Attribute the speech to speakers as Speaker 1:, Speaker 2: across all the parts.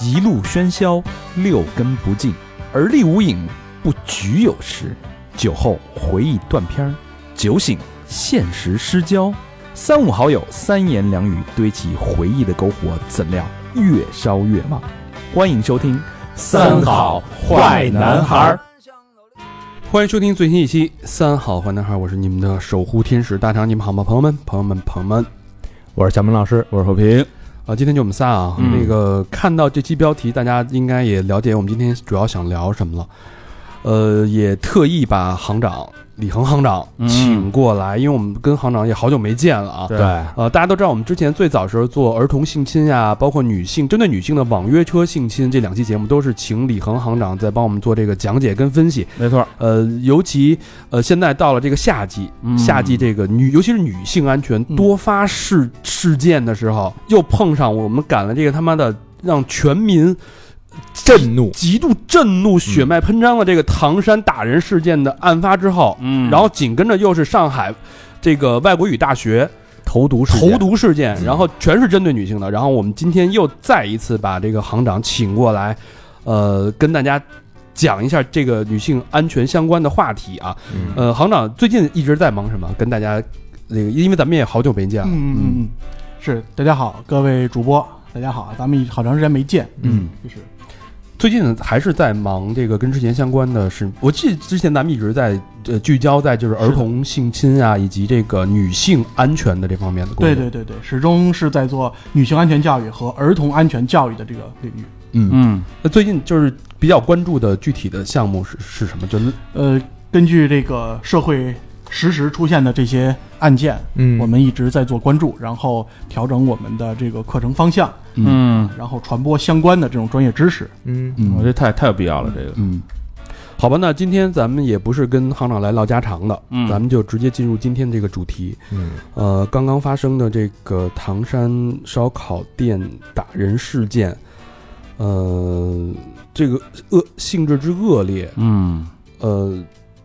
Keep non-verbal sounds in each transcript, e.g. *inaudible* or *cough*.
Speaker 1: 一路喧嚣，六根不净，而立无影，不局有时。酒后回忆断片儿，酒醒现实失焦。三五好友，三言两语堆起回忆的篝火，怎料越烧越旺。欢迎收听《
Speaker 2: 。欢迎收听最新一期《三好坏男孩》，我是你们的守护天使大肠，你们好吗？朋友们，朋友们，朋友们
Speaker 3: 我是小明老师，我是和平。
Speaker 2: 啊，今天就我们仨啊。
Speaker 1: 嗯
Speaker 2: 那个看到这期标题，大家应该也了解我们今天主要想聊什么了。呃，也特意把行长李恒行长
Speaker 1: 嗯
Speaker 2: 请过来，因为我们跟行长也好久没见了啊。
Speaker 3: 对，
Speaker 2: 呃，大家都知道，我们之前最早时候做儿童性侵呀，包括女性针对女性的网约车性侵这两期节目，都是请李恒行长在帮我们做这个讲解跟分析。
Speaker 1: 没错，
Speaker 2: 呃，尤其呃，现在到了这个夏季，
Speaker 1: 嗯
Speaker 2: 夏季这个女，尤其是女性安全
Speaker 1: 嗯
Speaker 2: 多发事事件的时候，又碰上我们赶了这个他妈的让全民
Speaker 3: 震怒，
Speaker 2: 极度震怒、血脉喷张的这个唐山打人事件的案发之后，
Speaker 1: 嗯
Speaker 2: 然后紧跟着又是上海这个外国语大学
Speaker 3: 投毒事件
Speaker 2: 投毒事件，
Speaker 3: 嗯
Speaker 2: 然后全是针对女性的。然后我们今天又再一次把这个行长请过来，呃，跟大家讲一下这个女性安全相关的话题啊。
Speaker 3: 嗯
Speaker 2: 呃，行长最近一直在忙什么？跟大家那个，因为咱们也好久没见了。啊
Speaker 4: 嗯嗯嗯，是，大家好，各位主播，大家好，咱们好长时间没见，
Speaker 2: 嗯，
Speaker 4: 就是
Speaker 2: 最近还是在忙这个跟之前相关的事。我记得之前咱们一直在呃聚焦在就是儿童性侵
Speaker 3: 嗯
Speaker 2: 啊，以及这个女性安全的这方面的工作。
Speaker 4: 对对对对，始终是在做女性安全教育和儿童安全教育的这个领域。
Speaker 2: 嗯，
Speaker 1: 嗯
Speaker 2: 那最近就是比较关注的具体的项目是是什么？就
Speaker 4: 呃，根据这个社会实时出现的这些案件，
Speaker 3: 嗯
Speaker 4: 我们一直在做关注，然后调整我们的这个课程方向，
Speaker 1: 嗯
Speaker 4: 然后传播相关的这种专业知识。
Speaker 3: 嗯
Speaker 1: 嗯，
Speaker 5: 我觉得太太有必要了，这个
Speaker 2: 嗯，好吧，那今天咱们也不是跟行长来唠家常的，
Speaker 1: 嗯
Speaker 2: 咱们就直接进入今天这个主题。
Speaker 3: 嗯
Speaker 2: 呃，刚刚发生的这个唐山烧烤店打人事件，呃，这个恶性质之恶劣，
Speaker 1: 嗯
Speaker 2: 呃，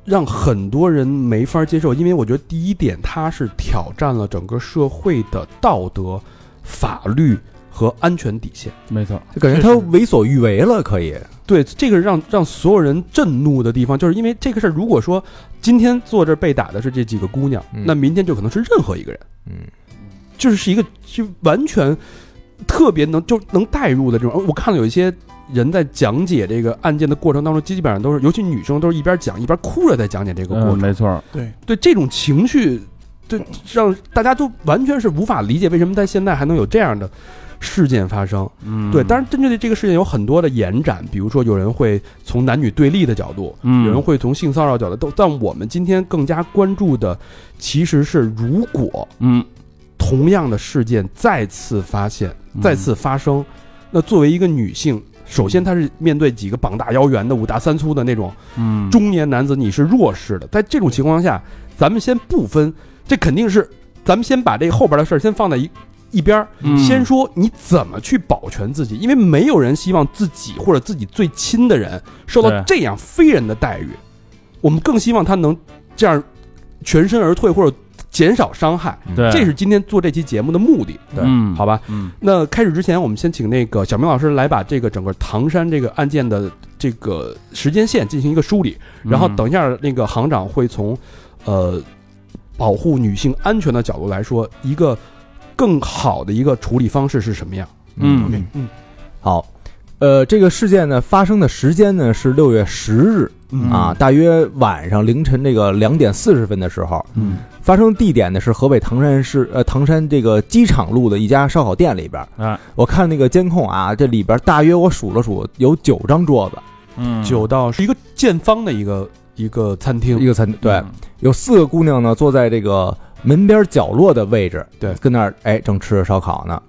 Speaker 2: 让很多人没法接受，因为我觉得第一点，它是挑战了整个社会的道德、法律和安全底线。
Speaker 5: 没错，
Speaker 3: 就感觉他为所欲为了，可以。
Speaker 2: 对，这个让让所有人震怒的地方，就是因为这个事儿。如果说今天坐这儿被打的是这几个姑娘，
Speaker 3: 嗯
Speaker 2: 那明天就可能是任何一个人，
Speaker 3: 嗯，
Speaker 2: 就是是一个就完全特别能就能代入的这种。我看了有一些人在讲解这个案件的过程当中，基本上都是，尤其女生都是一边讲一边哭着在讲解这个过
Speaker 5: 嗯，
Speaker 2: 程。
Speaker 5: 没错，
Speaker 4: 对，
Speaker 2: 对这种情绪，对让大家都完全是无法理解为什么在现在还能有这样的事件发生。
Speaker 1: 嗯
Speaker 2: 对，当然针对的这个事件有很多的延展，比如说有人会从男女对立的角度，
Speaker 1: 嗯
Speaker 2: 有人会从性骚扰角度，都但我们今天更加关注的其实是，如果
Speaker 1: 嗯
Speaker 2: 同样的事件再次发现、
Speaker 1: 嗯
Speaker 2: 再次发生，那作为一个女性，首先她是面对几个膀大腰圆的、五大三粗的那种
Speaker 1: 嗯
Speaker 2: 中年男子，你是弱势的。在这种情况下，咱们先不分，这肯定是咱们先把这后边的事儿先放在一一边儿，
Speaker 1: 嗯
Speaker 2: 先说你怎么去保全自己，因为没有人希望自己或者自己最亲的人受到
Speaker 5: 对
Speaker 2: 这样非人的待遇，我们更希望他能这样全身而退或者减少伤害，
Speaker 5: 对，
Speaker 2: 这是今天做这期节目的目的，
Speaker 3: 对
Speaker 1: 嗯
Speaker 2: 好吧？
Speaker 1: 嗯
Speaker 2: 那开始之前，我们先请那个小明老师来把这个整个唐山这个案件的这个时间线进行一个梳理，然后等一下那个行长会从，呃，保护女性安全的角度来说，一个更好的一个处理方式是什么样？
Speaker 1: 嗯
Speaker 4: OK，嗯，
Speaker 3: 好，呃，这个事件呢发生的时间呢是六月十日
Speaker 1: 嗯
Speaker 3: 啊，大约晚上凌晨这个两点四十分的时候，
Speaker 1: 嗯
Speaker 3: 发生地点呢是河北唐山市呃唐山这个机场路的一家烧烤店里边。
Speaker 5: 哎，
Speaker 3: 我看那个监控啊，这里边大约我数了数有九张桌子，
Speaker 5: 嗯
Speaker 2: 九到是一个建方的一个一个餐
Speaker 3: 一
Speaker 2: 厅，
Speaker 3: 个餐对，有四个姑娘呢，坐在这个门边角落的位置，
Speaker 2: 对
Speaker 3: 跟那儿哎正吃着烧烤呢。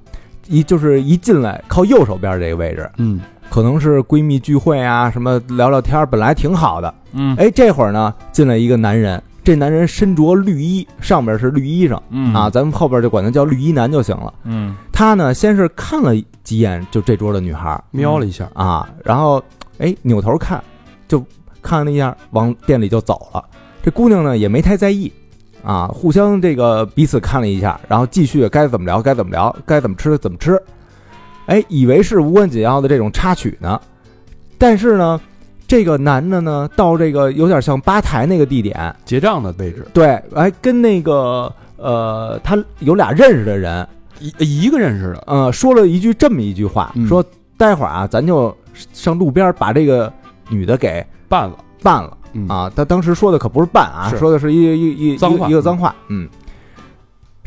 Speaker 3: 一就是一进来靠右手边这个位置，
Speaker 2: 嗯
Speaker 3: 可能是闺蜜聚会啊，什么聊聊天儿，本来挺好的。
Speaker 1: 嗯
Speaker 3: 哎，这会儿呢进来一个男人，这男人身着绿衣，上面是绿衣裳
Speaker 1: 嗯
Speaker 3: 啊，咱们后边就管他叫绿衣男就行了。
Speaker 1: 嗯
Speaker 3: 他呢先是看了几眼就这桌的女孩儿
Speaker 2: 瞄了一下，
Speaker 3: 啊，然后哎扭头看，就看了一下，往店里就走了。这姑娘呢也没太在意，啊，互相这个彼此看了一下，然后继续该怎么聊该怎么聊，该怎么吃怎么吃。哎，以为是无关紧要的这种插曲呢。但是呢，这个男的呢，到这个有点像吧台那个地点，
Speaker 2: 结账的位置，
Speaker 3: 对，哎，跟那个呃，他有俩认识的人，
Speaker 2: 一一个认识的，
Speaker 3: 呃，说了一句这么一句话，
Speaker 2: 嗯
Speaker 3: 说待会儿啊，咱就上路边把这个女的给
Speaker 2: 办了，
Speaker 3: 办了。
Speaker 2: 嗯，
Speaker 3: 啊，他当时说的可不是办啊，
Speaker 2: 是
Speaker 3: 说的是一一一
Speaker 2: 脏
Speaker 3: 一个
Speaker 2: 话
Speaker 3: 一个脏话。嗯，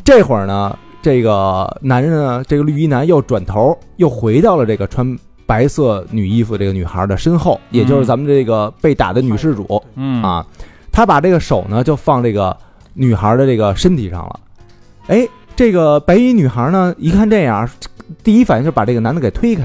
Speaker 3: 这会儿呢，这个男人呢，这个绿衣男又转头又回到了这个穿白色女衣服这个女孩的身后，也
Speaker 2: 嗯
Speaker 3: 就是咱们这个被打的女事主、
Speaker 1: 嗯，
Speaker 3: 啊。他把这个手呢就放这个女孩的这个身体上了。哎，这个白衣女孩呢一看这样，第一反应就是把这个男的给推开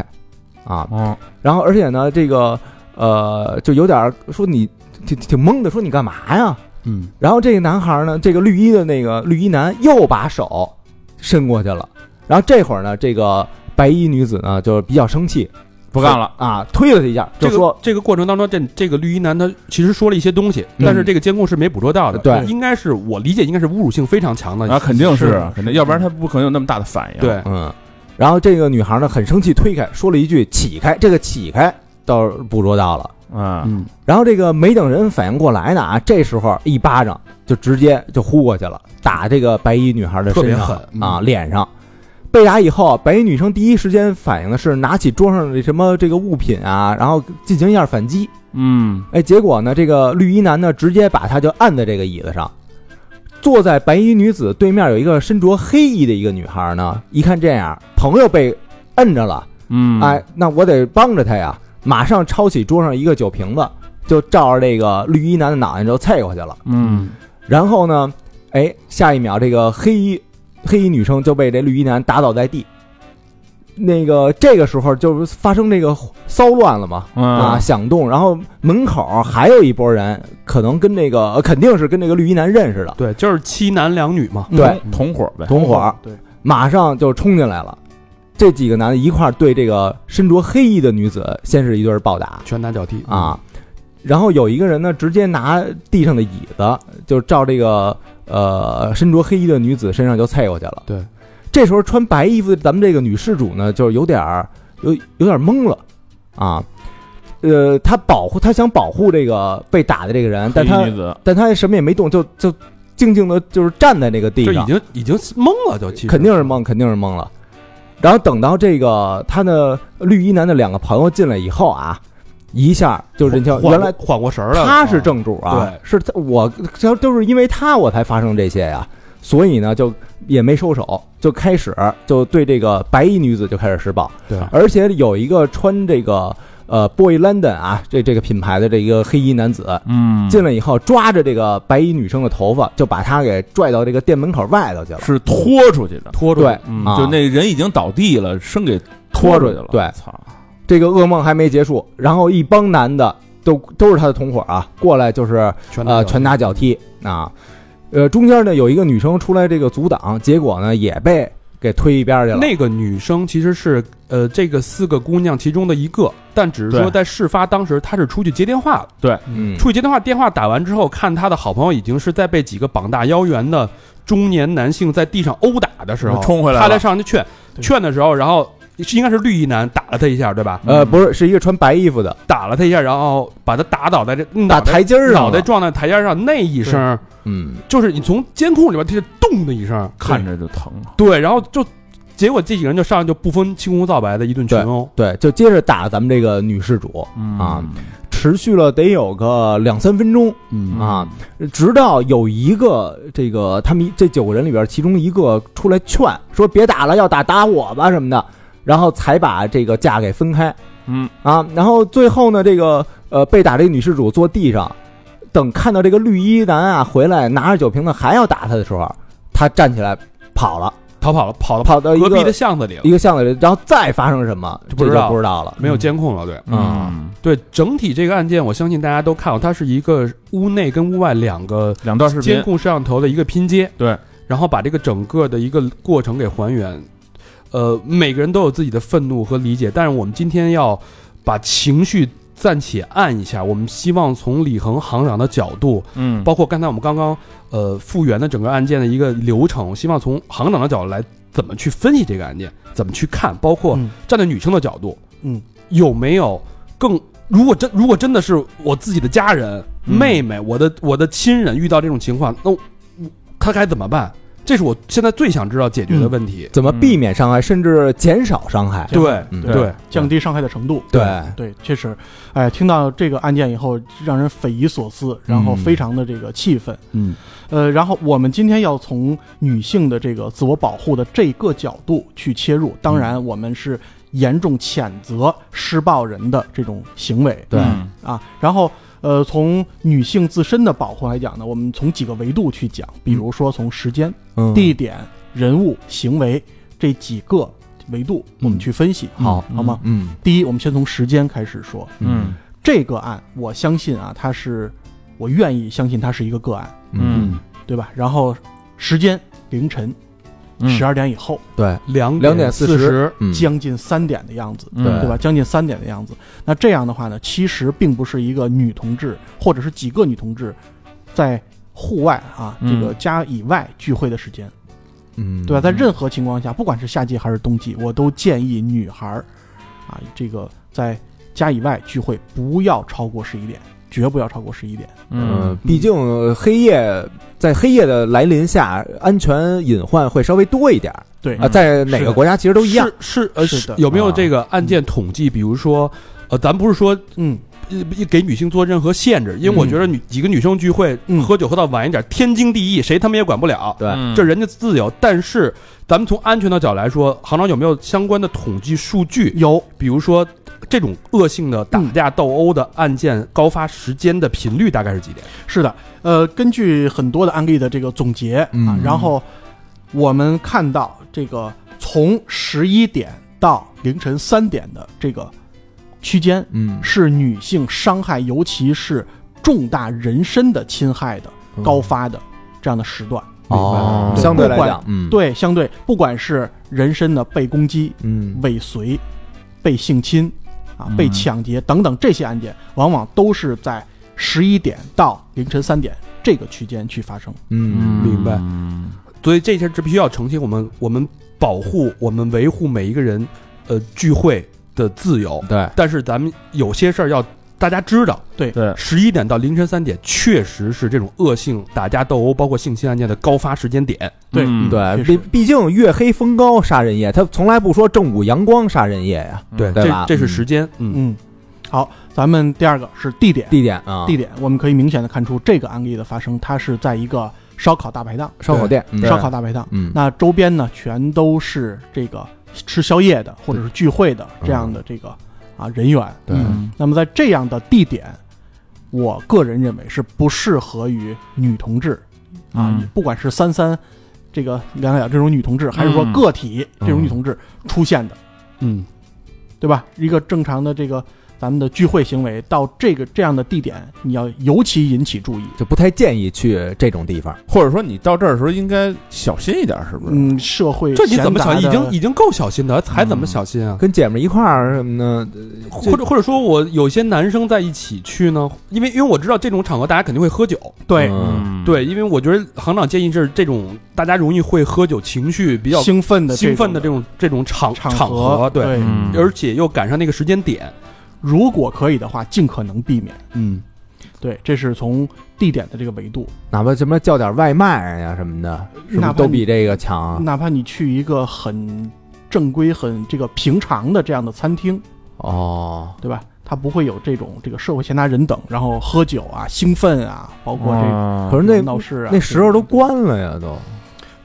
Speaker 3: 啊，
Speaker 1: 哦，
Speaker 3: 然后而且呢，这个呃，就有点儿说你挺挺懵的，说你干嘛呀？
Speaker 2: 嗯，
Speaker 3: 然后这个男孩呢，这个绿衣的那个绿衣男又把手伸过去了。然后这会儿呢，这个白衣女子呢就比较生气，
Speaker 1: 不干了，
Speaker 3: 啊，推了他一下，就
Speaker 2: 这
Speaker 3: 说
Speaker 2: 个、这个过程当中，这这个绿衣男他其实说了一些东西，
Speaker 3: 嗯
Speaker 2: 但是这个监控是没捕捉到的，
Speaker 3: 对
Speaker 2: 应该是我理解应该是侮辱性非常强的，
Speaker 1: 啊，肯定
Speaker 2: 是
Speaker 1: 是，肯定，要不然他不可能有那么大的反应。，
Speaker 2: 对，
Speaker 3: 嗯，然后这个女孩呢很生气，推开，说了一句“起开”，这个“起开”倒是捕捉到了。
Speaker 1: 啊，
Speaker 2: 嗯，
Speaker 3: 然后这个没等人反应过来呢啊，这时候一巴掌就直接就呼过去了，打这个白衣女孩的
Speaker 2: 特别
Speaker 3: 身上
Speaker 2: 狠嗯
Speaker 3: 啊，脸上。被打以后，白衣女生第一时间反应的是拿起桌上的什么这个物品啊，然后进行一下反击。
Speaker 1: 嗯，
Speaker 3: 哎，结果呢，这个绿衣男呢直接把她就按在这个椅子上。坐在白衣女子对面有一个身着黑衣的一个女孩呢，一看这样，朋友被摁着了，
Speaker 1: 嗯，
Speaker 3: 哎，，那我得帮着他呀！马上抄起桌上一个酒瓶子，就照着这个绿衣男的脑袋就啐过去了。
Speaker 1: 嗯，
Speaker 3: 然后呢，哎，下一秒这个黑衣黑衣女生就被这绿衣男打倒在地。那个这个时候就是发生这个骚乱了嘛，啊，
Speaker 1: 啊，
Speaker 3: 响动，然后门口还有一拨人，可能跟那个呃肯定是跟这个绿衣男认识的，
Speaker 2: 对，就是七男两女嘛，
Speaker 5: 嗯
Speaker 3: 对
Speaker 1: 同同伙呗，
Speaker 3: 同伙儿
Speaker 4: 对，
Speaker 3: 马上就冲进来了。这几个男的一块儿对这个身着黑衣的女子，先是一顿暴打，
Speaker 2: 拳打脚踢，
Speaker 3: 啊。然后有一个人呢，直接拿地上的椅子，就照这个呃身着黑衣的女子身上就踩过去了。
Speaker 2: 对，
Speaker 3: 这时候穿白衣服的咱们这个女施主呢，就有点儿有有点儿懵了啊。呃，她保护，她想保护这个被打的这个人，但
Speaker 1: 黑衣
Speaker 3: 她
Speaker 1: 女子，
Speaker 3: 但她什么也没动，就就静静的，就是站在那个地
Speaker 2: 就
Speaker 3: 上，
Speaker 2: 已经已经懵了，就其实
Speaker 3: 肯定是懵，肯定是懵了。然后等到这个他的绿衣男的两个朋友进来以后啊，一下就是你瞧，
Speaker 2: 缓
Speaker 3: 原来
Speaker 2: 缓过神儿了，
Speaker 3: 他是
Speaker 2: 啊
Speaker 3: 正主啊
Speaker 2: 对，
Speaker 3: 是他我这都是因为他我才发生这些呀、所以呢就也没收手，就开始就对这个白衣女子就开始施暴，
Speaker 2: 对
Speaker 3: 而且有一个穿这个呃 Boy London 啊这这个品牌的这一个黑衣男子
Speaker 1: 嗯，
Speaker 3: 进来以后，抓着这个白衣女生的头发，就把她给拽到这个店门口外头去了，
Speaker 1: 是拖出去的，
Speaker 2: 拖住，
Speaker 3: 对
Speaker 1: 嗯，
Speaker 3: 啊
Speaker 1: 就那人已经倒地了，生给
Speaker 3: 拖
Speaker 1: 出
Speaker 3: 出
Speaker 1: 去
Speaker 3: 去
Speaker 1: 了
Speaker 3: 了，
Speaker 1: 操，
Speaker 3: 这个噩梦还没结束，然后一帮男的都都是他的同伙啊，过来就是
Speaker 2: 拳
Speaker 3: 呃
Speaker 2: 脚踢
Speaker 3: 拳打脚踢啊，呃中间呢有一个女生出来这个阻挡，结果呢也被给推一边儿去了。
Speaker 2: 那个女生其实是呃，这个四个姑娘其中的一个，但只是说
Speaker 1: 对
Speaker 2: 在事发当时，她是出去接电话了。
Speaker 3: 嗯，
Speaker 2: 出去接电话，电话打完之后，看她的好朋友已经是在被几个膀大腰圆的中年男性在地上殴打的时候，
Speaker 1: 冲回来了
Speaker 2: 她来上去劝，
Speaker 4: 对
Speaker 2: 劝的时候，然后是应该是绿衣男打了她一下，对吧？
Speaker 3: 呃不是是一个穿白衣服的
Speaker 2: 打了她一下，然后把她打倒在这
Speaker 3: 打
Speaker 2: 脑袋
Speaker 3: 台阶儿上
Speaker 2: 脑袋
Speaker 3: 了，
Speaker 2: 撞在台阶上，那一声
Speaker 3: 嗯，
Speaker 2: 就是你从监控里边听见咚的一声，
Speaker 1: 看着就疼，
Speaker 2: 对，然后就结果这几个人就上来就不分青红皂白的一顿群殴。
Speaker 3: 对，就接着打咱们这个女事主，
Speaker 1: 嗯
Speaker 3: 啊持续了得有个两三分钟，
Speaker 2: 嗯
Speaker 3: 啊，直到有一个这个他们一这九个人里边，其中一个出来劝说别打了，要打打我吧什么的，然后才把这个架给分开
Speaker 1: 嗯
Speaker 3: 啊。然后最后呢，这个呃被打这个女施主坐地上，等看到这个绿衣男啊回来拿着酒瓶子还要打他的时候，他站起来跑了，
Speaker 2: 逃跑了，跑到
Speaker 3: 跑到一
Speaker 2: 哦隔
Speaker 3: 个
Speaker 2: 壁的巷子里了
Speaker 3: 一，个巷子里，然后再发生什么这
Speaker 2: 就不
Speaker 3: 就
Speaker 2: 知道
Speaker 3: 不知道了。
Speaker 2: 没有监控了。对
Speaker 1: 嗯，
Speaker 2: 对，整体这个案件，我相信大家都看过，它是一个屋内跟屋外两个
Speaker 1: 两段视
Speaker 2: 监
Speaker 1: 频，
Speaker 2: 控摄像头的一个拼接，
Speaker 1: 对，
Speaker 2: 然后把这个整个的一个过程给还原。呃，每个人都有自己的愤怒和理解，但是我们今天要把情绪暂且按一下，我们希望从李恒行长的角度，
Speaker 1: 嗯，
Speaker 2: 包括刚才我们刚刚呃复原的整个案件的一个流程，我希望从行长的角度来怎么去分析这个案件，怎么去看，包括
Speaker 4: 嗯
Speaker 2: 站在女生的角度，
Speaker 4: 嗯，
Speaker 2: 有没有更？如果真如果真的是我自己的家人、
Speaker 1: 嗯
Speaker 2: 妹妹、我的我的亲人遇到这种情况，那我他该怎么办？这是我现在最想知道解决的问题。
Speaker 3: 怎么避免伤害，甚至减少伤害？
Speaker 2: 对
Speaker 3: 嗯
Speaker 2: 对，
Speaker 4: 降低伤害的程度。
Speaker 3: 对
Speaker 4: 对，确实，哎，听到这个案件以后，让人匪夷所思，然后
Speaker 3: 嗯
Speaker 4: 非常的这个气愤。
Speaker 1: 嗯
Speaker 4: 呃，然后我们今天要从女性的这个自我保护的这个角度去切入，当然
Speaker 3: 嗯
Speaker 4: 我们是严重谴责施暴人的这种行为
Speaker 3: 对
Speaker 1: 嗯
Speaker 4: 啊。然后呃，从女性自身的保护来讲呢，我们从几个维度去讲，比如说从时间、
Speaker 3: 嗯，
Speaker 4: 地点、人物、行为这几个维度，我们去分析，
Speaker 3: 好
Speaker 4: 好吗？
Speaker 3: 嗯
Speaker 4: 第一，我们先从时间开始说。
Speaker 1: 嗯
Speaker 4: 这个案，我相信啊，它是，我愿意相信它是一个个案，
Speaker 1: 嗯
Speaker 4: 对吧？然后时间凌晨
Speaker 1: 嗯，
Speaker 4: 十二点以后，
Speaker 3: 对，
Speaker 2: 两
Speaker 3: 两
Speaker 2: 点
Speaker 3: 点
Speaker 2: 四
Speaker 3: 四十，嗯
Speaker 4: 将近三点的样子，
Speaker 1: 嗯
Speaker 3: 对
Speaker 4: 对吧？将近三点的样子。那这样的话呢，其实并不是一个女同志或者是几个女同志在户外啊
Speaker 1: 嗯
Speaker 4: 这个家以外聚会的时间，
Speaker 3: 嗯，
Speaker 4: 对吧？在任何情况下，不管是夏季还是冬季，我都建议女孩儿啊这个在家以外聚会不要超过十一点，绝不要超过十一点。
Speaker 3: 嗯
Speaker 1: 嗯，
Speaker 3: 毕竟呃黑夜在黑夜的来临下，安全隐患会稍微多一点儿
Speaker 4: 对
Speaker 3: 啊，在哪
Speaker 2: 是
Speaker 3: 个
Speaker 2: 的
Speaker 3: 国家其实都一样。
Speaker 2: 是是呃
Speaker 4: 是的
Speaker 2: 有没有
Speaker 3: 啊
Speaker 2: 这个案件统计？比如说，呃，咱不是说
Speaker 4: 嗯，
Speaker 2: 一给女性做任何限制，
Speaker 3: 嗯
Speaker 2: 因为我觉得女几个女生聚会
Speaker 4: 嗯
Speaker 2: 喝酒喝到晚一点，天经地义，谁他妈也管不了，
Speaker 3: 对，
Speaker 1: 嗯
Speaker 3: 嗯
Speaker 2: 这人家自由。但是咱们从安全的角度来说，行长有没有相关的统计数据？
Speaker 4: 有
Speaker 2: 比如说这种恶性的打架斗殴的案件高发时间的频率大概是几点？
Speaker 4: 是的，呃，根据很多的案例的这个总结啊
Speaker 3: 嗯，
Speaker 4: 然后我们看到这个从十一点到凌晨三点的这个区间，
Speaker 3: 嗯，
Speaker 4: 是女性伤害，尤其是重大人身的侵害的高发的这样的时段。
Speaker 3: 哦，
Speaker 1: 对
Speaker 3: 相对来
Speaker 4: 不管
Speaker 3: 讲，嗯，，
Speaker 4: 对，相对不管是人身的被攻击、
Speaker 3: 嗯，
Speaker 4: 尾随、被性侵啊
Speaker 1: 嗯、
Speaker 4: 被抢劫等等这些案件，往往都是在十一点到凌晨三点这个区间去发生。
Speaker 3: 嗯，
Speaker 2: 明白
Speaker 1: 嗯
Speaker 2: 所以这些是必须要澄清，我们我们保护我们维护每一个人呃聚会的自由，
Speaker 3: 对，
Speaker 2: 但是咱们有些事儿要大家知道。
Speaker 1: 对，
Speaker 2: 十一点到凌晨三点，确实是这种恶性打架斗殴，包括性侵案件的高发时间点。
Speaker 4: 对
Speaker 1: 嗯
Speaker 3: 对，
Speaker 4: 确
Speaker 3: 毕
Speaker 4: 实
Speaker 3: 毕竟月黑风高杀人夜，他从来不说正午阳光杀人夜呀。
Speaker 1: 嗯
Speaker 3: 对
Speaker 2: 这
Speaker 3: 吧
Speaker 2: 这是时间，嗯
Speaker 4: 嗯，好，咱们第二个是地点。
Speaker 3: 地点啊，
Speaker 4: 地点，我们可以明显的看出这个案例的发生，它是在一个烧烤大排档，
Speaker 3: 烧烤店，嗯
Speaker 4: 烧烤，大排档。
Speaker 3: 嗯，
Speaker 4: 那周边呢，全都是这个吃宵夜的或者是聚会的这样的这个啊人员。
Speaker 3: 对，
Speaker 1: 嗯
Speaker 4: 那么在这样的地点，我个人认为是不适合于女同志啊，
Speaker 1: 嗯
Speaker 4: 不管是三三这个两两这种女同志，还是说
Speaker 1: 嗯
Speaker 4: 个体这种
Speaker 3: 嗯
Speaker 4: 女同志出现的，
Speaker 2: 嗯，
Speaker 4: 对吧？一个正常的这个咱们的聚会行为，到这个这样的地点，你要尤其引起注意。
Speaker 3: 就不太建议去这种地方。
Speaker 5: 或者说你到这儿的时候应该小心一点，是不是？
Speaker 4: 嗯，社会
Speaker 2: 这你怎么想？
Speaker 4: 闲
Speaker 2: 已
Speaker 4: 杂的
Speaker 2: 经已经够小心的，还怎么小心啊？
Speaker 3: 跟姐们儿一块儿什嗯么的，这
Speaker 2: 或者或者说我有些男生在一起去呢，因为因为我知道这种场合大家肯定会喝酒，
Speaker 4: 对、
Speaker 3: 嗯，
Speaker 2: 对，因为我觉得行长建议是这种大家容易会喝酒，情绪比较
Speaker 4: 兴奋的
Speaker 2: 兴奋的
Speaker 4: 的
Speaker 2: 这种这种场
Speaker 4: 场
Speaker 2: 场合，
Speaker 4: 对，
Speaker 2: 对，嗯而且又赶上那个时间点，
Speaker 4: 如果可以的话，尽可能避免。
Speaker 2: 嗯，
Speaker 4: 对，这是从地点的这个维度，
Speaker 3: 哪怕什么叫点外卖呀什么的，是不
Speaker 4: 哪
Speaker 3: 是
Speaker 4: 怕
Speaker 3: 都
Speaker 4: 你嗯
Speaker 3: 比这个强啊？
Speaker 4: 哪怕你去一个很正规、很这个平常的这样的餐厅，
Speaker 3: 哦，
Speaker 4: 对吧？它不会有这种这个社会闲杂人等，然后喝酒啊、兴奋啊，包括这个
Speaker 3: 可
Speaker 1: 我
Speaker 3: 是那
Speaker 4: 闹事啊，
Speaker 3: 那时候都关了呀，都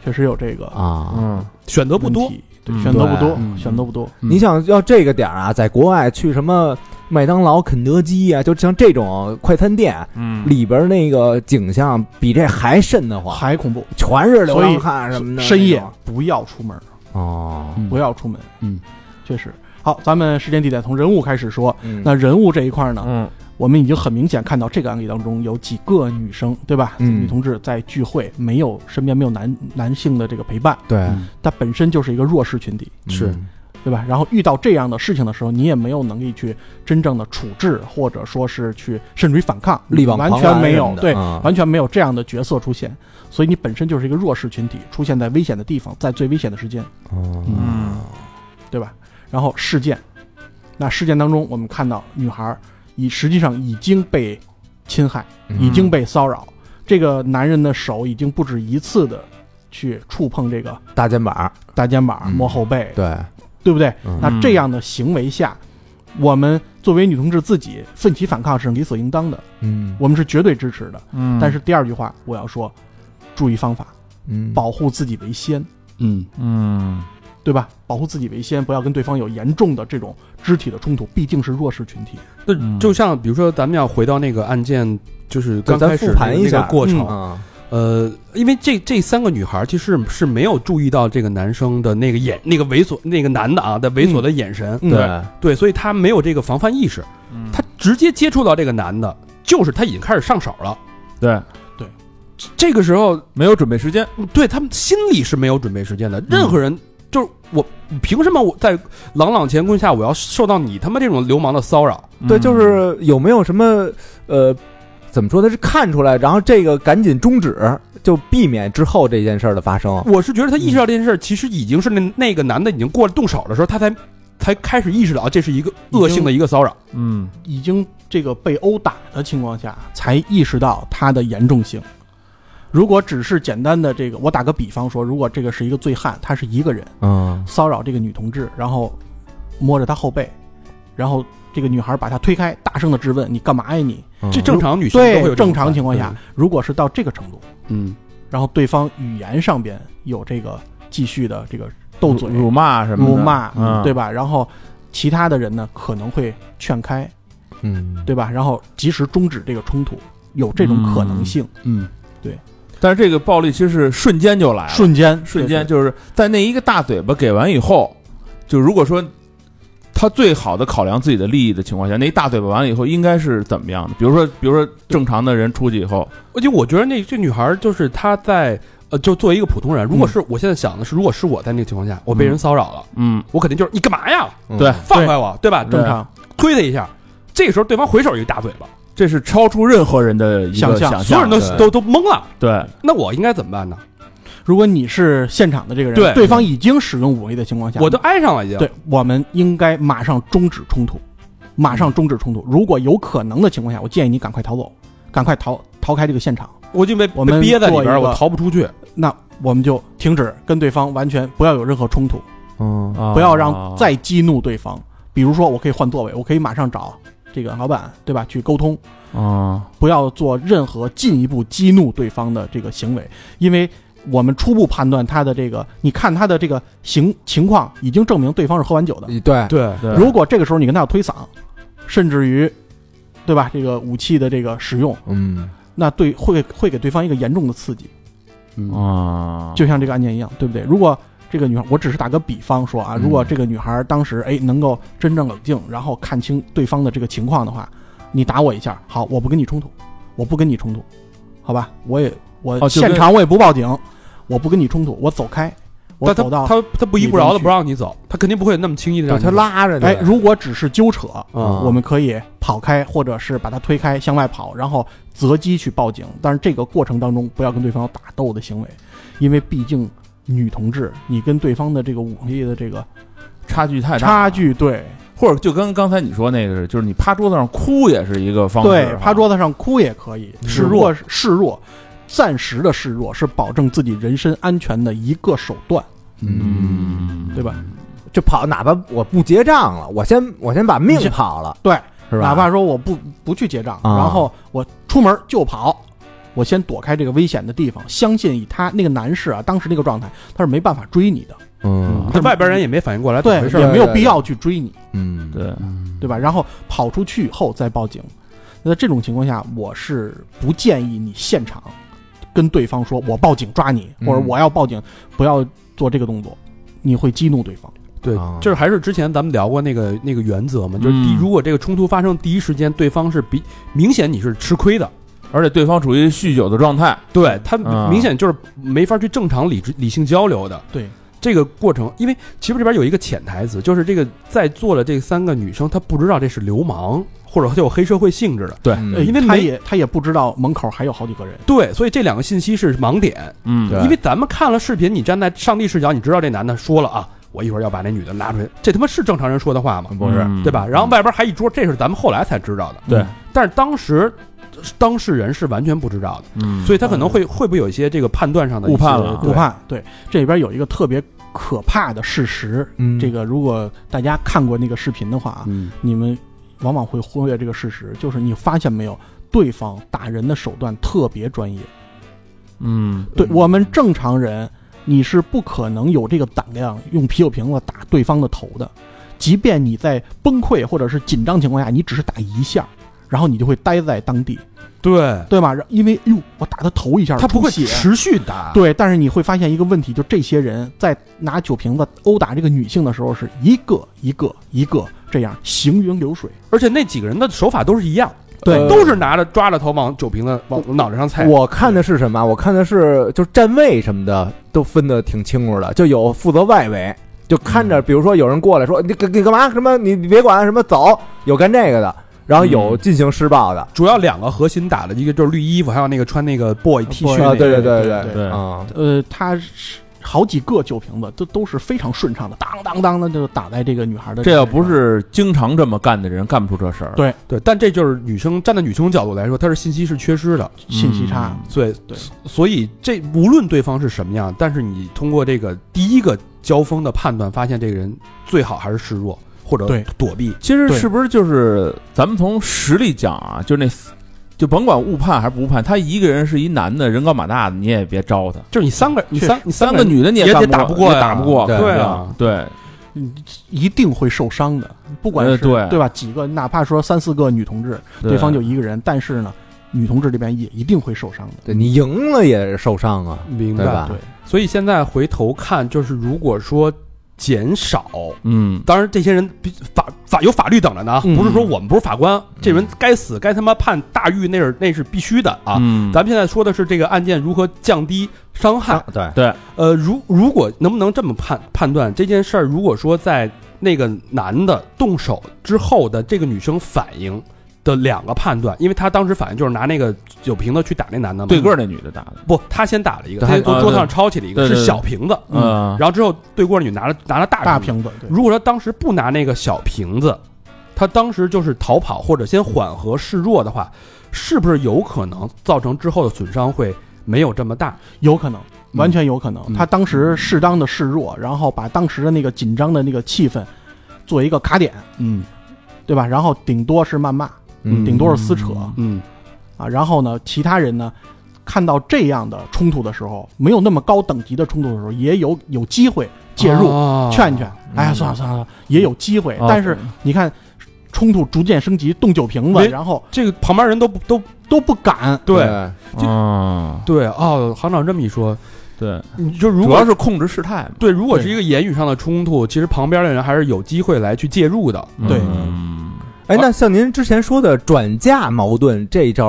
Speaker 4: 确实有这个
Speaker 3: 啊。
Speaker 1: 嗯
Speaker 2: 选择
Speaker 4: 都
Speaker 2: 不多，，
Speaker 4: 对
Speaker 1: 嗯，
Speaker 4: 选择不
Speaker 3: 对
Speaker 4: 多，
Speaker 1: 嗯
Speaker 4: 选择不多。
Speaker 1: 嗯
Speaker 3: 你想要这个点儿啊，在国外去什么麦当劳、肯德基呀，就像这种快餐店
Speaker 1: 嗯
Speaker 3: 里边儿那个景象，比这还瘆得慌，
Speaker 4: 还恐怖，
Speaker 3: 全是流浪汉什么的那种。啊
Speaker 4: 深夜不要出门，
Speaker 3: 哦，
Speaker 1: 嗯
Speaker 4: 不要出门。
Speaker 1: 嗯，
Speaker 4: 确实。好，咱们时间地点从人物开始说。
Speaker 3: 嗯
Speaker 4: 那人物这一块呢，
Speaker 1: 嗯
Speaker 4: 我们已经很明显看到这个案例当中有几个女生，对吧？
Speaker 3: 嗯
Speaker 4: 女同志在聚会，没有身边没有男男性的这个陪伴，
Speaker 3: 对
Speaker 1: 嗯
Speaker 3: 嗯
Speaker 4: 她本身就是一个弱势群体。
Speaker 1: 是
Speaker 4: 对吧？然后遇到这样的事情的时候，你也没有能力去真正的处置，或者说是去甚至于反抗，
Speaker 3: 嗯力挽
Speaker 4: 完
Speaker 3: 狂
Speaker 4: 全
Speaker 3: 澜
Speaker 4: 没
Speaker 3: 什
Speaker 4: 有
Speaker 3: 么，的
Speaker 4: 对，
Speaker 3: 啊
Speaker 4: 完全没有这样的角色出现，所以你本身就是一个弱势群体，出现在危险的地方，在最危险的时间，
Speaker 3: 嗯
Speaker 5: 嗯
Speaker 4: 对吧？然后事件，那事件当中，我们看到女孩儿已实际上已经被侵害，已经被骚扰，这个男人的手已经不止一次的去触碰这个
Speaker 3: 大肩膀，
Speaker 4: 大肩膀、
Speaker 3: 嗯
Speaker 4: 摸后背，
Speaker 3: 对，
Speaker 4: 对不对？
Speaker 3: 嗯
Speaker 4: 那这样的行为下，我们作为女同志自己奋起反抗是理所应当的，
Speaker 3: 嗯，
Speaker 4: 我们是绝对支持的。
Speaker 5: 嗯
Speaker 4: 但是第二句话我要说，注意方法，
Speaker 3: 嗯
Speaker 4: 保护自己为先，
Speaker 2: 嗯，
Speaker 5: 嗯
Speaker 4: 对吧？保护自己为先，不要跟对方有严重的这种肢体的冲突，毕竟是弱势群体。
Speaker 2: 那
Speaker 5: 嗯
Speaker 2: 就像比如说，咱们要回到那个案件，就是刚
Speaker 3: 咱
Speaker 2: 开始
Speaker 3: 复盘
Speaker 2: 那个
Speaker 3: 一下
Speaker 2: 那个过程，
Speaker 3: 啊，
Speaker 2: 呃，因为这这三个女孩其实是没有注意到这个男生的那个眼、那个猥琐、那个男的啊的猥琐的眼神，
Speaker 4: 嗯
Speaker 3: 对，
Speaker 2: 对，所以她没有这个防范意识，
Speaker 5: 嗯
Speaker 2: 她直接接触到这个男的，就是他已经开始上手了。
Speaker 5: 对
Speaker 2: 这个时候，
Speaker 5: 没有准备时间，
Speaker 2: 对他们心里是没有准备时间的。任何人就是我，凭什么我在朗朗乾坤下我要受到你他妈这种流氓的骚扰？
Speaker 5: 嗯
Speaker 3: 对，就是有没有什么呃，怎么说呢？是看出来，然后这个赶紧终止，就避免之后这件事儿的发生。
Speaker 2: 我是觉得他意识到这件
Speaker 4: 嗯
Speaker 2: 事儿，其实已经是那那个男的已经过了动手的时候，他才才开始意识到哦这是一个恶性的一个骚扰。
Speaker 5: 嗯
Speaker 4: 已经这个被殴打的情况下，才意识到它的严重性。如果只是简单的这个，我打个比方说，如果这个是一个醉汉，他是一个人
Speaker 3: 嗯
Speaker 4: 骚扰这个女同志，然后摸着她后背，然后这个女孩把他推开，大声的质问：“你干嘛呀你
Speaker 5: 嗯
Speaker 2: 这正常女？”性都会有
Speaker 4: 对，
Speaker 2: 这种
Speaker 4: 正常情况下
Speaker 2: 反应，，
Speaker 4: 如果是到这个程度，
Speaker 2: 嗯，
Speaker 4: 然后对方语言上边有这个继续的这个斗嘴、
Speaker 5: 辱骂什么的
Speaker 4: 辱骂，
Speaker 5: 嗯
Speaker 4: 对吧？然后其他的人呢可能会劝开，
Speaker 3: 嗯，
Speaker 4: 对吧？然后及时终止这个冲突，有这种可能性，
Speaker 5: 但是这个暴力其实是瞬间就来了，
Speaker 4: 瞬间
Speaker 5: 瞬间就是在那一个大嘴巴给完以后，就如果说他最好的考量自己的利益的情况下，那一大嘴巴完了以后应该是怎么样的？比如说，比如说正常的人出去以后，
Speaker 2: 而且我觉得那这女孩儿就是她在呃，就作为一个普通人，如果是我现在想的是，如果是我在那个情况下，我被人骚扰了，
Speaker 5: 嗯，
Speaker 2: 我肯定就是你干嘛呀？
Speaker 3: 嗯
Speaker 5: 对
Speaker 2: 放开我，对吧？
Speaker 4: 正常。
Speaker 2: 推他一下，这个时候对方回手一个大嘴巴，
Speaker 5: 这是超出任何人的一个
Speaker 4: 想象
Speaker 5: 象，
Speaker 2: 所有人都
Speaker 5: 对
Speaker 2: 都都懵了。
Speaker 5: 对，
Speaker 2: 那我应该怎么办呢？
Speaker 4: 如果你是现场的这个人，
Speaker 2: 对
Speaker 4: 方已经使用武力的情况下，
Speaker 2: 我都挨上了已经。
Speaker 4: 对，我们应该马上终止冲突，马上终止冲突。如果有可能的情况下，我建议你赶快逃走，赶快逃逃开这个现场。
Speaker 2: 我就被
Speaker 4: 我们
Speaker 2: 被憋在里边
Speaker 4: 做
Speaker 2: 儿，
Speaker 4: 一个
Speaker 2: 我逃不出去。
Speaker 4: 那我们就停止跟对方完全不要有任何冲突，
Speaker 3: 嗯
Speaker 5: 不
Speaker 4: 不要
Speaker 5: 啊
Speaker 4: 让再激怒对方。比如说，我可以换座位，我可以马上找这个老板，对吧？去沟通，
Speaker 5: 啊，
Speaker 4: 不要做任何进一步激怒对方的这个行为，因为我们初步判断他的这个，你看他的这个行情况，已经证明对方是喝完酒的。
Speaker 3: 嗯对，
Speaker 2: 对，
Speaker 5: 对
Speaker 4: 如果这个时候你跟他有推搡，甚至于，对吧？这个武器的这个使用，
Speaker 3: 嗯
Speaker 4: 那对会会给对方一个严重的刺激，
Speaker 2: 嗯，
Speaker 5: 啊，
Speaker 4: 就像这个案件一样，对不对？如果这个女孩，我只是打个比方说啊，
Speaker 3: 嗯
Speaker 4: 如果这个女孩当时哎能够真正冷静，然后看清对方的这个情况的话，你打我一下，好，我不跟你冲突，我不跟你冲突，好吧？我也我
Speaker 5: 哦就跟
Speaker 4: 现场我也不报警，我不跟你冲突，我走开，我
Speaker 2: 但他
Speaker 4: 走到
Speaker 2: 他他不依不饶的
Speaker 4: 你进去
Speaker 2: 不让你走，他肯定不会那么轻易的让
Speaker 3: 对，
Speaker 2: 你
Speaker 3: 他
Speaker 2: 走。
Speaker 3: 拉着你，
Speaker 4: 哎，如果只是纠扯，
Speaker 2: 啊
Speaker 3: 嗯
Speaker 4: 我们可以跑开，或者是把他推开向外跑，然后择机去报警。但是这个过程当中，不要跟对方有打斗的行为，因为毕竟女同志，你跟对方的这个武力的这个
Speaker 5: 差距
Speaker 2: 哎
Speaker 5: 太大，
Speaker 4: 差，距，对
Speaker 5: 或者就跟刚才你说那个是，就是你趴桌子上哭也是一个方式，啊
Speaker 4: 对，趴
Speaker 5: 子，
Speaker 4: 桌子上哭也可以，
Speaker 2: 啊示
Speaker 4: 示
Speaker 2: 弱
Speaker 4: 弱示弱，暂时的示弱是保证自己人身安全的一个手段，
Speaker 3: 嗯，
Speaker 5: 嗯
Speaker 4: 对吧？
Speaker 3: 就跑，哪怕我不结账了，我先我先把命跑了，
Speaker 4: 对，
Speaker 3: 是吧？
Speaker 4: 哪怕说我不不去结账，
Speaker 3: 啊
Speaker 4: 然后我出门就跑，我先躲开这个危险的地方。相信以他那个男士啊，当时那个状态，他是没办法追你的，
Speaker 3: 嗯
Speaker 2: 这外边人也没反应过来怎么
Speaker 4: 对
Speaker 2: 回事，
Speaker 4: 也
Speaker 2: 儿。
Speaker 4: 没有必要去追你，
Speaker 3: 嗯，
Speaker 5: 对，
Speaker 4: 对吧？然后跑出去以后再报警。那在这种情况下，我是不建议你现场跟对方说“我报警抓你”
Speaker 3: 嗯
Speaker 4: 或者“我要报警”，不要做这个动作，你会激怒对方。
Speaker 2: 对
Speaker 3: 啊，
Speaker 2: 就是还是之前咱们聊过那个那个原则嘛，就是第一
Speaker 5: 嗯
Speaker 2: 如果这个冲突发生第一时间，对方是比明显你是吃亏的，
Speaker 5: 而且对方处于酗酒的状态，
Speaker 2: 对他
Speaker 5: 嗯
Speaker 2: 明显就是没法去正常理智理性交流的。
Speaker 4: 对，
Speaker 2: 这个过程，因为其实这边有一个潜台词，就是这个在座的这三个女生，她不知道这是流氓或者她有黑社会性质的，
Speaker 1: 对
Speaker 3: 嗯
Speaker 4: 呃
Speaker 2: 因为
Speaker 4: 他
Speaker 2: 没
Speaker 4: 也他也不知道门口还有好几个人，
Speaker 2: 对，所以这两个信息是盲点，
Speaker 5: 嗯
Speaker 3: 对
Speaker 2: 因为咱们看了视频，你站在上帝视角，你知道这男的说了啊，我一会儿要把那女的拿出去，这他妈是正常人说的话
Speaker 5: 嗯
Speaker 2: 吗？
Speaker 3: 不是，
Speaker 2: 对吧？然后外边还一桌，这是咱们后来才知道的，
Speaker 4: 嗯
Speaker 2: 嗯
Speaker 3: 对
Speaker 2: 但是当时当事人是完全不知道的，
Speaker 5: 嗯，
Speaker 2: 所以他可能会会不会有一些这个判断上的一些
Speaker 5: 误判了
Speaker 2: 对
Speaker 4: 不怕。对，这里边有一个特别可怕的事实，
Speaker 3: 嗯
Speaker 4: 这个如果大家看过那个视频的话啊，
Speaker 2: 嗯，
Speaker 4: 你们往往会忽略这个事实，就是你发现没有，对方打人的手段特别专业。
Speaker 5: 嗯
Speaker 4: 对我们正常人，你是不可能有这个胆量用啤酒瓶子打对方的头的，即便你在崩溃或者是紧张情况下，你只是打一下。然后你就会待在当地，
Speaker 2: 对，
Speaker 4: 对吧？然因为哟，我打他头一下，
Speaker 2: 他不会
Speaker 4: 出血
Speaker 2: 持续
Speaker 5: 啊
Speaker 2: 打，
Speaker 4: 对，但是你会发现一个问题，就这些人在拿酒瓶子殴打这个女性的时候，是一个一个一个这样行云流水。
Speaker 2: 而且那几个人的手法都是一样，
Speaker 4: 对
Speaker 3: 呃
Speaker 2: 都是拿着抓着头往酒瓶子往脑袋上踩。
Speaker 3: 我看的是什么？我看的是就是站位什么的都分得挺清楚的，就有负责外围，就看着，比如说有人过来说你干你干嘛什么你你别管什么走，有干这个的，然后有进行施暴的
Speaker 2: 主要两个核心打的，一个就是绿衣服，还有那个穿那个 boy T
Speaker 3: 啊，
Speaker 2: 恤
Speaker 4: 对
Speaker 2: 那个。
Speaker 3: 对对
Speaker 4: 对
Speaker 3: 对
Speaker 5: 对
Speaker 3: 啊，
Speaker 4: 呃，他是好几个酒瓶子都都是非常顺畅的，当当当的就打在这个女孩的身上。
Speaker 5: 这要不是经常这么干的人，干不出这事儿。
Speaker 4: 对
Speaker 2: 对，但这就是女生站在女生角度来说，她是信息是缺失的，
Speaker 4: 信息差，
Speaker 5: 嗯
Speaker 2: 所以
Speaker 4: 对
Speaker 2: 所以这无论对方是什么样，但是你通过这个第一个交锋的判断，发现这个人最好还是示弱或者
Speaker 4: 对
Speaker 2: 躲避。
Speaker 5: 其实
Speaker 4: 对
Speaker 5: 是不是就是咱们从实力讲啊，就那四，就甭管误判还是不误判，他一个人是一男的，人高马大的，你也别招他。
Speaker 2: 就是你三个，你三你
Speaker 5: 三个
Speaker 2: 人
Speaker 5: 女的你
Speaker 2: 也
Speaker 5: 干
Speaker 2: 得
Speaker 5: 不
Speaker 2: 打不过
Speaker 5: 也
Speaker 2: 呀
Speaker 5: 打不过，
Speaker 3: 对
Speaker 5: 肯定
Speaker 2: 对啊
Speaker 5: 对，
Speaker 4: 嗯一定会受伤的，不管
Speaker 5: 呃
Speaker 4: 是
Speaker 5: 对
Speaker 4: 吧？几个，哪怕说三四个女同志，对方就一个人，但是呢，女同志这边也一定会受伤的。
Speaker 3: 对你赢了也受伤啊，
Speaker 2: 明
Speaker 3: 对
Speaker 2: 白
Speaker 3: 吧？
Speaker 4: 对
Speaker 2: 所以现在回头看，就是如果说减少，
Speaker 5: 嗯，
Speaker 2: 当然这些人比法法有法律等着呢啊，
Speaker 4: 嗯
Speaker 2: 不是说我们不是法官，这人该死该他妈判大狱那是那是必须的啊。
Speaker 5: 嗯
Speaker 2: 咱们现在说的是这个案件如何降低伤害
Speaker 3: 啊，对，
Speaker 2: 呃，如如果能不能这么判判断这件事儿，如果说在那个男的动手之后的这个女生反应的两个判断，因为她当时反应就是拿那个酒瓶子去打那男的嘛，
Speaker 5: 对个儿那女的打的，
Speaker 2: 不，她先打了一个，
Speaker 3: 对
Speaker 2: 她
Speaker 3: 还
Speaker 2: 从
Speaker 5: 啊
Speaker 2: 桌
Speaker 5: 对
Speaker 2: 上抄起了一个
Speaker 5: 对对
Speaker 2: 是
Speaker 5: 对
Speaker 2: 小瓶子，
Speaker 5: 嗯，
Speaker 2: 然后之后对过儿女拿了拿了大
Speaker 4: 大
Speaker 2: 子
Speaker 4: 瓶子，对
Speaker 2: 如果他当时不拿那个小瓶子，他当时就是逃跑或者先缓和示弱的话，是不是有可能造成之后的损伤会没有这么大？
Speaker 4: 有可能，完全有可能。
Speaker 2: 嗯
Speaker 4: 他当时适当的示弱，然后把当时的那个紧张的那个气氛做一个卡点，
Speaker 2: 嗯
Speaker 4: 对吧？然后顶多是谩骂，
Speaker 3: 嗯
Speaker 4: 顶多是撕扯
Speaker 2: 嗯，
Speaker 4: 啊。然后呢，其他人呢，看到这样的冲突的时候，没有那么高等级的冲突的时候，也有有机会介入、
Speaker 2: 啊
Speaker 4: 劝劝。哎呀，算了算了，也有机会。
Speaker 5: 啊
Speaker 2: 哦
Speaker 4: 但是你看，冲突逐渐升级，动酒瓶子，
Speaker 2: 没
Speaker 4: 然后
Speaker 2: 这个旁边人都不都
Speaker 4: 都不敢。
Speaker 2: 对就
Speaker 5: 嗯，
Speaker 2: 对哦，行长这么一说，
Speaker 5: 对，
Speaker 2: 你就如
Speaker 5: 主要
Speaker 2: 果
Speaker 5: 是控制事态嘛，
Speaker 2: 对，如果
Speaker 4: 对
Speaker 2: 是一个言语上的冲突，其实旁边的人还是有机会来去介入的。
Speaker 4: 对
Speaker 5: 嗯
Speaker 3: 哎，那像您之前说的转嫁矛盾这一招，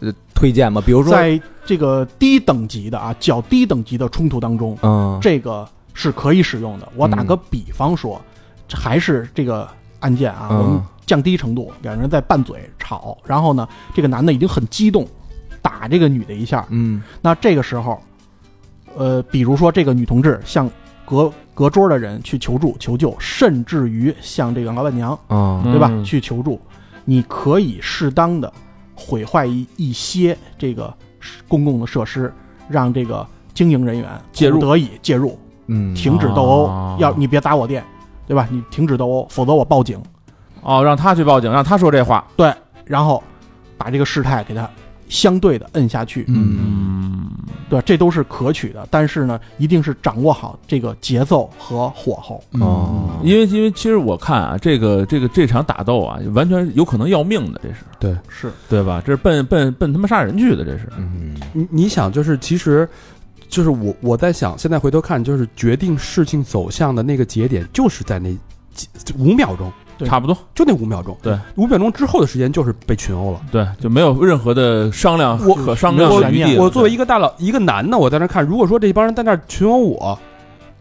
Speaker 3: 呃，推荐吗？比如说，
Speaker 4: 在这个低等级的啊，较低等级的冲突当中，
Speaker 3: 嗯，
Speaker 4: 这个是可以使用的。我打
Speaker 5: 嗯
Speaker 4: 个比方说，这还是这个案件啊，
Speaker 3: 嗯
Speaker 4: 我们降低程度，两人在拌嘴吵，然后呢，这个男的已经很激动，打这个女的一下。
Speaker 3: 嗯
Speaker 4: 那这个时候，呃，比如说这个女同志向隔隔桌的人去求助求救，甚至于向这个老板娘
Speaker 3: 嗯
Speaker 4: 对吧、
Speaker 5: 嗯
Speaker 4: 去求助，你可以适当的毁坏一一些这个公共的设施，让这个经营人员
Speaker 5: 介入
Speaker 4: 不得以介入，
Speaker 3: 嗯，
Speaker 4: 停止斗殴，
Speaker 5: 哦
Speaker 4: 要你别砸我店，对吧？你停止斗殴，否则我报警。
Speaker 5: 哦，让他去报警，让他说这话，
Speaker 4: 然后把这个事态给他相对的摁下去，
Speaker 3: 嗯
Speaker 5: 嗯，
Speaker 4: 对吧，这都是可取的。但是呢，一定是掌握好这个节奏和火候。
Speaker 3: 哦，
Speaker 5: 因为因为其实我看啊，这个这个这场打斗啊，完全有可能要命的，这是
Speaker 4: 是
Speaker 5: 对吧？这是奔奔奔他妈杀人去的，这是
Speaker 3: 嗯
Speaker 2: 你你想，就是其实，就是我我在想，现在回头看，就是决定事情走向的那个节点，就是在那几五秒钟，
Speaker 4: 对
Speaker 5: 差不多，
Speaker 2: 就那五秒钟。
Speaker 5: 对，
Speaker 2: 五秒钟之后的时间就是被群殴了。
Speaker 5: 对，就没有任何的商量
Speaker 2: 我
Speaker 5: 可商
Speaker 2: 我
Speaker 5: 量的余地了。
Speaker 2: 我作为一
Speaker 5: 个
Speaker 2: 个大佬，一个男的，我在那看，如果说这帮人在那群殴我，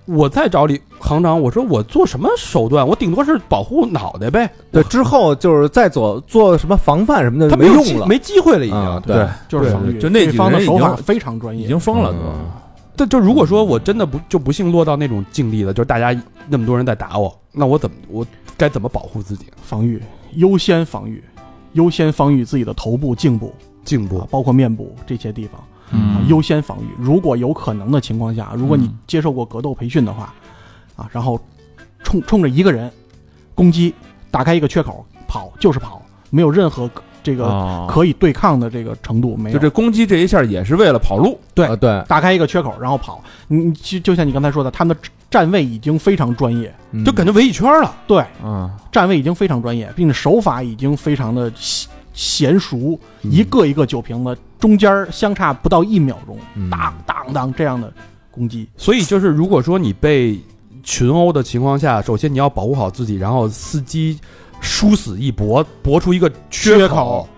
Speaker 2: 我再找李行长，我说我做什么手段？我顶多是保护脑袋呗，
Speaker 3: 对，之后就是再做做什么防范什么
Speaker 2: 他
Speaker 3: 的
Speaker 2: 没有
Speaker 3: 呃用
Speaker 2: 机
Speaker 3: 了，
Speaker 2: 没机会了已经。
Speaker 3: 啊
Speaker 5: 对，
Speaker 4: 就是防御，
Speaker 5: 就那几个人
Speaker 4: 对方的手
Speaker 5: 已
Speaker 4: 法
Speaker 5: 经
Speaker 4: 非常专
Speaker 5: 已
Speaker 4: 业，
Speaker 5: 经疯了都。
Speaker 3: 嗯
Speaker 2: 但就如果说我真的不就不幸落到那种境地了，就是大家那么多人在打我，那我怎么我该怎么保护自己？啊
Speaker 4: 防御优先防御，优先防御自己的头部、颈部
Speaker 2: 进
Speaker 4: 啊
Speaker 2: 步，，
Speaker 4: 包括面部这些地方，啊
Speaker 5: 嗯
Speaker 4: 优先防御。如果有可能的情况下，如果你
Speaker 5: 嗯
Speaker 4: 接受过格斗培训的话，啊，然后冲冲着一个人攻击，打开一个缺口跑就是跑，没有任何这个
Speaker 5: 啊，
Speaker 4: 可以对抗的这个程度，没有
Speaker 5: 就这攻击这一下也是为了跑路，
Speaker 4: 对
Speaker 3: 啊对，
Speaker 4: 打开一个缺口然后跑，你你就就像你刚才说的，他们的站位已经非常专业，
Speaker 3: 嗯
Speaker 2: 就感觉围一圈了。
Speaker 4: 对，
Speaker 5: 嗯，
Speaker 4: 站位已经非常专业，并且手法已经非常的娴娴熟，
Speaker 2: 嗯
Speaker 4: 一个一个酒瓶子中间儿相差不到一秒钟，
Speaker 3: 嗯
Speaker 4: 当当当这样的攻击，
Speaker 2: 所以就是，如果说你被群殴的情况下，首先你要保护好自己，然后伺机殊死一搏，搏出一个
Speaker 4: 缺
Speaker 2: 口
Speaker 4: 口。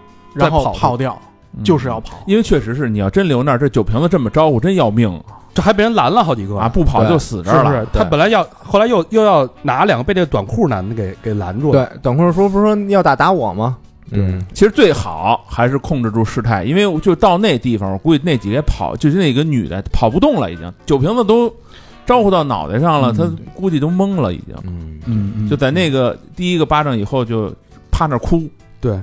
Speaker 2: 再
Speaker 4: 然后
Speaker 2: 跑
Speaker 4: 跑掉，
Speaker 5: 嗯
Speaker 4: 就是要跑。
Speaker 5: 因为确实是你要真留那儿，这酒瓶子这么招呼，真要命
Speaker 2: 这还被人拦了好几个
Speaker 5: 啊！，不跑
Speaker 3: 对
Speaker 5: 就死这
Speaker 2: 是
Speaker 5: 儿
Speaker 2: 不
Speaker 5: 了
Speaker 2: 是？。他本来要，后来又又要拿两个被这个短裤男的给给拦住了。
Speaker 3: 对，短裤说不是说要打打我吗？嗯，
Speaker 5: 其实最好还是控制住事态，因为我就到那地方，我估计那几个跑就是那个女的跑不动了，已经酒瓶子都招呼到脑袋上了，她估计都懵了，已经。
Speaker 3: 嗯，
Speaker 2: 嗯，嗯
Speaker 5: 就在那个第一个巴掌以后，就趴那儿哭，
Speaker 2: 对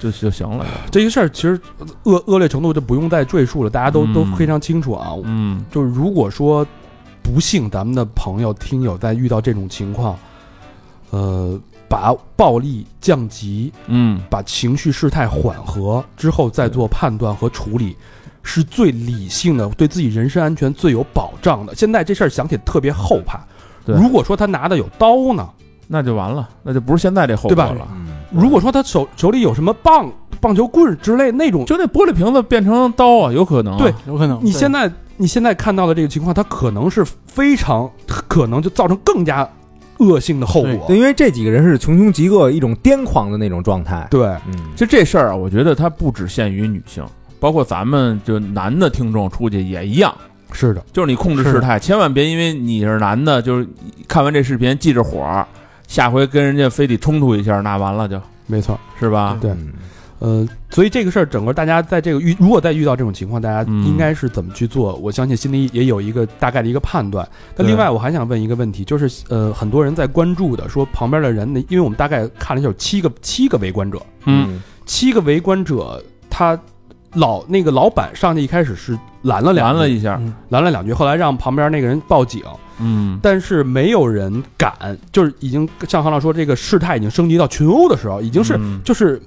Speaker 5: 就就行了。
Speaker 2: 这些事儿，其实恶恶劣程度就不用再赘述了，大家都、
Speaker 5: 嗯
Speaker 2: 都非常清楚啊。
Speaker 5: 嗯，
Speaker 2: 就是如果说不幸咱们的朋友听友在遇到这种情况，呃，把暴力降级，
Speaker 5: 嗯，
Speaker 2: 把情绪事态缓和之后再做判断和处理，是最理性的，对自己人身安全最有保障的。现在这事儿想起来特别后怕。
Speaker 5: 对
Speaker 2: 如果说他拿的有刀呢，
Speaker 5: 那就完了，那就不是现在这后果
Speaker 2: 对
Speaker 5: 了。
Speaker 2: 如果说他手手里有什么棒、棒球棍之类那种，
Speaker 5: 就那玻璃瓶子变成刀啊，有可能啊、
Speaker 2: 对
Speaker 4: 有可能
Speaker 2: 你
Speaker 4: 对
Speaker 2: 现在你现在看到的这个情况，它可能是非常可能就造成更加恶性的后果
Speaker 3: 对，。因为这几个人是穷凶极恶，一种癫狂的那种状态。
Speaker 2: 对，
Speaker 3: 嗯，
Speaker 5: 就这事儿啊，我觉得它不只限于女性，包括咱们就男的听众出去也一样，
Speaker 2: 是的，
Speaker 5: 就是你控制事态，千万别因为你是男的，就是看完这视频记着火儿，下回跟人家非得冲突一下，那完了就
Speaker 2: 没错。
Speaker 5: 是吧？
Speaker 2: 对
Speaker 3: 嗯
Speaker 2: 呃，所以这个事儿，整个大家在这个遇，如果再遇到这种情况，大家
Speaker 5: 嗯
Speaker 2: 应该是怎么去做？我相信心里也有一个大概的一个判断。那
Speaker 5: 对
Speaker 2: 另外，我还想问一个问题，就是呃，很多人在关注的说旁边的人，因为我们大概看了一下有七个七个围观者，
Speaker 5: 嗯，
Speaker 2: 七个围观者，他老那个老板上去一开始是拦了两
Speaker 5: 拦
Speaker 2: 句
Speaker 5: 了一下，
Speaker 4: 嗯
Speaker 2: 拦了两句，后来让旁边那个人报警，
Speaker 5: 嗯，
Speaker 2: 但是没有人敢，就是已经像韩老说，这个事态已经升级到群殴的时候，已
Speaker 5: 就
Speaker 2: 经是、就是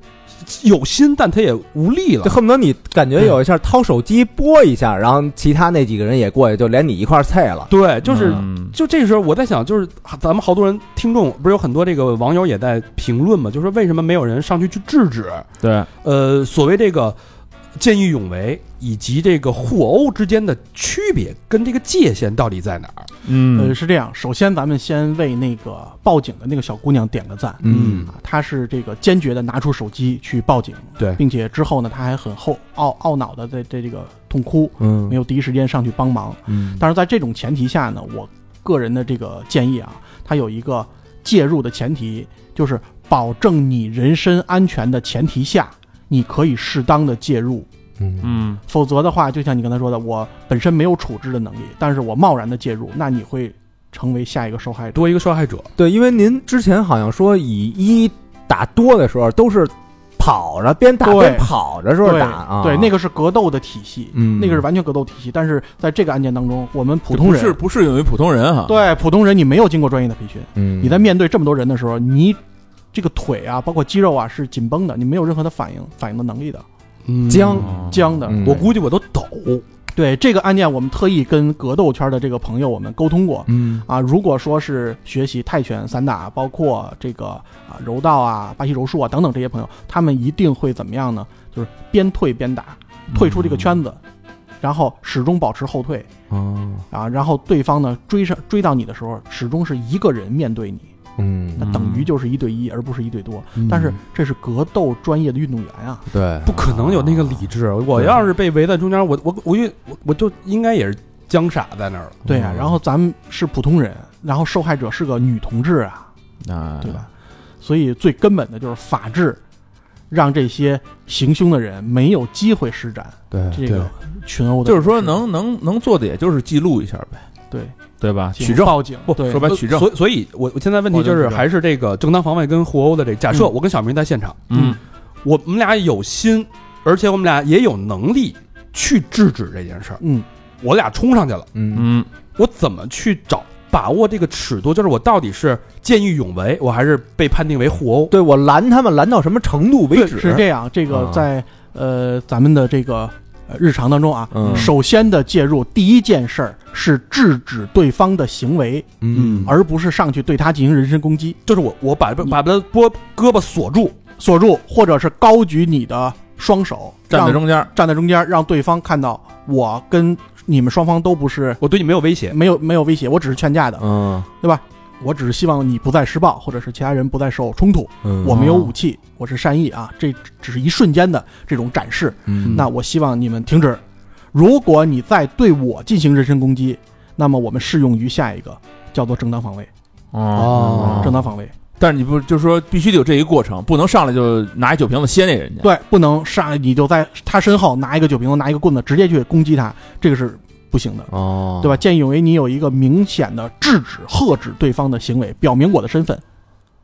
Speaker 2: 有心，但他也无力了
Speaker 3: 就。恨不得你感觉有一下掏手机拨一下，然后其他那几个人也过去，就连你一块儿菜了。
Speaker 2: 对，就是、
Speaker 5: 嗯
Speaker 2: 就这时候我在想，就是咱们好多人听众不是有很多这个网友也在评论嘛，就说为什么没有人上去去制止？
Speaker 5: 对，
Speaker 2: 呃，所谓这个见义勇为以及这个互殴之间的区别跟这个界限到底在哪儿？
Speaker 5: 嗯
Speaker 4: 呃，是这样，首先咱们先为那个报警的那个小姑娘点个赞。
Speaker 2: 嗯
Speaker 4: 啊，她是这个坚决的拿出手机去报警，
Speaker 2: 对
Speaker 4: 并且之后呢，她还很后懊懊恼的在在这个痛哭，
Speaker 3: 嗯
Speaker 4: 没有第一时间上去帮忙。
Speaker 3: 嗯
Speaker 4: 但是在这种前提下呢，我个人的这个建议啊，它有一个介入的前提，就是保证你人身安全的前提下，你可以适当的介入，
Speaker 3: 嗯
Speaker 5: 嗯
Speaker 4: 否则的话，就像你刚才说的，我本身没有处置的能力，但是我贸然的介入，那你会成为下一个受害者。
Speaker 2: 多一个受害者，
Speaker 3: 对，因为您之前好像说以一打多的时候都是跑着边打
Speaker 4: 对
Speaker 3: 边跑着时候
Speaker 4: 对
Speaker 3: 打啊，
Speaker 4: 对，那个是格斗的体系，
Speaker 3: 嗯
Speaker 4: 那个是完全格斗体系。但是在这个案件当中，我们普
Speaker 5: 就
Speaker 4: 通
Speaker 5: 不是
Speaker 4: 人
Speaker 5: 不适用于普通人哈，，
Speaker 4: 对普通人，你没有经过专业的培训，
Speaker 3: 嗯
Speaker 4: 你在面对这么多人的时候，你这个腿啊，包括肌肉啊是紧绷的，你没有任何的反应反应的能力的，
Speaker 2: 嗯
Speaker 3: 僵
Speaker 4: 僵的。
Speaker 3: 哦嗯
Speaker 2: 我估计我都抖。
Speaker 4: 对这个案件，我们特意跟格斗圈的这个朋友我们沟通过。
Speaker 3: 嗯
Speaker 4: 啊，如果说是学习泰拳、散打，包括这个啊柔道啊、巴西柔术啊等等这些朋友，他们一定会怎么样呢？就是边退边打，退出这个圈子，然后始终保持后退
Speaker 3: 哦
Speaker 4: 啊，然后对方呢追上追到你的时候，始终是一个人面对你，
Speaker 3: 嗯
Speaker 4: 那等于就是一对一，而不是一对多。但是这是格斗专业的运动员啊，
Speaker 3: 对
Speaker 2: 不可能有那个理智。我要是被围在中间，我我我我我就应该也是僵傻在那儿了。
Speaker 4: 对呀、然后咱们是普通人，然后受害者是个女同志啊，
Speaker 5: 啊，
Speaker 4: 对吧？所以最根本的就是法治，让这些行凶的人没有机会施展
Speaker 2: 对
Speaker 4: 这个群殴的，
Speaker 5: 就是说能能能做的，也就是记录一下呗，
Speaker 4: 对
Speaker 5: 对吧？
Speaker 4: 警
Speaker 5: 取证，
Speaker 4: 报警，
Speaker 2: 不
Speaker 4: 对
Speaker 5: 说白取证
Speaker 2: 呃所以所以，我我现在问题就
Speaker 5: 我就是知道
Speaker 2: 还是这个正当防卫跟互殴的这个。假设我跟小明在现场，
Speaker 5: 嗯，
Speaker 2: 我们俩有心，而且我们俩也有能力去制止这件事儿。
Speaker 4: 嗯，
Speaker 2: 我俩冲上去了，
Speaker 3: 嗯
Speaker 5: 嗯，
Speaker 2: 我怎么去找把握这个尺度？就是我到底是见义勇为，我还是被判定为互殴？
Speaker 3: 对我拦他们拦到什么程度为
Speaker 4: 对
Speaker 3: 止？
Speaker 4: 是这样，这个
Speaker 3: 啊
Speaker 4: 在、呃咱们的这个呃日常当中啊，
Speaker 3: 嗯
Speaker 4: 首先的介入第一件事儿是制止对方的行为，
Speaker 2: 嗯
Speaker 4: 而不是上去对他进行人身攻击、
Speaker 2: 就是我我把把他胳胳膊锁住，
Speaker 4: 锁住，或者是高举你的双手，
Speaker 5: 站在
Speaker 4: 让
Speaker 5: 中间，
Speaker 4: 站在中间，让对方看到我跟你们双方都不是
Speaker 2: 我对你没有威胁。
Speaker 4: 没有没有威胁，我只是劝架的，
Speaker 3: 嗯
Speaker 4: 对吧？我只是希望你不再施暴，或者是其他人不再受冲突。
Speaker 3: 嗯，
Speaker 4: 我没有武器，我是善意啊，这只是一瞬间的这种展示。
Speaker 3: 嗯
Speaker 4: 那我希望你们停止。如果你再对我进行人身攻击，那么我们适用于下一个叫做正当防卫。
Speaker 5: 哦
Speaker 4: 正当防卫，
Speaker 5: 但是你不就是说必须得有这一过程，不能上来就拿一酒瓶子掀那人家，
Speaker 4: 对，不能上来你就在他身后拿一个酒瓶子、拿一个棍子直接去攻击他，这个是不行的，
Speaker 3: 哦，
Speaker 4: 对吧？？见义勇为，你有一个明显的制止、喝止对方的行为，表明我的身份，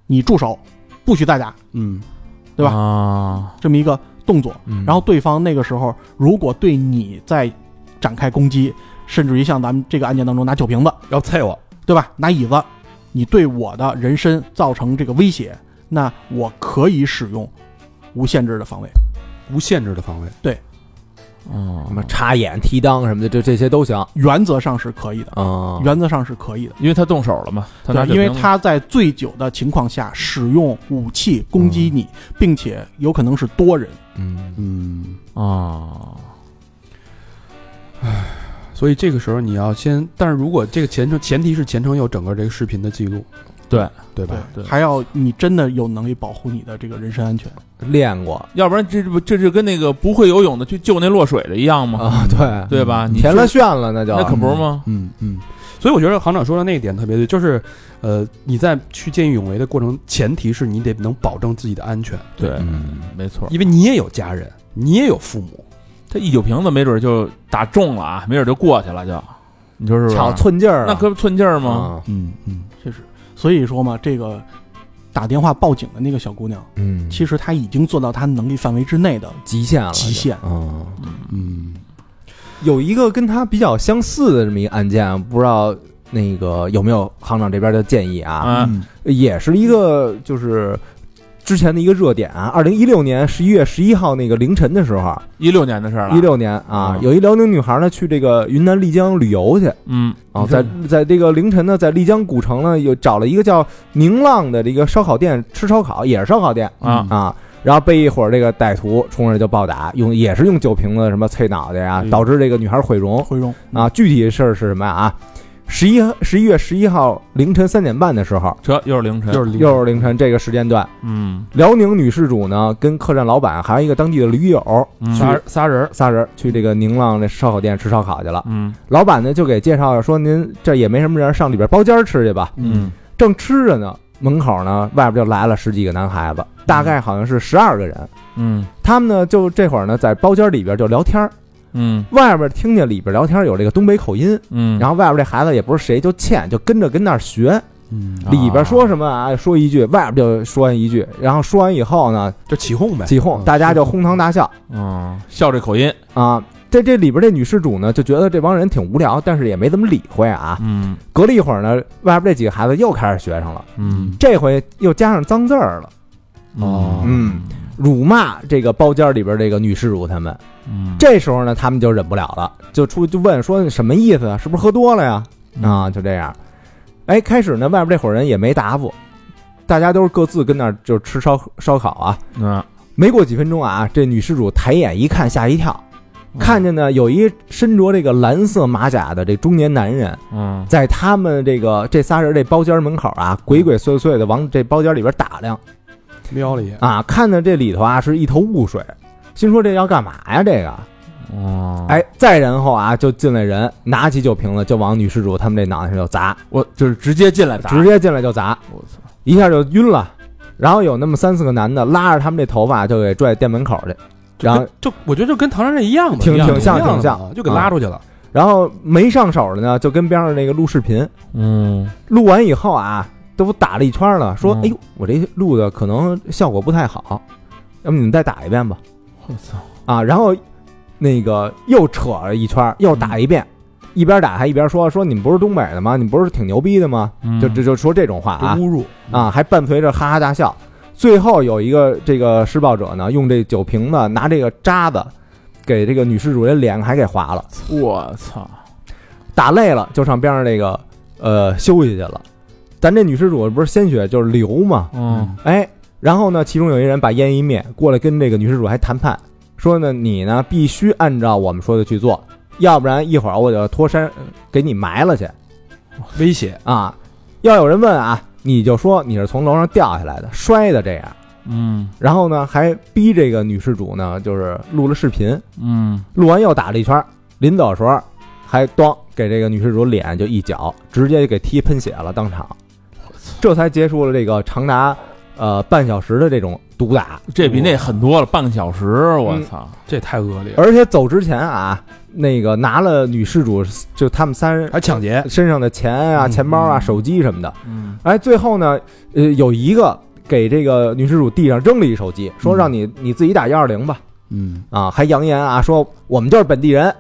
Speaker 4: 你住手，不许再打
Speaker 2: 嗯
Speaker 4: 对吧
Speaker 5: 吧？
Speaker 4: 这么一个动作。
Speaker 5: 嗯
Speaker 4: 然后对方那个时候如果对你再展开攻击，甚至于像咱们这个案件当中拿酒瓶子，
Speaker 2: 要啐我，
Speaker 4: 对吧？拿椅子，你对我的人身造成这个威胁，那我可以使用无限制的防卫。
Speaker 2: 无限制的防卫。
Speaker 3: 什么插眼、踢裆什么的，这这些都行
Speaker 4: 原则上是可以的，
Speaker 3: 啊。
Speaker 4: 原则上是可以的。
Speaker 5: 嗯因为他动手了嘛，他拿
Speaker 4: 嗯对，
Speaker 5: 酒
Speaker 4: 因
Speaker 5: 瓶
Speaker 4: 为
Speaker 5: 子
Speaker 4: 他在醉酒的情况下使用武器攻击你，
Speaker 5: 嗯
Speaker 4: 并且有可能是多人。
Speaker 3: 嗯
Speaker 2: 嗯，
Speaker 5: 啊，
Speaker 2: 所以这个时候你要先，但是如果这个前程前提是前程有整个这个视频的记录，
Speaker 5: 对
Speaker 2: 对吧？
Speaker 5: 对
Speaker 4: 还要你真的有能力保护你的这个人身安全。
Speaker 3: 练过
Speaker 5: 要不然这不这就跟那个不会游泳的去救那落水的一样
Speaker 4: 嗯
Speaker 5: 吗？
Speaker 3: 啊，对
Speaker 5: 对吧？你
Speaker 3: 填了
Speaker 5: 去
Speaker 3: 炫了，那就
Speaker 5: 那可不是吗？
Speaker 2: 嗯嗯，所以我觉得行长说的那一点特别对，就是呃，你在去见义勇为的过程，前提是你得能保证自己的安全，
Speaker 5: 对，
Speaker 3: 嗯
Speaker 5: 没错。
Speaker 2: 因为你也有家人，你也有父母，
Speaker 5: 他一酒瓶子没准就打中了啊，没准就过去了就，你说是不是
Speaker 3: 抢寸劲儿啊，啊
Speaker 5: 那可不寸劲儿吗？
Speaker 3: 吗？
Speaker 2: 嗯嗯，
Speaker 4: 确实，所以说嘛，这个打电话报警的那个小姑娘，
Speaker 3: 嗯，
Speaker 4: 其实她已经做到她能力范围之内的
Speaker 3: 极限了，
Speaker 4: 极限。
Speaker 3: 嗯。
Speaker 2: 嗯，
Speaker 3: 有一个跟他比较相似的这么一个案件，不知道那个有没有行长这边的建议啊？
Speaker 5: 啊，
Speaker 3: 也是一个就是之前的一个热点啊，二零一六年十一月十一号那个凌晨的时候，啊
Speaker 5: 一六年的事儿了，
Speaker 3: 嗯一，六年啊，
Speaker 5: 嗯
Speaker 3: 有一辽宁女孩呢去这个云南丽江旅游去
Speaker 5: 嗯，
Speaker 3: 啊，在在这个凌晨呢，在丽江古城呢有找了一个叫宁浪的这个烧烤店吃烧烤，也是烧烤店
Speaker 5: 啊
Speaker 3: 啊。然后被一伙儿这个歹徒冲上来就暴打，用也是用酒瓶子什么啐脑袋呀、
Speaker 2: 嗯
Speaker 3: 导致这个女孩毁容。
Speaker 4: 回容
Speaker 5: 嗯
Speaker 3: 啊，具体事儿是什么呀啊？十一十一月十一号凌晨三点半的时候，
Speaker 5: 这又是凌晨，
Speaker 2: 就是离
Speaker 3: 又是凌晨这个时间段，
Speaker 5: 嗯
Speaker 3: 辽宁女事主呢跟客栈老板还有一个当地的驴友
Speaker 5: 嗯
Speaker 2: 仨人仨人，
Speaker 3: 仨人去这个宁浪这烧烤店吃烧烤去了。
Speaker 5: 嗯
Speaker 3: 老板呢就给介绍说：“您这也没什么人，上里边包间儿吃去吧。
Speaker 5: 嗯”
Speaker 3: 正吃着呢，门口呢外边就来了十几个男孩子，
Speaker 2: 嗯
Speaker 3: 大概好像是十二个人。
Speaker 5: 嗯
Speaker 3: 他们呢就这会儿呢在包间里边就聊天儿，
Speaker 5: 嗯
Speaker 3: 外边听见里边聊天儿有这个东北口音，
Speaker 5: 嗯，
Speaker 3: 然后外边这孩子也不是谁，就欠就跟着跟那儿学。
Speaker 2: 嗯，
Speaker 3: 里边说什么啊，说一句，外边就说完一句，然后说完以后呢，
Speaker 2: 就起哄呗，嗯
Speaker 3: 起哄，大家就哄堂大笑
Speaker 5: 嗯，笑这口音，
Speaker 3: 啊。这这里边这女施主呢，就觉得这帮人挺无聊，但是也没怎么理会啊。
Speaker 5: 嗯
Speaker 3: 隔了一会儿呢，外边这几个孩子又开始学上了，
Speaker 5: 嗯
Speaker 3: 这回又加上脏字儿了，
Speaker 2: 哦
Speaker 3: 嗯，辱骂这个包间里边这个女施主他们。
Speaker 5: 嗯，
Speaker 3: 这时候呢，他们就忍不了了，就出就问说什么意思啊？是不是喝多了呀？
Speaker 5: 嗯
Speaker 3: 啊，就这样。哎，开始呢，外边这伙人也没答复，大家都是各自跟那儿就吃烧烧烤啊。
Speaker 5: 嗯
Speaker 3: 没过几分钟啊，这女施主抬眼一看，吓一跳，看见呢有一身着这个蓝色马甲的这中年男人，
Speaker 5: 嗯
Speaker 3: 在他们这个这仨人这包间门口啊，鬼鬼祟祟的往这包间里边打量
Speaker 2: 瞄了一眼，
Speaker 3: 啊，看见这里头啊是一头雾水，心说这要干嘛呀？这个
Speaker 5: 哦，
Speaker 3: 哎，再然后啊，就进来人拿起酒瓶子就往女施主他们这脑袋上就砸，
Speaker 5: 我就是直接进来打，
Speaker 3: 直接进来就砸，
Speaker 5: 我操，
Speaker 3: 一下就晕了。然后有那么三四个男的拉着他们这头发就给拽店门口去，然后
Speaker 2: 就我觉得就跟唐山这一样嘛，
Speaker 3: 挺
Speaker 2: 一样
Speaker 3: 挺像
Speaker 2: 一样的
Speaker 3: 挺像
Speaker 2: 嘛就给拉出去了。
Speaker 3: 然后没上手的呢就跟边上那个录视频，
Speaker 5: 嗯，
Speaker 3: 录完以后啊，都打了一圈了，说：“
Speaker 5: 嗯
Speaker 3: 哎呦，我这录的可能效果不太好，要不你们再打一遍吧
Speaker 5: 我操，？”
Speaker 3: 啊，然后那个又扯了一圈，又打一遍，
Speaker 5: 嗯
Speaker 3: 一边打还一边说：“说你们不是东北的吗？你们不是挺牛逼的吗？”
Speaker 5: 嗯
Speaker 3: 就这就说这种话啊
Speaker 2: 就侮辱
Speaker 3: 啊，还伴随着哈哈大笑。最后有一个这个施暴者呢，用这酒瓶子拿这个渣子给这个女施主这脸还给划了，
Speaker 5: 我操，
Speaker 3: 打累了就上边上那个呃休息去了。咱这女施主不是鲜血就是流嘛，
Speaker 5: 嗯，
Speaker 3: 哎，然后呢，其中有一人把烟一灭，过来跟这个女施主还谈判，说呢，你呢必须按照我们说的去做，要不然一会儿我就脱身给你埋了去
Speaker 2: 威胁，
Speaker 3: 啊！要有人问啊，你就说你是从楼上掉下来的，摔的这样。
Speaker 5: 嗯
Speaker 3: 然后呢，还逼这个女施主呢，就是录了视频，
Speaker 5: 嗯，
Speaker 3: 录完又打了一圈儿，临走的时候还咣给这个女施主脸就一脚，直接给踢喷血了，当场。这才结束了这个长达呃半小时的这种毒打。
Speaker 5: 这比那狠多了，半个小时，
Speaker 3: 嗯
Speaker 5: 我操，
Speaker 2: 这太恶劣了，
Speaker 3: 而且走之前啊，那个拿了女施主就他们三人
Speaker 2: 还抢劫，
Speaker 3: 身上的钱啊、
Speaker 2: 嗯
Speaker 3: 钱包啊、
Speaker 5: 嗯
Speaker 3: 手机什么的。
Speaker 5: 嗯
Speaker 3: 哎，最后呢，呃，有一个给这个女施主地上扔了一手机，说
Speaker 2: 嗯
Speaker 3: 让你你自己打幺二零吧。
Speaker 2: 嗯
Speaker 3: 啊，还扬言啊说我们就是本地人，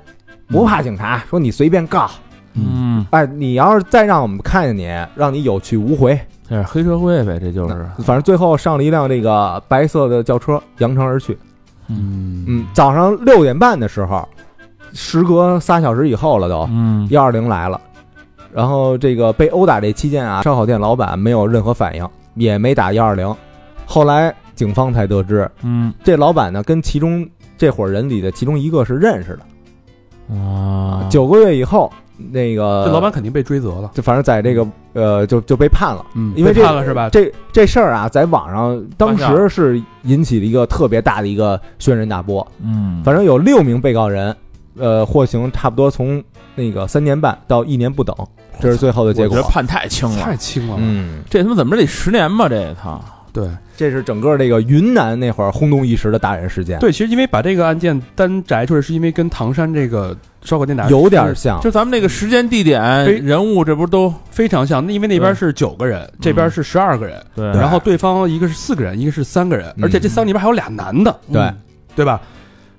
Speaker 3: 不怕警察，说你随便告。
Speaker 5: 嗯，
Speaker 3: 哎，你要是再让我们看见你，让你有去无回。
Speaker 5: 这是黑社会呗，这就是，
Speaker 3: 反正最后上了一辆这个白色的轿车，扬长而去。
Speaker 2: 嗯
Speaker 3: 嗯，早上六点半的时候，时隔仨小时以后了都，
Speaker 5: 嗯
Speaker 3: 幺二零来了。然后这个被殴打这期间啊，烧烤店老板没有任何反应，也没打幺二零。后来警方才得知，
Speaker 5: 嗯
Speaker 3: 这老板呢跟其中这伙人里的其中一个是认识的。
Speaker 5: 啊，
Speaker 3: 九个月以后，那个
Speaker 2: 这老板肯定被追责了，
Speaker 3: 就反正在这个呃就就被判了。
Speaker 2: 嗯
Speaker 3: 因为这
Speaker 2: 被判了是吧？
Speaker 3: 这这事儿啊，在网上当
Speaker 5: 发酵
Speaker 3: 时是引起了一个特别大的一个轩然大波。
Speaker 5: 嗯，
Speaker 3: 反正有六名被告人，呃，获刑差不多从那个三年半到一年不等，这是最后的结
Speaker 5: 我觉得
Speaker 3: 果。
Speaker 5: 判太轻了
Speaker 2: 太，轻了，
Speaker 3: 嗯，
Speaker 5: 这他妈怎么着得十年吧？这操，
Speaker 2: 对
Speaker 3: 这是整个这个云南那会儿轰动一时的打人事件，
Speaker 2: 对，其实因为把这个案件单摘出来，是因为跟唐山这个烧烤店打
Speaker 3: 有点像。
Speaker 5: 就咱们这个时间、地点、
Speaker 3: 哎
Speaker 2: 非
Speaker 5: 人物，这不都
Speaker 2: 非常像，那因为那边是九个人，这边是十二个人，
Speaker 5: 对
Speaker 2: 然后对方一个是四个人，一个是三个人，
Speaker 3: 嗯
Speaker 2: 而且这三里边还有俩男的，
Speaker 3: 对
Speaker 2: 嗯对吧？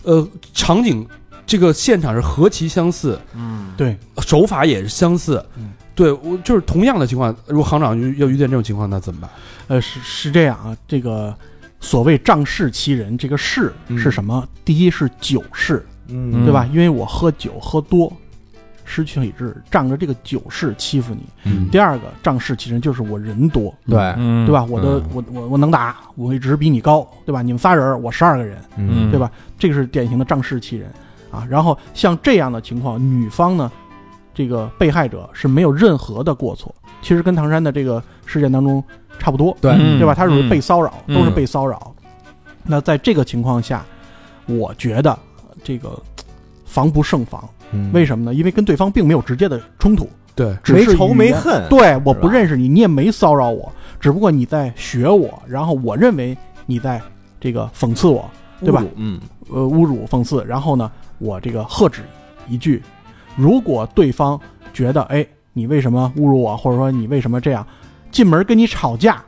Speaker 2: 呃，场景这个现场是何其相似，
Speaker 5: 嗯，
Speaker 4: 对，
Speaker 2: 手法也是相似
Speaker 4: 嗯。
Speaker 2: 对我就是同样的情况，如果行长遇要遇见这种情况，那怎么办？
Speaker 4: 呃，是是这样啊，这个所谓仗势欺人，这个势
Speaker 3: 嗯
Speaker 4: 是什么？第一是酒势，
Speaker 3: 嗯
Speaker 4: 对吧？因为我喝酒喝多，失去理智，仗着这个酒势欺负你。
Speaker 2: 嗯
Speaker 4: 第二个仗势欺人就是我人多，
Speaker 3: 对，
Speaker 5: 嗯，
Speaker 4: 对吧？我的
Speaker 3: 嗯
Speaker 4: 我我我能打，我位置比你高，对吧？你们仨人儿，我十二个人，
Speaker 5: 嗯
Speaker 4: 对吧？这个是典型的仗势欺人啊。然后像这样的情况，女方呢，这个被害者是没有任何的过错，其实跟唐山的这个事件当中差不多，
Speaker 3: 对
Speaker 5: 嗯
Speaker 4: 对吧？她属于被骚扰，
Speaker 5: 嗯
Speaker 4: 都是被骚扰。那在这个情况下，我觉得这个防不胜防。为
Speaker 3: 什
Speaker 4: 什么呢？因为跟对方并没有直接的冲突，
Speaker 2: 对，
Speaker 3: 嗯
Speaker 4: 只
Speaker 3: 没
Speaker 4: 是
Speaker 3: 仇
Speaker 4: 语
Speaker 3: 没
Speaker 4: 言嗯
Speaker 3: 恨？
Speaker 4: 对，我
Speaker 3: 是
Speaker 4: 不
Speaker 3: 吧
Speaker 4: 认识你，你也没骚扰我，只不过你在学我，然后我认为你在这个讽刺我，对吧
Speaker 3: 侮辱？嗯，
Speaker 4: 呃，侮辱、讽刺，然后呢，我这个喝止一句。如果对方觉得，哎，你为什么侮辱我，或者说你为什么这样，进门跟你吵架，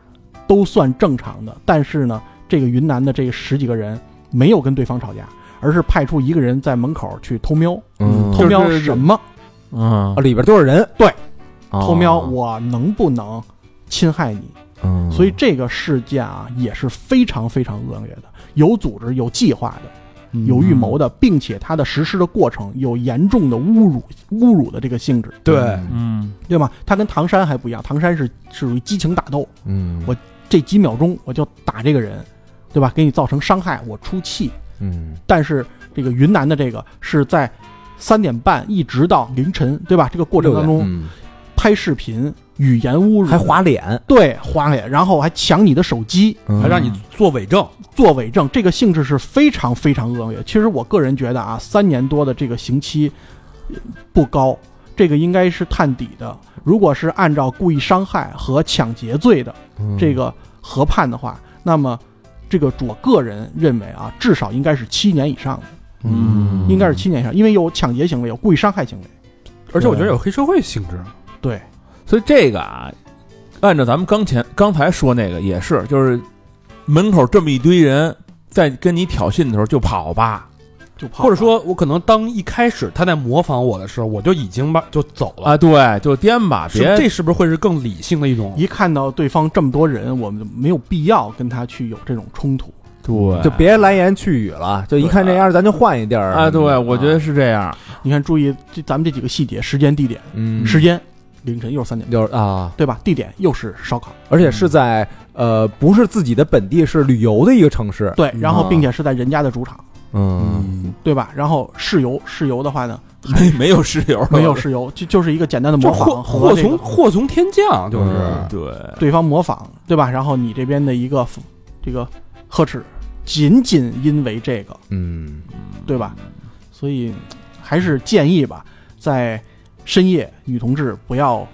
Speaker 4: 都算正常的。但是呢，这个云南的这十几个人没有跟对方吵架，而是派出一个人在门口去偷瞄，
Speaker 3: 嗯
Speaker 4: 偷瞄
Speaker 5: 就是
Speaker 4: 什么？
Speaker 5: 嗯哦
Speaker 3: 啊，里边都是人，
Speaker 4: 对，
Speaker 3: 偷
Speaker 4: 偷瞄我能不能侵害你？
Speaker 3: 嗯，
Speaker 4: 所以这个事件啊也是非常非常恶劣的，有组织、有计划的、
Speaker 2: 嗯
Speaker 4: 有预谋的，并且它的实施的过程有严重的侮辱、侮辱的这个性质，
Speaker 2: 对，
Speaker 5: 嗯
Speaker 4: 对吗？它跟唐山还不一样，唐山是是属于激情打斗，
Speaker 3: 嗯，
Speaker 4: 我这几秒钟我就打这个人，对吧？给你造成伤害，我出气。
Speaker 3: 嗯
Speaker 4: 但是这个云南的这个是在三点半一直到凌晨，对吧？这个过程当中
Speaker 3: 嗯
Speaker 4: 派拍视频、语言侮辱，
Speaker 3: 还划脸，
Speaker 4: 对花脸，然后还抢你的手机
Speaker 3: 嗯
Speaker 2: 还让你做伪证，
Speaker 4: 做伪证，这个性质是非常非常恶劣。其实我个人觉得啊，三年多的这个刑期呃不高，这个应该是探底的。如果是按照故意伤害和抢劫罪的
Speaker 3: 嗯
Speaker 2: 嗯
Speaker 4: 这个合判的话，那么这个我个人认为啊，至少应该是七年以上的，
Speaker 2: 嗯
Speaker 4: 应该是七年以上，因为有抢劫行为，有故意伤害行为。
Speaker 2: 而且我觉得有黑社会性质，
Speaker 4: 对，
Speaker 5: 所以这个啊，按照咱们刚前刚才说那个也是，就是门口这么一堆人在跟你挑衅的时候就跑吧，
Speaker 4: 就跑
Speaker 2: 或者说我可能当一开始他在模仿我的时候，我就已经把就走了
Speaker 5: 啊，对，就颠吧，
Speaker 2: 是
Speaker 5: 别
Speaker 2: 这是不是会是更理性的一种？
Speaker 4: 一看到对方这么多人，我们没有必要跟他去有这种冲突。
Speaker 5: 对
Speaker 3: 就别来言去语了，就一看这样，咱就换一地儿
Speaker 5: 哎啊，对，我觉得，是这样，
Speaker 4: 你看，注意这咱们这几个细节：时间、地点。
Speaker 3: 嗯，
Speaker 4: 时间凌晨又是三点，
Speaker 3: 就是啊，
Speaker 4: 对吧？地点又是烧烤，
Speaker 3: 而且是在呃，不是自己的本地，是旅游的一个城市，
Speaker 4: 对，然后
Speaker 3: 啊
Speaker 4: 并且是在人家的主场，
Speaker 3: 嗯，
Speaker 4: 对吧？然后室游，室游的话
Speaker 3: *laughs*
Speaker 4: 呢，
Speaker 5: 没 *laughs* 没有室友，
Speaker 4: 没有室游，就就是一个简单的
Speaker 2: 就
Speaker 4: 模
Speaker 2: 祸
Speaker 4: 仿，
Speaker 2: 祸
Speaker 4: 和这
Speaker 2: 从
Speaker 4: 个
Speaker 2: 祸从天降，啊就是
Speaker 3: 嗯
Speaker 5: 对，
Speaker 4: 对方模仿，对吧？然后你这边的一个这个呵斥，仅仅因为这个，
Speaker 3: 嗯，
Speaker 4: 对吧？所以还是建议吧，在深夜女同志不要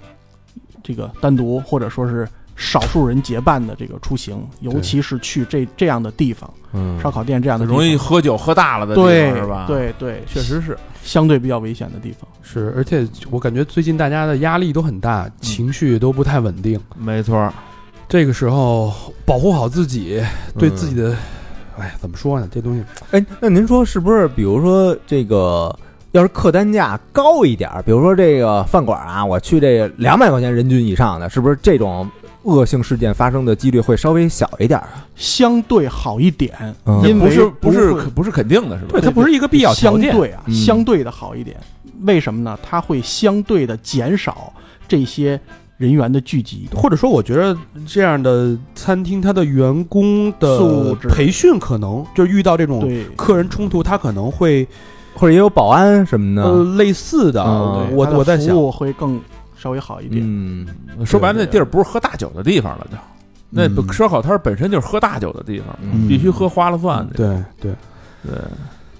Speaker 4: 这个单独或者说是少数人结伴的这个出行，尤其是去这这样的地方，
Speaker 3: 嗯
Speaker 4: 烧烤店这样的地方
Speaker 5: 容易喝酒喝大了的地
Speaker 4: 对
Speaker 5: 方是吧？，
Speaker 4: 对对，
Speaker 5: 确实是，
Speaker 4: 相对比较危险的地方。
Speaker 2: 是，而且我感觉最近大家的压力都很大，情绪都不太稳定。
Speaker 5: 没错，
Speaker 2: 这个时候保护好自己，对自己的，哎，怎么说呢？这东西
Speaker 3: 嗯哎，那您说是不是？比如说这个，要是客单价高一点儿，比如说这个饭馆啊，我去这两百块钱人均以上的，是不是这种恶性事件发生的几率会稍微小一点儿啊？
Speaker 4: 相对好一点，
Speaker 3: 嗯
Speaker 4: 因为
Speaker 5: 不是不是
Speaker 4: 会
Speaker 5: 不是肯定的是吧？
Speaker 2: 它不是一个必要条
Speaker 4: 相
Speaker 2: 件。
Speaker 4: 对啊，
Speaker 3: 嗯
Speaker 4: 相对的好一点。为什么呢？它会相对的减少这些人员的聚集。
Speaker 2: 或者说，我觉得这样的餐厅，它的员工的
Speaker 4: 素质
Speaker 2: 培训可能就遇到这种
Speaker 4: 对，
Speaker 2: 客人冲突，他可能会
Speaker 3: 或者也有保安什
Speaker 5: 嗯
Speaker 3: 么
Speaker 2: 呃
Speaker 3: 的？
Speaker 2: 类似的。
Speaker 3: 嗯
Speaker 4: 对
Speaker 2: 我
Speaker 4: 它的
Speaker 2: 我在想
Speaker 4: 服，务会更稍微好一点。
Speaker 3: 嗯，
Speaker 5: 说白了，那地儿不是喝大酒的地方了，就那
Speaker 2: 嗯
Speaker 5: 不烧烤摊儿本身就是喝大酒的地方，
Speaker 3: 嗯
Speaker 5: 必须喝花了饭的。
Speaker 2: 对对，
Speaker 5: 对，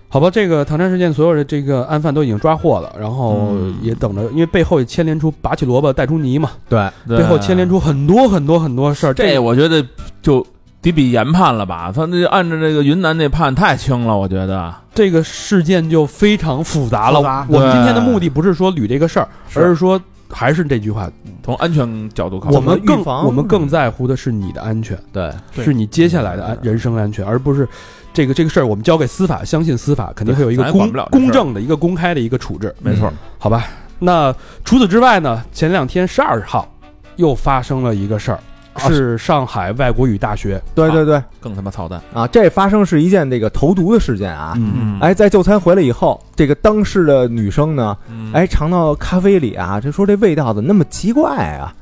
Speaker 2: 好吧，这个唐山事件所有的这个案犯都已经抓获了，然后
Speaker 5: 嗯
Speaker 2: 也等着，因为背后也牵连出拔起萝卜带出泥嘛，
Speaker 3: 对，
Speaker 5: 对
Speaker 2: 背后牵连出很多很多很多事儿。
Speaker 5: 这，
Speaker 2: 个
Speaker 5: 我觉得就得比严判了吧？他那按照这个云南那判太轻了，我觉得。
Speaker 2: 这个事件就非常复杂了。
Speaker 4: 复杂
Speaker 2: 我们
Speaker 5: 对
Speaker 2: 今天的目的不是说捋这个事儿，
Speaker 5: 是
Speaker 2: 而是说还是这句话，
Speaker 5: 从安全角度考虑，
Speaker 2: 我们
Speaker 3: 预
Speaker 2: 更
Speaker 3: 防
Speaker 2: 我们更在乎的是你的安全，
Speaker 3: 对，
Speaker 4: 对
Speaker 2: 是你接下来的安人生安全，而不是这个这个事儿我们交给司法，相信司法肯定会有一个
Speaker 5: 咱也管
Speaker 2: 公
Speaker 5: 不了这事儿
Speaker 2: 公正的一个公开的一个处置。
Speaker 5: 没错，
Speaker 2: 好吧。那除此之外呢？前两天十二号又发生了一个事儿，
Speaker 5: 啊
Speaker 2: 是上海外国语大学。
Speaker 3: 对对对
Speaker 5: 更他妈操蛋。
Speaker 3: 啊！这发生是一件这个投毒的事件啊。
Speaker 5: 嗯
Speaker 3: 哎，在就餐回来以后，这个当事的女生呢，
Speaker 5: 嗯
Speaker 3: 哎，尝到咖啡里啊，这说这味道怎么那么奇怪啊？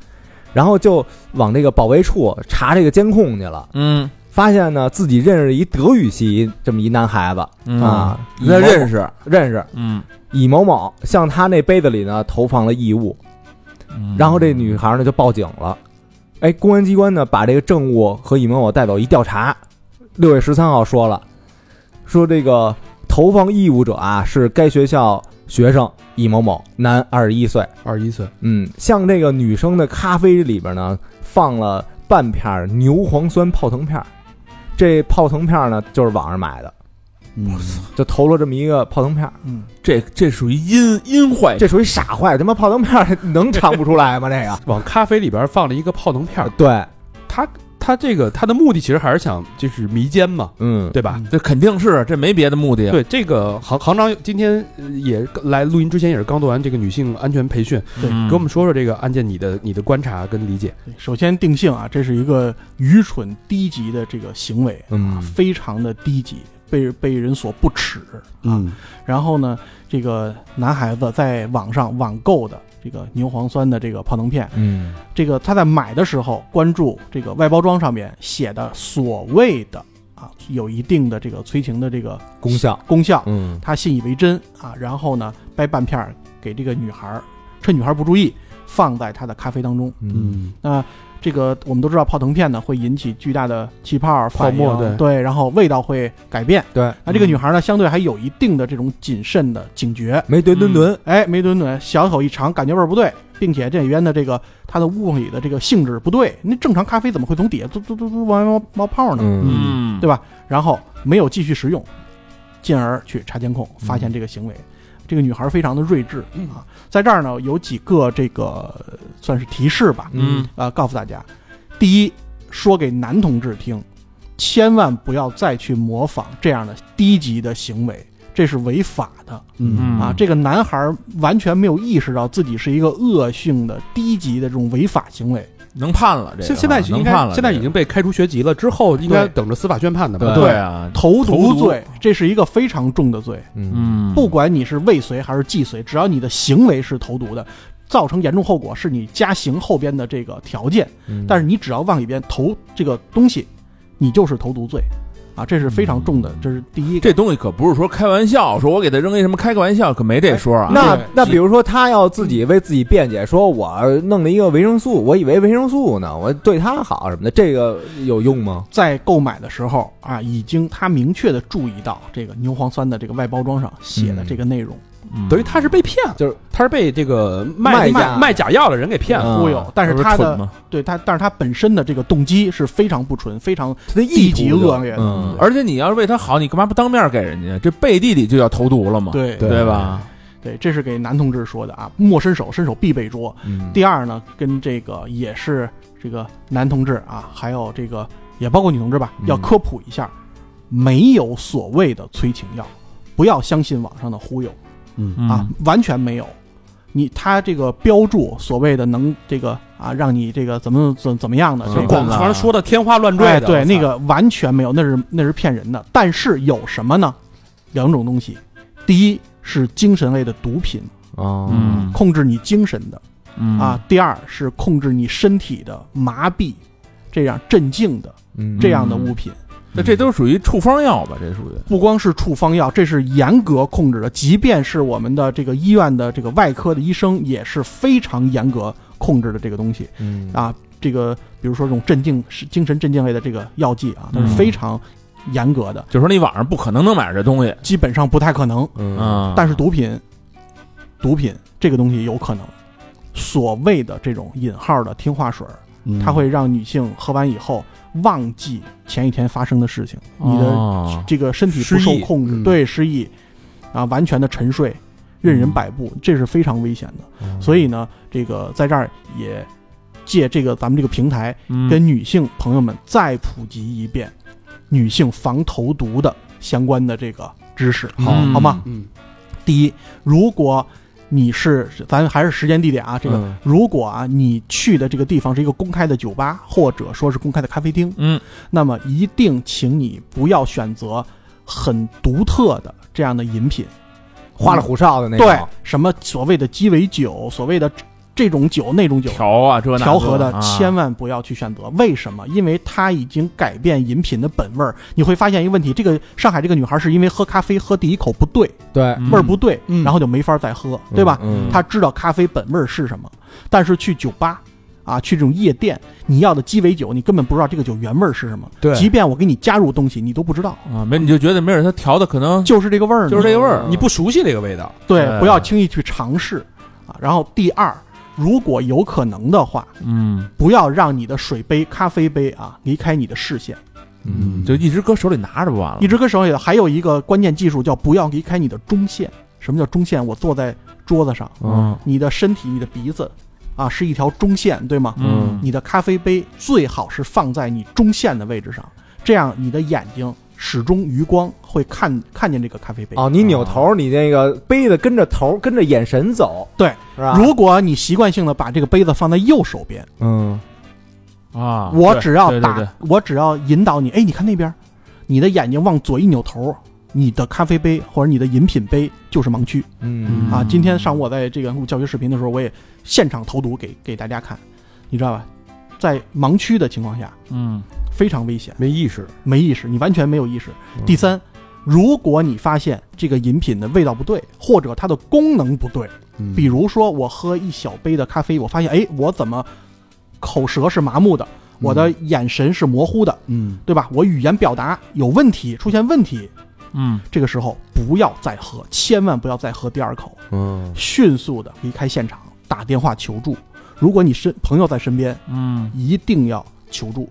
Speaker 3: 然后就往这个保卫处查这个监控去了，
Speaker 5: 嗯
Speaker 3: 发现呢自己认识一德语系这么一男孩子、
Speaker 5: 嗯
Speaker 3: 啊，
Speaker 5: 那
Speaker 3: 某
Speaker 5: 认识，
Speaker 3: 认识
Speaker 5: 嗯，
Speaker 3: 乙某某，向他那杯子里呢投放了异物，
Speaker 5: 嗯
Speaker 3: 然后这女孩呢就报警了。哎，公安机关呢把这个证物和乙某某带走一调查，六月十三号说了，说这个投放异物者啊是该学校学生乙某某，男，二十一岁。
Speaker 2: 二十一岁，
Speaker 3: 嗯，像这个女生的咖啡里边呢，放了半片儿牛磺酸泡腾片儿，这泡腾片儿呢就是网上买的，
Speaker 2: 嗯，
Speaker 3: *laughs* 就投了这么一个泡腾片儿，
Speaker 4: 嗯，
Speaker 5: 这这属于阴阴
Speaker 2: 哎
Speaker 5: 坏，
Speaker 3: 这属于傻坏，他妈泡腾片儿 *laughs* 能尝不出来吗？这
Speaker 2: *laughs*
Speaker 3: 个，
Speaker 2: 往咖啡里边放了一个泡腾片儿。
Speaker 3: 对，
Speaker 2: 他呃他这个他的目的其实还是想就是迷奸嘛，
Speaker 3: 嗯，
Speaker 2: 对吧？
Speaker 5: 这肯定是这没别的目的。
Speaker 2: 对，这个行行长今天呃也来录音之前也是刚做完这个女性安全培训，
Speaker 4: 对
Speaker 5: 嗯
Speaker 2: 给我们说说这个案件你的你的观察跟理解。
Speaker 4: 对首先定性啊，这是一个愚蠢低级的这个行为，
Speaker 3: 嗯
Speaker 4: 非常的低级，被被人所不齿啊。
Speaker 2: 嗯
Speaker 4: 然后呢，这个男孩子在网上网购的这个牛磺酸的这个泡腾片，
Speaker 3: 嗯
Speaker 4: 这个他在买的时候关注这个外包装上面写的所谓的啊有一定的这个催情的这个
Speaker 3: 功效，
Speaker 4: 功效，
Speaker 3: 嗯
Speaker 4: 他信以为真啊，然后呢掰半片儿给这个女孩儿，趁女孩儿不注意放在他的咖啡当中。
Speaker 3: 嗯，
Speaker 4: 那这个我们都知道，泡腾片呢会引起巨大的气泡
Speaker 2: 泡沫嗯
Speaker 4: 反
Speaker 2: 对
Speaker 4: 应对，然后味道会改变。
Speaker 3: 对，
Speaker 4: 那这个女孩呢，相对还有一定的这种谨慎的警觉。
Speaker 3: 没蹲蹲蹲，
Speaker 4: 哎，没准准，小口一尝，感觉味儿不对，并且这里边的这个它的物理的这个性质不对。那正常咖啡怎么会从底下嘟嘟嘟嘟往外冒冒泡呢？
Speaker 3: 嗯，
Speaker 5: 嗯
Speaker 4: 对吧然后没有继续食用，进而去查监控，发现这个行为。这个女孩非常的睿智啊，在这儿呢有几个这个呃算是提示吧，
Speaker 5: 嗯
Speaker 4: 呃，告诉大家，第一，说给男同志听，千万不要再去模仿这样的低级的行为，这是违法的
Speaker 5: 嗯
Speaker 4: 啊！这个男孩完全没有意识到自己是一个恶性的低级的这种违法行为，
Speaker 5: 能判了，这个
Speaker 2: 现现在
Speaker 5: 啊
Speaker 2: 是应
Speaker 5: 能
Speaker 2: 该
Speaker 5: 判了，
Speaker 2: 现在已经被开除学籍了，之后应该
Speaker 4: 对
Speaker 2: 等着司法宣判的吧？
Speaker 5: 这个对啊，
Speaker 4: 投
Speaker 5: 毒
Speaker 4: 毒罪，这是一个非常重的罪。
Speaker 3: 嗯
Speaker 5: 嗯，
Speaker 4: 不管你是未遂还是既遂，只要你的行为是投毒的，造成严重后果是你加刑后边的这个条件。
Speaker 3: 嗯，
Speaker 4: 但是你只要往里边投这个东西，你就是投毒罪，啊，这是非常重的，这是第一个。
Speaker 5: 这东西可不是说开玩笑，说我给他扔一什么开个玩笑，可没这说啊。
Speaker 3: 那
Speaker 2: 对
Speaker 3: 那比如说，他要自己为自己辩解，说我弄了一个维生素，我以为维生素呢，我对他好什么的，这个有用吗？
Speaker 4: 在购买的时候啊，已经他明确的注意到这个牛磺酸的这个外包装上写的这个内容，
Speaker 5: 嗯
Speaker 2: 等于他是被骗了，
Speaker 3: 就是
Speaker 2: 他是被这个卖那
Speaker 3: 卖
Speaker 2: 假
Speaker 3: 假
Speaker 2: 卖假药的人给骗了。
Speaker 3: 嗯
Speaker 4: 忽悠、但是
Speaker 5: 不
Speaker 4: 他
Speaker 5: 蠢
Speaker 4: 的
Speaker 5: 吗？
Speaker 4: 对他，但是他本身的这个动机是非常不纯，非常
Speaker 3: 他的
Speaker 4: 低
Speaker 3: 意
Speaker 4: 级
Speaker 3: 图
Speaker 4: 恶劣的
Speaker 3: 嗯，
Speaker 5: 而且你要是为他好，你干嘛不当面给人家？这背地里就叫投毒了嘛，
Speaker 4: 对
Speaker 2: 对
Speaker 5: 对吧？
Speaker 4: 对，这是给男同志说的啊，莫伸手，伸手必被捉。
Speaker 3: 嗯
Speaker 4: 第二呢，跟这个也是这个男同志啊，还有这个也包括女同志吧，
Speaker 3: 嗯
Speaker 4: 要科普一下，没有所谓的催情药，不要相信网上的忽悠
Speaker 2: 嗯
Speaker 5: 嗯
Speaker 4: 啊，完全没有。你他这个标注所谓的能这个啊，让你这个怎么怎怎么样的，
Speaker 5: 嗯
Speaker 4: 这
Speaker 2: 就
Speaker 4: 个
Speaker 2: 广传说的天花乱坠
Speaker 4: 哎
Speaker 2: 的，
Speaker 4: 对
Speaker 2: 我操
Speaker 4: 那个完全没有，那是那是骗人的。但是有什么呢？两种东西，第一是精神类的毒品，
Speaker 3: 哦，
Speaker 5: 嗯
Speaker 4: 控制你精神的。
Speaker 5: 嗯
Speaker 4: 啊，，第二是控制你身体的麻痹，这样镇静的
Speaker 3: 嗯
Speaker 4: 这样的物品，
Speaker 5: 那这都属于处方药吧？这属于
Speaker 4: 不光是处方药，这是严格控制的。即便是我们的这个医院的这个外科的医生，也是非常严格控制的这个东西
Speaker 3: 嗯
Speaker 4: 啊。这个比如说这种镇静、是精神镇静类的这个药剂啊，它是
Speaker 5: 嗯
Speaker 4: 非常严格的，
Speaker 5: 就说你网上不可能能买着这东西
Speaker 4: 基本上不太可能。
Speaker 3: 嗯
Speaker 5: 啊。
Speaker 4: 但是毒品，毒品这个东西有可能。所谓的这种引号的听话水儿，
Speaker 2: 嗯
Speaker 4: 它会让女性喝完以后忘记前一天发生的事情，你的
Speaker 5: 的
Speaker 4: 这个身体不
Speaker 2: 哦失
Speaker 4: 受
Speaker 2: 忆
Speaker 4: 控制，
Speaker 2: 嗯
Speaker 4: 对失忆啊，完全的沉睡，任人摆布，
Speaker 2: 嗯
Speaker 4: 这是非常危险的。
Speaker 3: 嗯
Speaker 4: 所以呢，这个在这儿也借这个咱们这个平台，
Speaker 5: 嗯
Speaker 2: 嗯
Speaker 4: 跟女性朋友们再普及一遍女性防投毒的相关的这个知识。
Speaker 2: 好
Speaker 5: 嗯
Speaker 4: 好吗？
Speaker 2: 嗯，
Speaker 4: 第一，如果你是咱还是时间地点啊，这个
Speaker 3: 嗯
Speaker 4: 如果啊，你去的这个地方是一个公开的酒吧，或者说是公开的咖啡厅，
Speaker 5: 嗯，
Speaker 4: 那么一定请你不要选择很独特的这样的饮品。
Speaker 3: 花里胡哨的那
Speaker 4: 对
Speaker 3: 种，，
Speaker 4: 什么所谓的鸡尾酒，所谓的这种酒那种酒，
Speaker 5: 调啊，这那
Speaker 4: 调和的
Speaker 5: 啊
Speaker 4: 千万不要去选择。为什么？因为它已经改变饮品的本味儿。你会发现一个问题：这个上海这个女孩是因为喝咖啡喝第一口不对，
Speaker 3: 对，
Speaker 5: 嗯
Speaker 4: 味儿不对，
Speaker 2: 嗯
Speaker 4: 然后就没法再喝，对吧？
Speaker 3: 嗯？
Speaker 4: 他知道咖啡本味儿是什么，但是去酒吧啊，去这种夜店，你要的鸡尾酒，你根本不知道这个酒原味儿是什么。
Speaker 2: 对
Speaker 4: 即便我给你加入东西，你都不知道，
Speaker 5: 啊，没你就觉得没准他调的可能
Speaker 4: 就是这个味儿呢，
Speaker 5: 就是这个味儿，
Speaker 2: 你不熟悉这个味道，
Speaker 4: 对，
Speaker 5: 哎
Speaker 4: 不要轻易去尝试啊。然后第二，如果有可能的话，
Speaker 5: 嗯，
Speaker 4: 不要让你的水杯、咖啡杯啊离开你的视线，
Speaker 3: 嗯
Speaker 5: 就一直搁手里拿着不完了
Speaker 4: 一。直跟手里的。还有一个关键技术叫不要离开你的中线。什么叫中线？我坐在桌子上，
Speaker 5: 嗯
Speaker 4: 你的身体、你的鼻子啊是一条中线，对吗？
Speaker 5: 嗯，
Speaker 4: 你的咖啡杯最好是放在你中线的位置上，这样你的眼睛始终余光会看看见这个咖啡杯。
Speaker 3: 哦，你扭头，你那个杯子跟着头，跟着眼神走，
Speaker 4: 对，
Speaker 3: 是吧？
Speaker 4: 如果你习惯性的把这个杯子放在右手边，
Speaker 3: 嗯
Speaker 5: 啊，
Speaker 4: 我
Speaker 5: 对
Speaker 4: 只要
Speaker 5: 对对
Speaker 4: 打，
Speaker 5: 对
Speaker 4: 我只要引导你，哎，你看那边，你的眼睛往左一扭头，你的咖啡杯或者你的饮品杯就是盲区
Speaker 3: 嗯
Speaker 4: 啊。
Speaker 5: 嗯
Speaker 4: 今天上午我在这个录教学视频的时候，我也现场投毒给给大家看，你知道吧？在盲区的情况下
Speaker 5: 嗯
Speaker 4: 非常危险。
Speaker 2: 没意识，
Speaker 4: 没意识，你完全没有意识。第三，如果你发现这个饮品的味道不对，或者它的功能不对，
Speaker 2: 嗯
Speaker 4: 比如说，我喝一小杯的咖啡，我发现，哎，我怎么口舌是麻木的，我的眼神是模糊的，
Speaker 2: 嗯
Speaker 4: 对吧？我语言表达有问题，出现问题，
Speaker 5: 嗯，
Speaker 4: 这个时候不要再喝，千万不要再喝第二口，
Speaker 3: 嗯
Speaker 4: 迅速的离开现场，打电话求助。如果你身朋友在身边，
Speaker 5: 嗯，
Speaker 4: 一定要求助，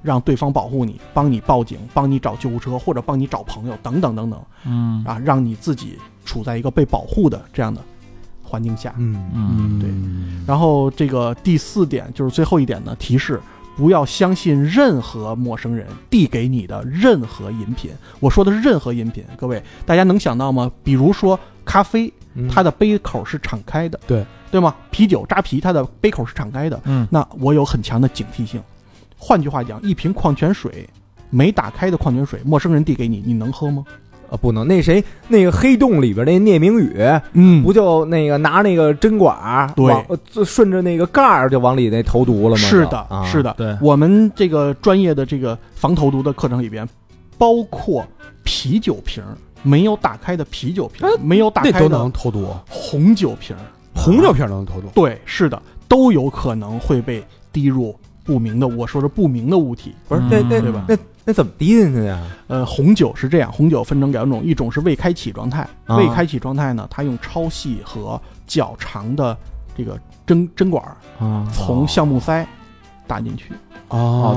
Speaker 4: 让对方保护你，帮你报警，帮你找救护车，或者帮你找朋友，等等等等
Speaker 5: 嗯，
Speaker 4: 啊，让你自己处在一个被保护的这样的环境下。
Speaker 3: 嗯
Speaker 5: 嗯，
Speaker 2: 对
Speaker 4: 然后这个第四点就是最后一点呢，提示不要相信任何陌生人递给你的任何饮品。我说的是任何饮品，各位大家能想到吗？比如说咖啡，它的杯口是敞开的，
Speaker 2: 对
Speaker 4: 嗯对吗？啤酒扎啤，它的杯口是敞开的，
Speaker 5: 嗯，
Speaker 4: 那我有很强的警惕性。换句话讲，一瓶矿泉水没打开的矿泉水，陌生人递给你，你能喝吗？
Speaker 3: 啊不能，那谁那个黑洞里边那聂明宇
Speaker 4: 嗯
Speaker 3: 不就那个拿那个针管儿
Speaker 4: 对
Speaker 3: 往呃就顺着那个盖儿就往里那投毒了吗？
Speaker 4: 是
Speaker 3: 就
Speaker 4: 的，
Speaker 3: 啊
Speaker 4: 是的。
Speaker 5: 对
Speaker 4: 我们这个专业的这个防投毒的课程里边，包括啤酒瓶儿没有打开的啤酒瓶儿，没有打
Speaker 2: 那
Speaker 4: 开
Speaker 2: 都能
Speaker 4: 的
Speaker 2: 投毒，
Speaker 4: 红酒瓶儿，
Speaker 2: 红酒瓶能投毒，
Speaker 4: 对，是的，都有可能会被滴入不明的，我说是不明的物体。
Speaker 3: 不是那那
Speaker 4: 嗯对吧
Speaker 3: 那那怎么滴进去呀？
Speaker 4: 呃，红酒是这样，红酒分成两种，一种是未开启状态，
Speaker 3: 啊
Speaker 4: 未开启状态呢，它用超细和较长的这个针针管儿
Speaker 3: 啊
Speaker 4: 从橡木塞打进去，
Speaker 2: 哦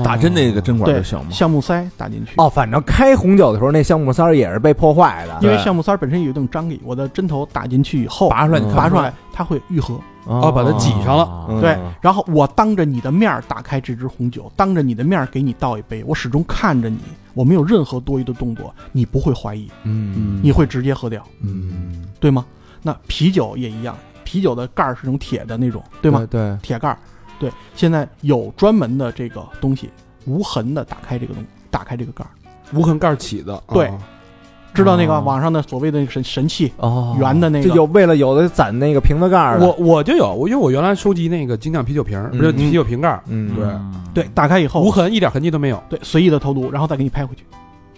Speaker 5: 哦，打针那个针管就
Speaker 4: 对
Speaker 5: 行吗？
Speaker 4: 橡木塞打进去。
Speaker 3: 哦，反正开红酒的时候，那橡木塞儿也是被破坏的
Speaker 4: 因为
Speaker 5: 对
Speaker 4: 橡木塞儿本身有一定张力，我的针头打进去以后，拔
Speaker 5: 拔出来，你看
Speaker 4: 拔出
Speaker 5: 来，
Speaker 4: 来它会愈合。
Speaker 3: 哦
Speaker 2: 把它挤上了
Speaker 5: 哦
Speaker 3: 嗯
Speaker 4: 对，然后我当着你的面儿打开这支红酒，当着你的面儿给你倒一杯，我始终看着你，我没有任何多余的动作，你不会怀疑，
Speaker 3: 嗯
Speaker 4: 你会直接喝掉，
Speaker 3: 嗯，
Speaker 4: 对吗？那啤酒也一样，啤酒的盖儿是那种铁的那种，对吗？
Speaker 3: 对，
Speaker 4: 铁盖儿，哦对。现在有专门的这个东西，无痕的打开这个东，打开这个盖儿，
Speaker 2: 无痕盖儿起的，
Speaker 4: 对
Speaker 2: 啊
Speaker 4: 知道那个
Speaker 3: 哦
Speaker 4: 网上的所谓的那个神神器，
Speaker 3: 哦
Speaker 4: 圆的那个
Speaker 3: 就有为了有的攒那个瓶子盖儿的，
Speaker 2: 我我就有，我因为我原来收集那个精酿啤酒瓶儿，
Speaker 3: 嗯
Speaker 2: 不是啤酒瓶盖儿，
Speaker 3: 嗯
Speaker 2: 对
Speaker 4: 对，打开以后
Speaker 2: 无痕一点痕迹都没有
Speaker 4: 对，随意的投毒，然后再给你拍回去，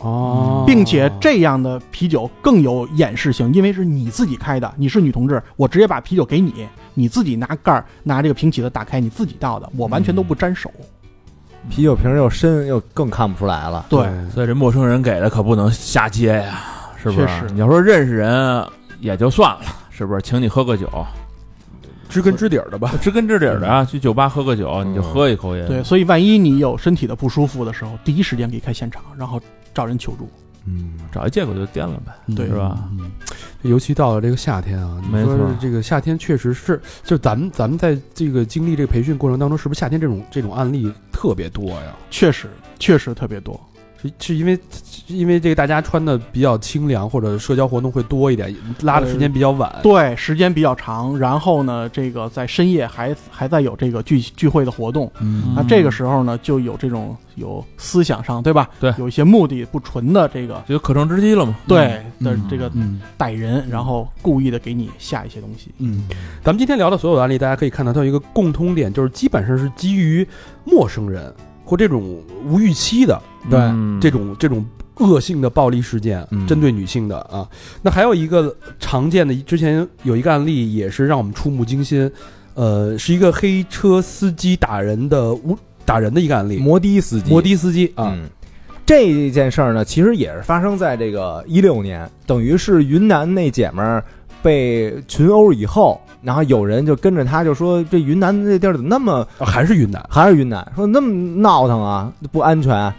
Speaker 2: 哦
Speaker 4: 并且这样的啤酒更有掩饰性，因为是你自己开的，你是女同志，我直接把啤酒给你，你自己拿盖儿拿这个瓶起子打开，你自己倒的，我完全都不沾手。
Speaker 3: 啤酒瓶又深又更看不出来了。
Speaker 4: 对，
Speaker 5: 所以这陌生人给的可不能瞎接呀，是不
Speaker 4: 确
Speaker 5: 是
Speaker 4: 实？
Speaker 5: 你要说认识人也就算了，是不是？请你喝个酒，
Speaker 2: 知根知底儿的吧，
Speaker 5: 知根知底儿的啊，去酒吧喝个酒，
Speaker 3: 嗯
Speaker 5: 你就喝一口也
Speaker 4: 对，所以万一你有身体的不舒服的时候，第一时间给开现场，然后找人求助。
Speaker 3: 嗯，
Speaker 5: 找一借口就颠了呗。
Speaker 4: 对
Speaker 5: 是吧
Speaker 2: 嗯？这尤其到了这个夏天啊，你
Speaker 5: 没
Speaker 2: 说
Speaker 5: 错
Speaker 2: 这个夏天确实是，就咱们咱们在这个经历这个培训过程当中，是不是夏天这种这种案例特别多呀？
Speaker 4: 确实，确实特别多。
Speaker 2: 是是因为是因为这个大家穿的比较清凉，或者社交活动会多一点，拉的时
Speaker 4: 呃
Speaker 2: 间比较晚。
Speaker 4: 对，时间比较长，然后呢，这个在深夜还还在有这个聚聚会的活动，
Speaker 2: 嗯
Speaker 4: 那这个时候呢，就有这种有思想上对吧？
Speaker 5: 对
Speaker 4: 有一些目的不纯的这个
Speaker 5: 就可乘之机了嘛。
Speaker 4: 对的
Speaker 2: 嗯
Speaker 4: 这个
Speaker 2: 嗯
Speaker 4: 逮人，然后故意的给你下一些东西。
Speaker 2: 嗯，咱们今天聊的所有的案例，大家可以看到它有一个共通点，就是基本上是基于陌生人或这种无预期的
Speaker 3: 对
Speaker 5: 嗯
Speaker 2: 这种这种恶性的暴力事件，
Speaker 3: 嗯
Speaker 2: 针对女性的啊。那还有一个常见的，之前有一个案例也是让我们触目惊心，呃，是一个黑车司机打人的无打人的一个案例，
Speaker 3: 嗯摩的司机，
Speaker 2: 摩的司机啊，
Speaker 3: 嗯，这件事儿呢，其实也是发生在这个一六年，等于是云南那姐们儿被群殴以后，然后有人就跟着她就说，这云南那地儿怎么那么
Speaker 2: 啊还是云南，
Speaker 3: 还是云南，说那么闹腾啊，不安全。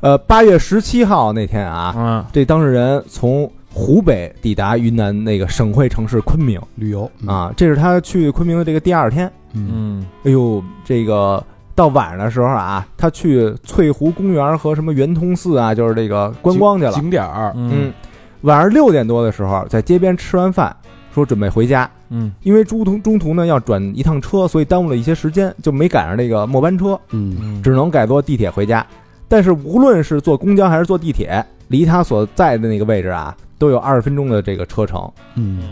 Speaker 3: 呃，八月十七号那天啊，
Speaker 5: 嗯，
Speaker 3: 这当事人从湖北抵达云南那个省会城市昆明
Speaker 2: 旅游，
Speaker 3: 啊，这是他去昆明的这个第二天。
Speaker 2: 嗯
Speaker 5: 嗯
Speaker 3: 哎呦，这个到晚上的时候啊，他去翠湖公园和什么圆通寺啊，就是这个观光去了。
Speaker 2: 景点儿，
Speaker 3: 嗯，晚上六点多的时候，在街边吃完饭，说准备回家，
Speaker 5: 嗯
Speaker 3: 因为中途中途呢要转一趟车，所以耽误了一些时间，就没赶上那个末班车，
Speaker 2: 嗯
Speaker 5: 嗯，
Speaker 3: 只能改坐地铁回家。但是无论是坐公交还是坐地铁，离他所在的那个位置啊，都有二十分钟的这个车程。
Speaker 2: 嗯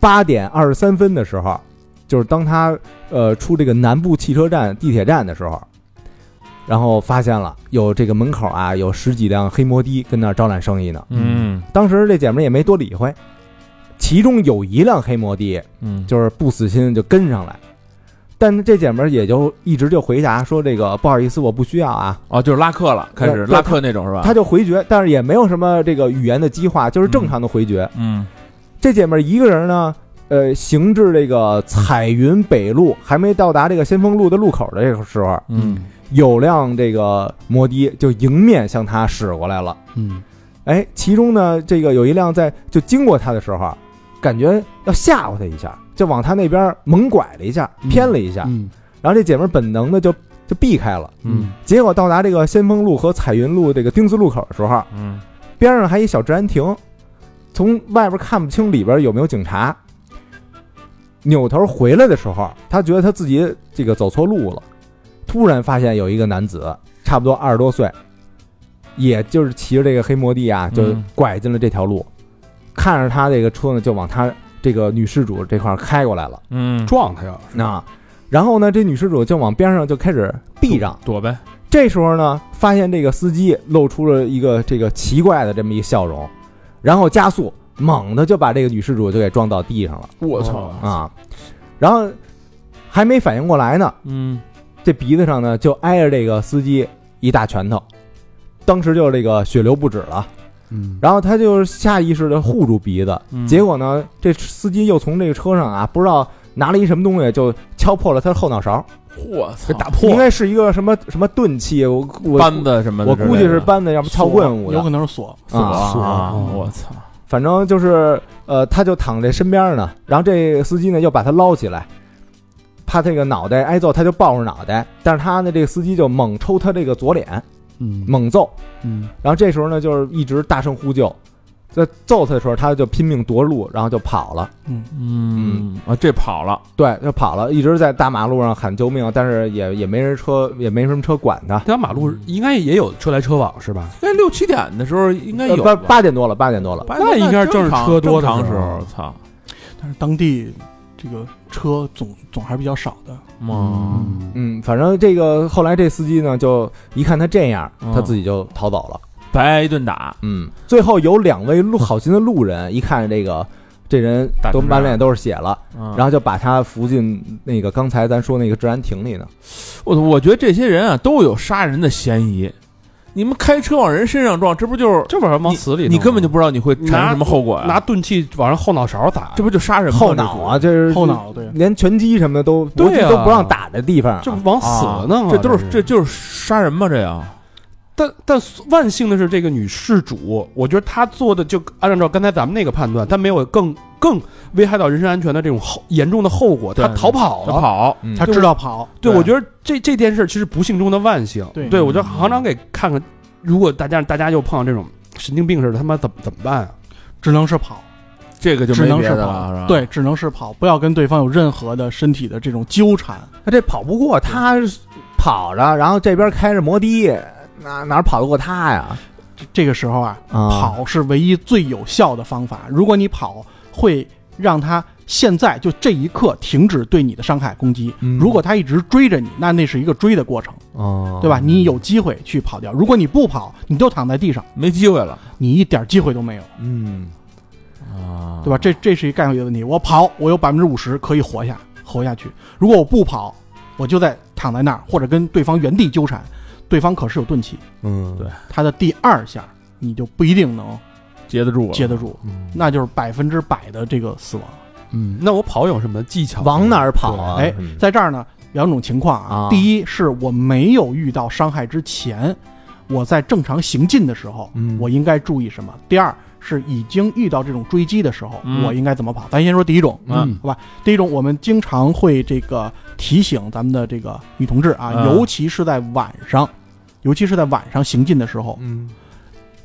Speaker 3: 八点二十三分的时候，就是当他呃出这个南部汽车站地铁站的时候，然后发现了有这个门口啊有十几辆黑摩的跟那儿招揽生意呢。
Speaker 5: 嗯
Speaker 3: 当时这姐们儿也没多理会，其中有一辆黑摩的
Speaker 5: 嗯，
Speaker 3: 就是不死心就跟上来，但这姐们儿也就一直就回答说这个不好意思，我不需要啊，
Speaker 5: 哦，就是拉客了，开始
Speaker 3: 对
Speaker 5: 拉客那种是吧？
Speaker 3: 她就回绝，但是也没有什么这个语言的激化，就是正常的回绝。
Speaker 5: 嗯
Speaker 3: 这姐们儿一个人呢，呃，行至这个彩云北路，还没到达这个先锋路的路口的这个时候，
Speaker 5: 嗯
Speaker 3: 有辆这个摩的就迎面向她驶过来了。
Speaker 2: 嗯，
Speaker 3: 哎，其中呢，这个有一辆在就经过她的时候，啊感觉要吓唬她一下，就往她那边猛拐了一下，偏了一下，
Speaker 2: 嗯
Speaker 3: 然后这姐们儿本能的就就避开了。
Speaker 2: 嗯，
Speaker 3: 结果到达这个先锋路和彩云路这个丁字路口的时候，啊
Speaker 5: 嗯
Speaker 3: 边上还一小治安亭，从外边看不清里边有没有警察。扭头回来的时候，他觉得他自己这个走错路了，突然发现有一个男子，差不多二十多岁，也就是骑着这个黑摩的啊，就
Speaker 5: 嗯
Speaker 3: 拐进了这条路，看着他这个车呢，就往他这个女施主这块儿开过来了。
Speaker 5: 嗯，
Speaker 2: 撞他呀，
Speaker 3: 那，然后呢，这女施主就往边上就开始避让。
Speaker 5: 躲呗，
Speaker 3: 这时候呢，发现这个司机露出了一个这个奇怪的这么一个笑容，然后加速，猛的就把这个女施主就给撞到地上了
Speaker 5: 我
Speaker 2: 操
Speaker 3: 啊！然后还没反应过来呢，
Speaker 5: 嗯
Speaker 3: 这鼻子上呢就挨着这个司机一大拳头，当时就这个血流不止了。
Speaker 2: 嗯，
Speaker 3: 然后他就是下意识的护住鼻子，
Speaker 5: 嗯
Speaker 3: 结果呢，这司机又从这个车上啊，不知道拿了一什么东西，就敲破了他的后脑勺，
Speaker 5: 我
Speaker 2: 给
Speaker 5: 操，
Speaker 2: 打
Speaker 3: 应
Speaker 2: 破，
Speaker 3: 该是一个什么什么钝器，我我
Speaker 5: 扳子什么的
Speaker 3: 我
Speaker 5: 之类的，
Speaker 3: 估计是搬的，要不撬棍舞
Speaker 4: 有可
Speaker 3: 的。
Speaker 4: 能是锁。
Speaker 5: 锁
Speaker 3: 啊
Speaker 2: 锁
Speaker 5: 啊！
Speaker 2: 嗯
Speaker 5: 我操，
Speaker 3: 反正就是，呃，他就躺在身边呢，然后这司机呢又把他捞起来，怕这个脑袋挨揍，他就抱着脑袋，但是他呢这个司机就猛抽他这个左脸，
Speaker 2: 嗯
Speaker 3: 猛揍，
Speaker 2: 嗯
Speaker 3: 然后这时候呢就是一直大声呼救，在揍他的时候他就拼命夺路，然后就跑了，
Speaker 5: 嗯啊，这跑了，
Speaker 3: 对，就跑了，一直在大马路上喊救命，但是也也没人车，也没什么车管他。
Speaker 2: 那条马路应该也有车来车往是吧？
Speaker 5: 那六七点的时候应该
Speaker 3: 呃
Speaker 5: 有
Speaker 3: 八
Speaker 5: 吧
Speaker 3: 八点多了，八点多了，
Speaker 5: 八
Speaker 2: 那应该是
Speaker 5: 正
Speaker 2: 正
Speaker 5: 常
Speaker 2: 车多的
Speaker 5: 正常
Speaker 2: 时
Speaker 5: 时
Speaker 2: 候
Speaker 5: 候，操，
Speaker 4: 但是当地这个车总总还是比较少的，
Speaker 5: 嗯，
Speaker 3: 嗯，反正这个后来这司机呢，就一看他这样，
Speaker 5: 嗯
Speaker 3: 他自己就逃走了。
Speaker 5: 白挨一顿打，
Speaker 3: 嗯，最后有两位路好心的路人一看这个这人
Speaker 5: 打
Speaker 3: 都
Speaker 5: 成这
Speaker 3: 满
Speaker 5: 样
Speaker 3: 脸都是血了，
Speaker 5: 然
Speaker 3: 然后就把他扶进那个刚才咱说那个治安亭里呢。
Speaker 5: 我我觉得这些人啊都有杀人的嫌疑，你们开车往人身上撞，这不就是
Speaker 2: 这玩意儿往死里弄，啊
Speaker 5: 你根本就不知道你会产生什么后果呀？
Speaker 2: 拿钝器往人后脑勺打，
Speaker 5: 这不就杀人吗
Speaker 3: 后脑啊，，这是
Speaker 4: 后，脑对，
Speaker 3: 连拳击什么的都
Speaker 2: 对
Speaker 3: 不是
Speaker 2: 啊
Speaker 3: 都不让打的地方啊。
Speaker 2: 这不往
Speaker 5: 这
Speaker 2: 死了弄啊，
Speaker 5: 这都
Speaker 2: 是
Speaker 5: 是这就是杀人吗？这要
Speaker 2: 但但万幸的是，这个女事主，我觉得她做的就按照刚才咱们那个判断，她没有更更危害到人身安全的这种后严重的后果，
Speaker 5: 对
Speaker 2: 她逃跑
Speaker 5: 他
Speaker 2: 了。
Speaker 5: 跑，
Speaker 3: 嗯
Speaker 4: 他知道跑，
Speaker 2: 对，
Speaker 5: 对
Speaker 2: 我觉得这这件事其实不幸中的万幸。
Speaker 4: 对
Speaker 2: 我觉得行长给看看，如果大家大家又碰上这种神经病似的，他妈怎么怎么办啊？
Speaker 4: 只能是跑，
Speaker 5: 这个就
Speaker 4: 只
Speaker 5: 没
Speaker 4: 能
Speaker 5: 别
Speaker 4: 是
Speaker 5: 的了，是吧
Speaker 4: 跑，？对，只能是跑，不要跟对方有任何的身体的这种纠缠。
Speaker 3: 他这跑不过啊他，跑着，然后这边开着摩的，哪哪跑得过他呀？
Speaker 4: 这这个时候啊，
Speaker 3: 啊，
Speaker 4: 跑是唯一最有效的方法。如果你跑，会让他现在就这一刻停止对你的伤害攻击。
Speaker 3: 嗯
Speaker 4: 如果他一直追着你，那那是一个追的过程，
Speaker 3: 哦，
Speaker 4: 对吧？你有机会去跑掉。如果你不跑，你就躺在地上，
Speaker 5: 没机会了
Speaker 4: 你一点机会都没有，
Speaker 3: 嗯，
Speaker 5: 啊
Speaker 4: 对吧？这这是一概率的问题。我跑，我有百分之五十可以活下活下去。如果我不跑，我就在躺在那儿，或者跟对方原地纠缠。对方可是有钝器，
Speaker 3: 嗯，
Speaker 5: 对
Speaker 4: 他的第二下你就不一定能
Speaker 5: 接得住了，
Speaker 4: 接得住，
Speaker 3: 嗯
Speaker 4: 那就是百分之百的这个死亡。
Speaker 2: 嗯，那我跑有什么技巧？
Speaker 3: 往哪儿跑啊？
Speaker 4: 哎
Speaker 3: 嗯，
Speaker 4: 在这儿呢，两种情况啊。
Speaker 3: 啊
Speaker 4: 第一是我没有遇到伤害之前，我在正常行进的时候，
Speaker 3: 嗯
Speaker 4: 我应该注意什么？第二是已经遇到这种追击的时候，
Speaker 5: 嗯
Speaker 4: 我应该怎么跑？咱先说第一种，
Speaker 2: 嗯
Speaker 5: 嗯，
Speaker 4: 第一种我们经常会这个提醒咱们的这个女同志啊，
Speaker 5: 嗯
Speaker 4: 尤其是在晚上，尤其是在晚上行进的时候，
Speaker 3: 嗯，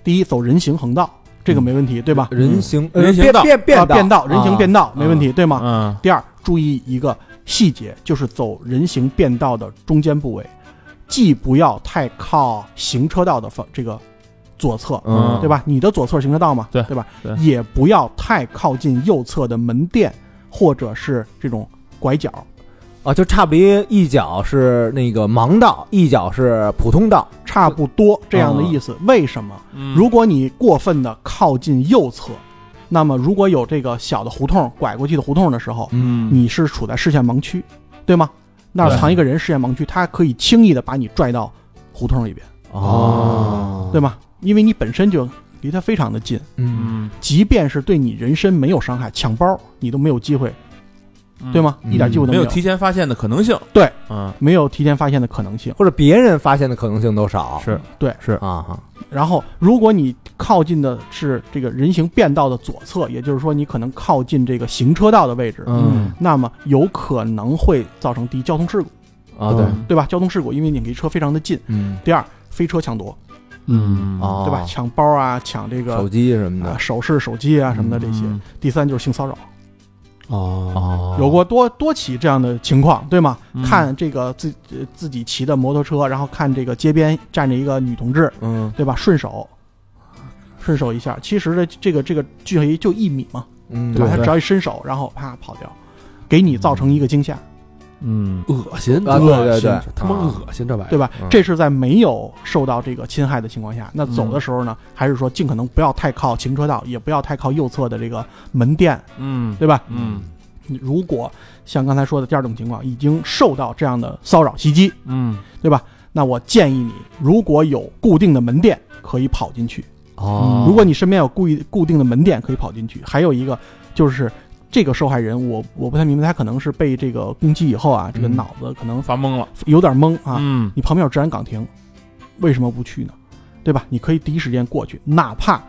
Speaker 4: 第一走人行横道，这个没问题，对吧？
Speaker 3: 人行
Speaker 5: 嗯人行
Speaker 3: 变
Speaker 5: 道
Speaker 3: 变
Speaker 4: 啊
Speaker 3: 变
Speaker 4: 变道，人行
Speaker 3: 啊
Speaker 4: 变道没问题，对吗？
Speaker 5: 嗯，
Speaker 4: 第二，注意一个细节，就是走人行便道的中间部位，既不要太靠行车道的方这个左侧，
Speaker 3: 嗯，
Speaker 4: 对吧？你的左侧是行车道嘛，
Speaker 5: 对
Speaker 4: 对吧？
Speaker 5: 对
Speaker 4: 也不要太靠近右侧的门店或者是这种拐角，
Speaker 3: 啊，就差不离一脚是那个盲道，一脚是普通道。
Speaker 4: 差不多这样的意思。为什么？
Speaker 5: 嗯
Speaker 4: 如果你过分的靠近右侧，那么如果有这个小的胡同拐过去的胡同的时候，
Speaker 5: 嗯，
Speaker 4: 你是处在视线盲区，对吗？那儿
Speaker 5: 对
Speaker 4: 藏一个人视线盲区，他可以轻易的把你拽到胡同里边，
Speaker 3: 哦，
Speaker 5: 嗯
Speaker 4: 对吗？因为你本身就离他非常的近，
Speaker 3: 嗯
Speaker 5: 嗯，
Speaker 4: 即便是对你人身没有伤害，抢包你都没有机会，
Speaker 5: 嗯
Speaker 4: 对？吗？
Speaker 3: 嗯
Speaker 4: 一点机会都
Speaker 5: 没
Speaker 4: 有，
Speaker 5: 有提前发现的可能性，
Speaker 4: 对，
Speaker 5: 嗯，
Speaker 4: 没有提前发现的可能性。
Speaker 3: 或者别人发现的可能性都少，
Speaker 5: 是
Speaker 4: 对
Speaker 5: 是
Speaker 3: 啊哈，
Speaker 4: 然后，如果你靠近的是这个人行便道的左侧，也就是说你可能靠近这个行车道的位置，
Speaker 3: 嗯
Speaker 4: 那么有可能会造成第一交通事故，
Speaker 3: 啊对，
Speaker 4: 对吧？交通事故，因为你离车非常的近。
Speaker 3: 嗯
Speaker 4: 第二，飞车抢夺，
Speaker 2: 嗯
Speaker 3: 哦，
Speaker 4: 对吧？抢包啊，抢这个
Speaker 3: 手机什么
Speaker 4: 啊
Speaker 3: 的，
Speaker 4: 首饰、手机啊什么的这些。
Speaker 5: 嗯
Speaker 4: 第三就是性骚扰，
Speaker 2: 哦，
Speaker 3: 哦，
Speaker 4: 有过多多起这样的情况，对吗？
Speaker 5: 嗯
Speaker 4: 看这个自呃自己骑的摩托车，然后看这个街边站着一个女同志，
Speaker 3: 嗯
Speaker 4: 对吧？顺手。顺手一下，其实这这个这个距离就一米嘛，
Speaker 3: 嗯，
Speaker 4: 对吧？
Speaker 5: 对
Speaker 4: 他只要一伸手，然后啪跑掉，给你造成一个惊吓，
Speaker 5: 嗯
Speaker 2: 恶心，
Speaker 3: 啊对对
Speaker 2: 恶心
Speaker 3: 对
Speaker 2: 他妈
Speaker 3: 啊
Speaker 2: 恶心这玩意儿，
Speaker 4: 对吧
Speaker 3: 嗯？
Speaker 4: 这是在没有受到这个侵害的情况下，那走的时候呢，还是说尽可能不要太靠行车道，也不要太靠右侧的这个门店，
Speaker 5: 嗯
Speaker 4: 对吧？
Speaker 5: 嗯
Speaker 4: 如果像刚才说的第二种情况，已经受到这样的骚扰袭击，
Speaker 5: 嗯
Speaker 4: 那我建议你，如果有固定的门店，可以跑进去；
Speaker 3: 哦，
Speaker 4: 如果你身边有固意固定的门店，可以跑进去。还有一个就是。这个受害人，我我不太明白，他可能是被这个攻击以后啊，这个
Speaker 5: 嗯
Speaker 4: 脑子可能
Speaker 5: 发懵了
Speaker 4: 有点懵啊。
Speaker 5: 嗯
Speaker 4: 你旁边有治安岗亭，为什么不去呢？对吧？你可以第一时间过去，哪怕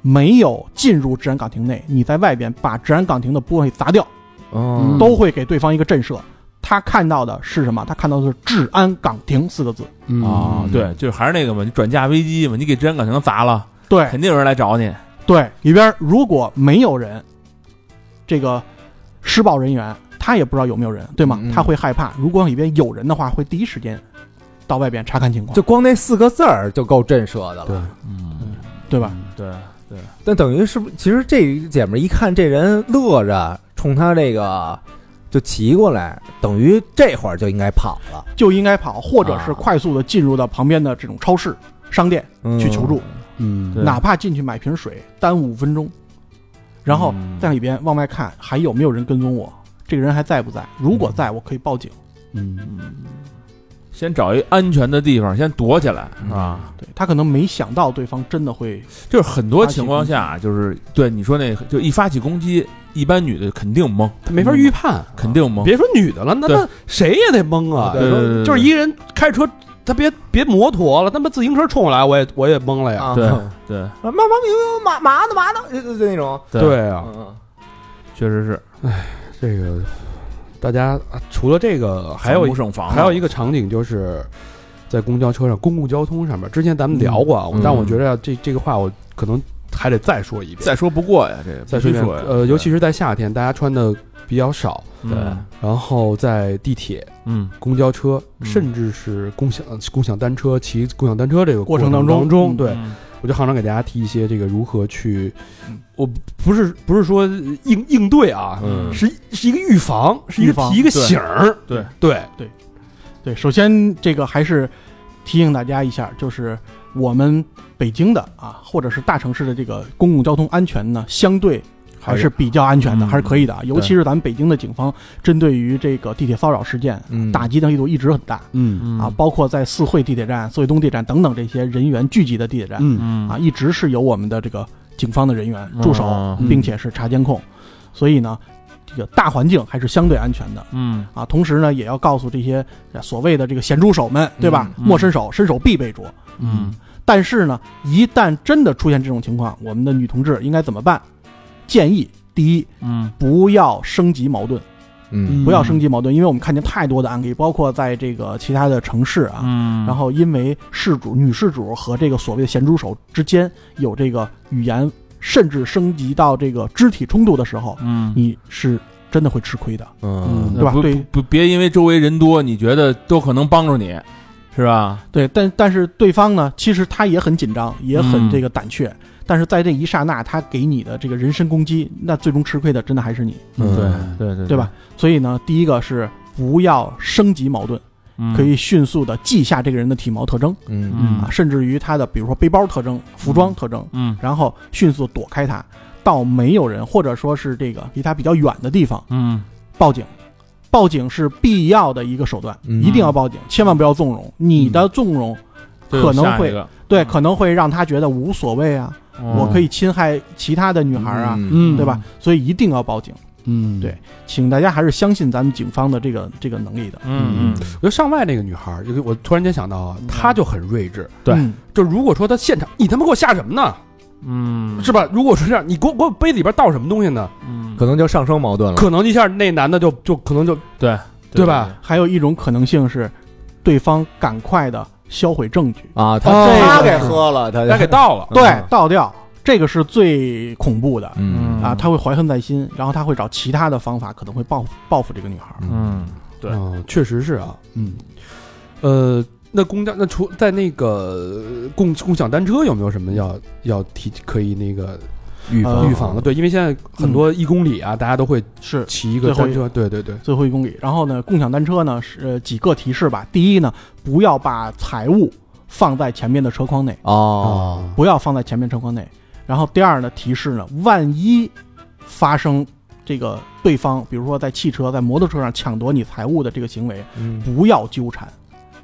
Speaker 4: 没有进入治安岗亭内，你在外边把治安岗亭的玻璃砸掉，
Speaker 3: 嗯
Speaker 4: 都会给对方一个震慑。他看到的是什么？他看到的是“治安岗亭”四个字。
Speaker 2: 嗯嗯
Speaker 5: 啊，对，就是还是那个嘛，你转嫁危机嘛，你给治安岗亭砸了，
Speaker 4: 对
Speaker 5: 肯定有人来找你，
Speaker 4: 对，里边如果没有人，这个施暴人员他也不知道有没有人，对吗
Speaker 3: 嗯嗯？
Speaker 4: 他会害怕。如果里边有人的话，会第一时间到外边查看情况，
Speaker 3: 就光那四个字儿就够震慑的了。
Speaker 2: 对，
Speaker 5: 嗯，
Speaker 4: 对吧？
Speaker 5: 对，
Speaker 3: 但等于是不？其实这姐们儿一看这人乐着，冲他这个就骑过来，等于这会儿就应该跑了，
Speaker 4: 就应该跑，或者是
Speaker 3: 啊
Speaker 4: 快速的进入到旁边的这种超市、商店
Speaker 3: 嗯
Speaker 4: 去求助。
Speaker 2: 嗯
Speaker 5: 对
Speaker 4: 哪怕进去买瓶水，耽误五分钟，然后
Speaker 5: 嗯
Speaker 4: 在里边往外看还有没有人跟踪我，这个人还在不在？如果在，我可以报警。
Speaker 2: 嗯
Speaker 5: 先找一安全的地方先躲起来
Speaker 2: 嗯
Speaker 5: 啊。
Speaker 4: 对他可能没想到对方真的会，
Speaker 5: 就是很多情况下，就是对你说那，就一发起攻击，一般女的肯定懵，
Speaker 2: 他没法预判，
Speaker 5: 肯定懵。
Speaker 2: 啊别说女的了，那
Speaker 5: 对
Speaker 2: 那谁也得懵啊！
Speaker 5: 对对对对
Speaker 2: 就是一人开车，他别别摩托了，他妈自行车冲我来，我也我也懵了呀。
Speaker 3: 啊，
Speaker 5: 对
Speaker 3: 啊
Speaker 5: 对
Speaker 3: 妈妈悠悠麻麻的麻的，就就就那种，
Speaker 2: 对啊，
Speaker 3: 嗯
Speaker 5: 确实是，
Speaker 2: 这个大家啊除了这个，还有
Speaker 5: 防
Speaker 2: 一
Speaker 5: 不胜防，啊
Speaker 2: 还有一个场景就是在公交车上、公共交通上面。之前咱们聊过啊，
Speaker 3: 嗯
Speaker 2: 但我觉得这这个话我可能还得再说一遍。
Speaker 5: 再说不过呀，这个
Speaker 2: 再
Speaker 5: 必须
Speaker 2: 说一遍，
Speaker 5: 说呀，
Speaker 2: 呃，尤其嗯是在夏天，大家穿的比较少，
Speaker 5: 对，
Speaker 2: 然后在地铁、
Speaker 5: 嗯
Speaker 2: 公交车，
Speaker 5: 嗯
Speaker 2: 甚至是共享共享单车、骑共享单车这个
Speaker 4: 过
Speaker 2: 过
Speaker 4: 程当
Speaker 2: 当
Speaker 4: 中嗯嗯
Speaker 2: 对
Speaker 5: 嗯
Speaker 2: 我就行长给大家提一些这个如何去，我不是不是说应应对啊，
Speaker 3: 嗯
Speaker 2: 是是一个预防，是一
Speaker 4: 预
Speaker 2: 个
Speaker 4: 防
Speaker 2: 提一个醒儿，
Speaker 5: 对
Speaker 4: 啊
Speaker 2: 对，
Speaker 4: 对，首先这个还是提醒大家一下，就是我们北京的啊，或者是大城市的这个公共交通安全呢，相对。还是比较安全的，
Speaker 5: 嗯
Speaker 4: 还是可以的啊。尤其是咱们北京的警方针对于这个地铁骚扰事件，
Speaker 3: 嗯
Speaker 4: 打击的力度一直很大。
Speaker 2: 嗯
Speaker 4: 啊，包括在四惠地铁站、四惠东地铁站等等这些人员聚集的地铁站、
Speaker 2: 嗯
Speaker 5: 嗯
Speaker 4: 啊，一直是有我们的这个警方的人员驻守，
Speaker 5: 嗯
Speaker 4: 并且是查监控，所以呢，这个大环境还是相对安全的
Speaker 5: 嗯
Speaker 4: 啊。同时呢，也要告诉这些呃所谓的这个咸猪手们，对吧？
Speaker 5: 嗯
Speaker 4: 莫伸手，伸手必被捉。
Speaker 5: 嗯
Speaker 4: 但是呢，一旦真的出现这种情况，我们的女同志应该怎么办？建议第一，
Speaker 5: 嗯
Speaker 4: 不要升级矛盾，
Speaker 3: 嗯
Speaker 4: 不要升级矛盾，因为我们看见太多的案例，包括在这个其他的城市啊，
Speaker 5: 嗯，
Speaker 4: 然后因为事主、女事主和这个所谓的咸猪手之间有这个语言，甚至升级到这个肢体冲突的时候，
Speaker 5: 嗯
Speaker 4: 你是真的会吃亏的。
Speaker 2: 嗯
Speaker 4: 对吧
Speaker 5: 不
Speaker 4: 对
Speaker 5: 不别因为周围人多，你觉得都可能帮助你，是吧？
Speaker 4: 对，但但是对方呢，其实他也很紧张，也很
Speaker 5: 嗯
Speaker 4: 这个胆怯，但是在这一刹那，他给你的这个人身攻击，那最终吃亏的真的还是你，
Speaker 3: 嗯
Speaker 5: 对对对
Speaker 4: 对吧？？所以呢，第一个是不要升级矛盾，
Speaker 5: 嗯
Speaker 4: 可以迅速的记下这个人的体貌特征
Speaker 3: 嗯
Speaker 5: 嗯
Speaker 4: 啊，甚至于他的比如说背包特征、服装特征，
Speaker 5: 嗯
Speaker 4: 然后迅速躲开他。到没有人，或者说是这个离他比较远的地方
Speaker 5: 嗯
Speaker 4: 报警。报警是必要的一个手段，
Speaker 3: 嗯
Speaker 4: 一定要报警，千万不要纵容。你的纵容，
Speaker 5: 嗯这
Speaker 4: 可能
Speaker 5: 下一
Speaker 4: 会
Speaker 5: 个
Speaker 4: 对，
Speaker 5: 嗯
Speaker 4: 可能会让他觉得无所谓啊，
Speaker 5: 哦
Speaker 4: 我可以侵害其他的女孩啊，
Speaker 3: 嗯
Speaker 4: 对吧？所以一定要报警，
Speaker 2: 嗯
Speaker 4: 对请大家还是相信咱们警方的这个这个能力的。
Speaker 5: 嗯嗯
Speaker 2: 我觉得上外那个女孩儿，就我突然间想到啊，她就很睿智。
Speaker 5: 对
Speaker 4: 嗯
Speaker 2: 就如果说她现场，你他妈给我吓什么呢？
Speaker 5: 嗯
Speaker 2: 是吧？如果说这样，你给我给我杯子里边倒什么东西呢？
Speaker 5: 嗯
Speaker 3: 可能就上升矛盾了。
Speaker 2: 可能一下那男的就就可能就对吧？
Speaker 4: 还有一种可能性是，对方赶快的销毁证据，
Speaker 3: 啊，他
Speaker 2: 哦
Speaker 3: 他给喝了，
Speaker 4: 哎
Speaker 3: 他
Speaker 2: 他给倒了。
Speaker 4: 对，倒掉，这个是最恐怖的
Speaker 3: 嗯，
Speaker 4: 啊！他会怀恨在心，然后他会找其他的方法，可能会报复报复这个女孩。
Speaker 5: 嗯对
Speaker 2: 嗯，确实是啊，嗯，呃，那公交那除在那个呃共共享单车有没有什么要要提可以那个
Speaker 3: 预防
Speaker 4: 呃
Speaker 2: 预防的？对，因为现在很多一公里啊，大家都会
Speaker 4: 是
Speaker 2: 骑一个
Speaker 4: 最后
Speaker 2: 单
Speaker 4: 一
Speaker 2: 车，对对对，
Speaker 4: 最后一公里。然后呢，共享单车呢是呃几个提示吧。第一呢，不要把财物放在前面的车筐内，
Speaker 3: 哦，
Speaker 4: 不要放在前面车筐内。然后第二呢，提示呢，万一发生这个对方，比如说在汽车、在摩托车上抢夺你财物的这个行
Speaker 2: 啊
Speaker 4: 为，
Speaker 3: 嗯
Speaker 4: 不要纠缠，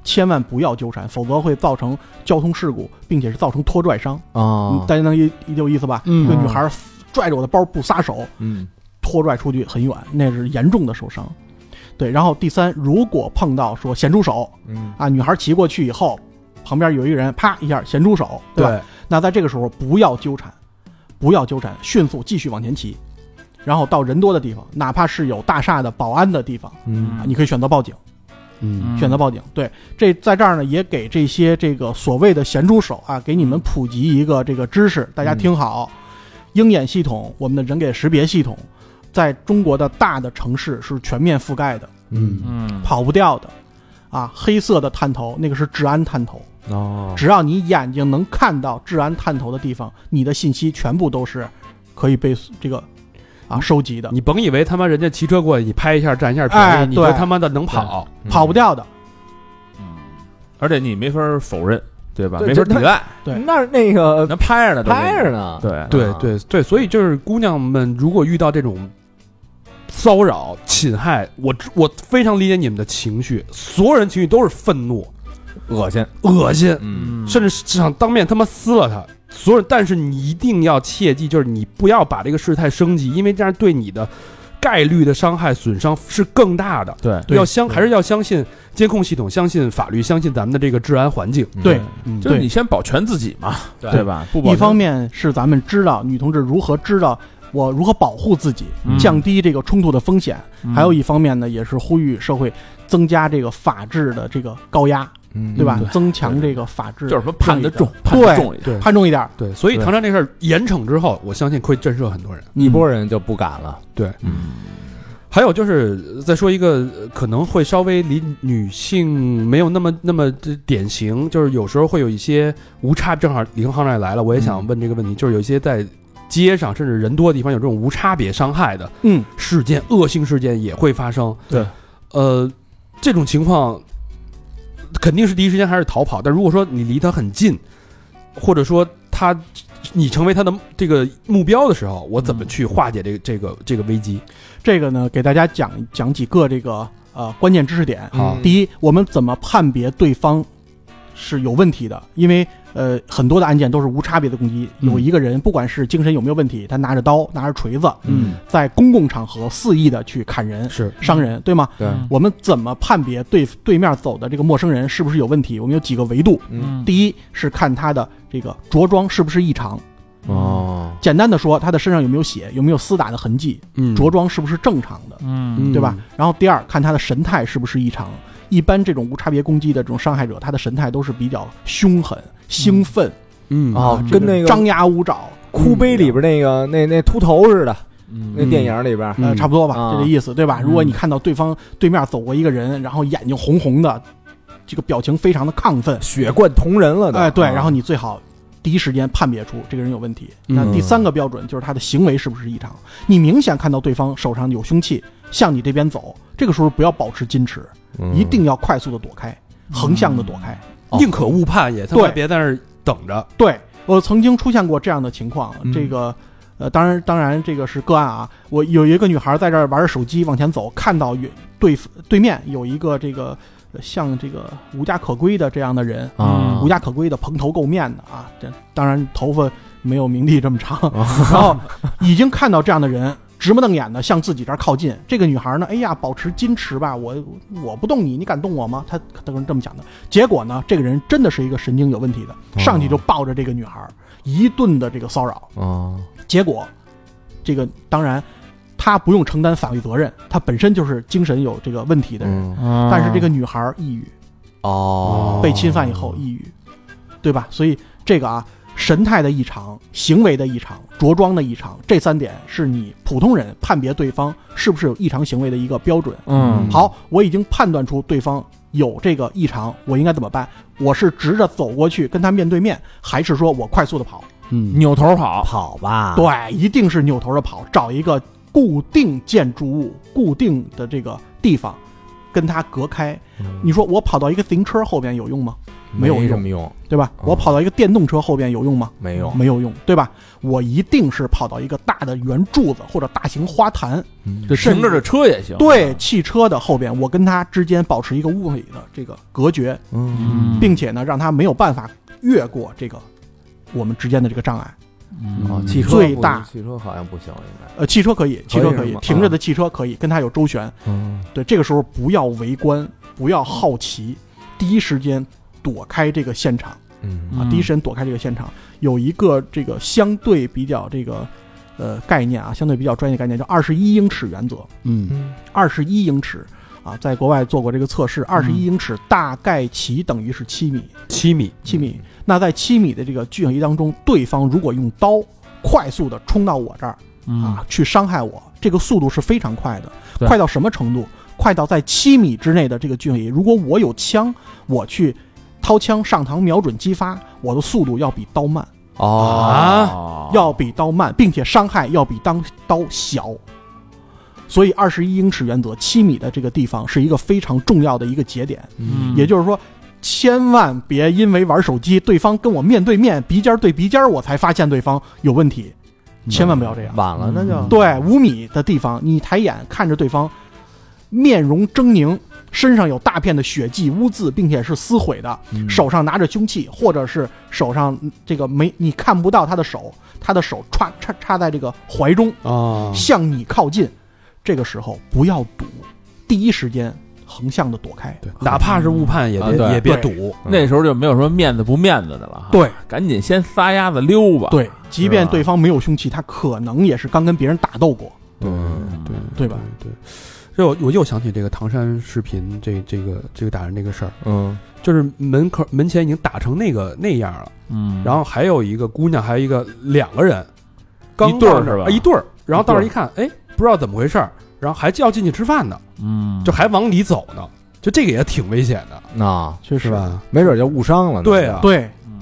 Speaker 4: 千万不要纠缠，否则会造成交通事故，并且是造成拖拽伤。
Speaker 3: 哦，
Speaker 4: 大家能一一有意思吧？
Speaker 2: 嗯
Speaker 4: 一个女孩拽着我的包不撒手，
Speaker 3: 嗯
Speaker 4: 拖拽出去很远，那是严重的受伤。对，然后第三，如果碰到说咸猪手
Speaker 3: 嗯
Speaker 4: 啊，女孩骑过去以后，旁边有一个人啪一下咸猪手，对吧？
Speaker 2: 对，
Speaker 4: 那在这个时候不要纠缠，不要纠缠，迅速继续往前骑，然后到人多的地方，哪怕是有大厦的保安的地方，
Speaker 3: 嗯
Speaker 4: 啊你可以选择报警。
Speaker 2: 嗯
Speaker 4: 选择报警。对，这在这儿呢，也给这些这个所谓的咸猪手啊，给你们普及一个这个知识，大家听好。鹰眼系统，我们的人脸识别系统，在中国的大的城市是全面覆盖的，
Speaker 3: 嗯
Speaker 5: 嗯
Speaker 4: 跑不掉的。啊，黑色的探头，那个是治安探头，
Speaker 3: 哦，
Speaker 4: 只要你眼睛能看到治安探头的地方，你的信息全部都是可以被这个啊收集的，
Speaker 5: 嗯
Speaker 2: 你甭以为他妈人家骑车过去，你拍一下占一下便
Speaker 4: 哎
Speaker 2: 宜，你就
Speaker 4: 对
Speaker 2: 他妈的能跑。
Speaker 4: 跑不掉的。
Speaker 5: 嗯而且你没法否认，对吧？
Speaker 3: 对
Speaker 5: 没法
Speaker 3: 这
Speaker 5: 抵赖，
Speaker 4: 对
Speaker 3: 那那个
Speaker 5: 能拍着呢，都给你
Speaker 3: 拍着。呢，
Speaker 5: 对，
Speaker 2: 对
Speaker 3: 啊
Speaker 2: 对对，所以就是姑娘们如果遇到这种骚扰、侵害，我知我非常理解你们的情绪，所有人情绪都是愤怒、
Speaker 3: 恶心，
Speaker 2: 恶心，
Speaker 3: 嗯
Speaker 2: 甚至是想当面他妈撕了他。所有人，但是你一定要切记，就是你不要把这个事态升级，因为这样对你的概率的伤害、损伤是更大的。
Speaker 5: 对，
Speaker 4: 对
Speaker 2: 要相还是要相信监控系统，相信法律，相信咱们的这个治安环境。
Speaker 4: 对，
Speaker 2: 嗯，
Speaker 5: 就是
Speaker 4: 对
Speaker 5: 你先保全自己嘛，
Speaker 3: 对
Speaker 5: 对吧？不保全
Speaker 4: 一方面是咱们知道女同志如何知道我如何保护自己，
Speaker 5: 嗯
Speaker 4: 降低这个冲突的风险；
Speaker 5: 嗯
Speaker 4: 还有一方面呢，也是呼吁社会增加这个法治的这个高压，
Speaker 3: 嗯
Speaker 4: 对吧？
Speaker 5: 对
Speaker 4: 增强这个法治，
Speaker 5: 就是什么判得重，判
Speaker 4: 对
Speaker 5: 得重一点。
Speaker 4: 判重一点。
Speaker 2: 对，所以唐山这事儿严惩之后，我相信会震慑很多人。
Speaker 3: 一波人就不敢了，
Speaker 2: 还有就是呃再说一个呃可能会稍微离女性没有那么那么这典型，就是有时候会有一些无差，正好李恒行长也来了，我也想问这个问题，就是有一些在街上甚至人多的地方有这种无差别伤害的
Speaker 4: 嗯，
Speaker 2: 事件，恶性事件也会发生。
Speaker 5: 对，
Speaker 2: 呃，这种情况肯定是第一时间还是逃跑，但如果说你离他很近，或者说他你成为他的这个目标的时候，我怎么去化解这个这个这个危机？
Speaker 4: 这个呢，给大家讲讲几个这个呃关键知识
Speaker 5: 嗯
Speaker 4: 点。
Speaker 2: 好
Speaker 4: 第一，我们怎么判别对方是有问题的？因为呃，很多的案件都是无差别的攻击，有
Speaker 2: 嗯
Speaker 4: 一个人不管是精神有没有问题，他拿着刀、拿着锤子，
Speaker 3: 嗯，
Speaker 4: 在公共场合肆意的去砍人、
Speaker 2: 是
Speaker 4: 伤人，对吗？
Speaker 3: 对，
Speaker 4: 我们怎么判别对对面走的这个陌生人是不是有问题？我们有几个维度。
Speaker 5: 嗯
Speaker 4: 第一是看他的这个着装是不是异常，
Speaker 5: 嗯
Speaker 3: 哦，
Speaker 4: 简单的说，他的身上有没有血，有没有厮打的痕迹，
Speaker 2: 嗯
Speaker 4: 着装是不是正常的，
Speaker 5: 嗯
Speaker 4: 对吧？然后第二，看他的神态是不是异常。一般这种无差别攻击的这种伤害者，他的神态都是比较凶狠、兴奋、
Speaker 2: 嗯
Speaker 3: 哦
Speaker 4: 啊，
Speaker 3: 跟那个
Speaker 4: 张牙舞爪，
Speaker 3: 哭悲里边那个那那秃头似的，那
Speaker 5: 嗯
Speaker 3: 电影里边，
Speaker 4: 呃，差不多吧，
Speaker 3: 啊
Speaker 4: 就这意思，对吧？
Speaker 5: 嗯
Speaker 4: 如果你看到对方对面走过一个人，然后眼睛红红的，这个表情非常的亢奋，
Speaker 3: 血灌瞳仁了的，
Speaker 4: 哎，对，
Speaker 3: 啊
Speaker 4: 然后你最好第一时间判别出这个人有问题。
Speaker 2: 嗯
Speaker 4: 那第三个标准就是他的行为是不是异常，你明显看到对方手上有凶器向你这边走，这个时候不要保持矜持，嗯一定要快速的躲开，横向的躲开。
Speaker 3: 嗯哦
Speaker 2: 宁可误判也他妈
Speaker 4: 对
Speaker 2: 别在那儿等着。
Speaker 4: 对我曾经出现过这样的情况，
Speaker 3: 嗯
Speaker 4: 这个。呃，当然，当然，这个是个案啊。我有一个女孩在这儿玩着手机往前走，看到远对对面有一个这个呃像这个无家可归的这样的人，
Speaker 5: 啊
Speaker 4: 无家可归的蓬头垢面的啊，这当然头发没有明帝这么
Speaker 3: *laughs*
Speaker 4: 长，然后已经看到这样的人。直目瞪眼的向自己这儿靠近，这个女孩呢，哎呀，保持矜持吧，我我不动你，你敢动我吗？她她跟人这么讲的。结果呢，这个人真的是一个神经有问题的，上去就抱着这个女孩一顿的这个骚扰，
Speaker 3: 哦，
Speaker 5: 嗯
Speaker 4: 结果，这个当然他不用承担法律责任，他本身就是精神有这个问题的人。
Speaker 3: 嗯，
Speaker 4: 但是这个女孩儿抑郁，
Speaker 3: 哦，
Speaker 4: 被侵犯以后抑郁，对吧？所以这个啊，神态的异常、行为的异常、着装的异常，这三点是你普通人判别对方是不是有异常行为的一个标准。
Speaker 5: 嗯
Speaker 4: 好，我已经判断出对方有这个异常，我应该怎么办？我是直着走过去跟他面对面，还是说我快速的跑？
Speaker 2: 嗯，
Speaker 5: 扭头跑，
Speaker 3: 跑吧，
Speaker 4: 对，一定是扭头的跑，找一个固定建筑物、固定的这个地方，跟它隔开。
Speaker 3: 嗯，
Speaker 4: 你说我跑到一个自行车后边有用吗？没有用
Speaker 3: 什么用，
Speaker 4: 对吧？
Speaker 3: 哦
Speaker 4: 我跑到一个电动车后边有用吗？
Speaker 3: 没用，
Speaker 4: 没有用，对吧？我一定是跑到一个大的圆柱子或者大型花坛，
Speaker 3: 嗯
Speaker 5: 就停着这车也行。
Speaker 4: 对汽车的后边，我跟它之间保持一个物理的这个隔绝，
Speaker 3: 嗯，
Speaker 4: 并且呢，让它没有办法越过这个我们之间的这个障碍。
Speaker 2: 嗯
Speaker 3: 哦汽车
Speaker 4: 最
Speaker 3: 不
Speaker 4: 大
Speaker 3: 汽车好像不行，应
Speaker 4: 呃，汽车可以，汽车可
Speaker 3: 可以
Speaker 4: 以
Speaker 3: 是吗嗯
Speaker 4: 停着的汽车可以跟它有周旋，
Speaker 3: 该，嗯
Speaker 4: 对，这个时候不要围观，不要好奇，第一时间躲开这个现场
Speaker 3: 嗯
Speaker 4: 啊！第一时间躲开这个现场。有一个这个相对比较这个呃概念啊，相对比较专业概念叫二十一英尺原则。
Speaker 2: 嗯
Speaker 3: 嗯
Speaker 4: 二十一英尺啊，在国外做过这个测试，二十一英尺大概其等于是七米，
Speaker 2: 七米，
Speaker 4: 七米。那在七米的这个距离当中，对方如果用刀快速的冲到我这儿，
Speaker 5: 嗯
Speaker 4: 啊，去伤害我，这个速度是非常快的，
Speaker 5: 对
Speaker 4: 快到什么程度？快到在七米之内的这个距离，如果我有枪，我去掏枪上膛瞄准击发，我的速度要比刀慢，
Speaker 3: 哦，
Speaker 5: 啊
Speaker 4: 要比刀慢，并且伤害要比当刀小。所以，二十一英尺原则，七米的这个地方是一个非常重要的一个节点。
Speaker 3: 嗯
Speaker 4: 也就是说，千万别因为玩手机，对方跟我面对面，鼻尖对鼻尖，我才发现对方有问题，千万不要这样。
Speaker 3: 晚了那
Speaker 2: 嗯
Speaker 3: 就，
Speaker 4: 啊对，五米的地方，你抬眼看着对方，面容狰狞，身上有大片的血迹、污渍，并且是撕毁的，
Speaker 3: 嗯
Speaker 4: 手上拿着凶器，或者是手上嗯这个没你看不到他的手，他的手插插插在这个怀中，
Speaker 2: 啊，
Speaker 4: 向你靠近。这个时候不要堵，第一时间横向的躲开。
Speaker 2: 对，哪怕是误判也
Speaker 3: 啊对
Speaker 2: 别也别
Speaker 4: 对
Speaker 2: 赌，
Speaker 5: 那时候就没有什么面子不面子的了哈。
Speaker 4: 对
Speaker 5: 赶紧先撒丫子溜吧。
Speaker 4: 对，即便
Speaker 5: 是吧
Speaker 4: 对方没有凶器，他可能也是刚跟别人打斗过，
Speaker 2: 对
Speaker 5: 嗯
Speaker 2: 对
Speaker 4: 对吧？
Speaker 2: 对，这我我又想起这个唐山视频这这个这个打人这个事儿，
Speaker 3: 嗯
Speaker 2: 就是门口门前已经打成那个那样了，
Speaker 5: 嗯
Speaker 2: 然后还有一个姑娘，还有一个两个人，刚
Speaker 5: 一对儿
Speaker 2: 到那
Speaker 5: 是吧
Speaker 2: 啊一对儿，然后到那儿
Speaker 5: 一
Speaker 2: 一看，哎，不知道怎么回事儿，然后还要进去吃饭呢，
Speaker 5: 嗯，
Speaker 2: 就还往里走呢，就这个也挺危险的，
Speaker 3: 那
Speaker 4: 确
Speaker 2: 是？吧？
Speaker 3: 没准就误伤了呢，
Speaker 2: 对啊
Speaker 4: 对，
Speaker 5: 嗯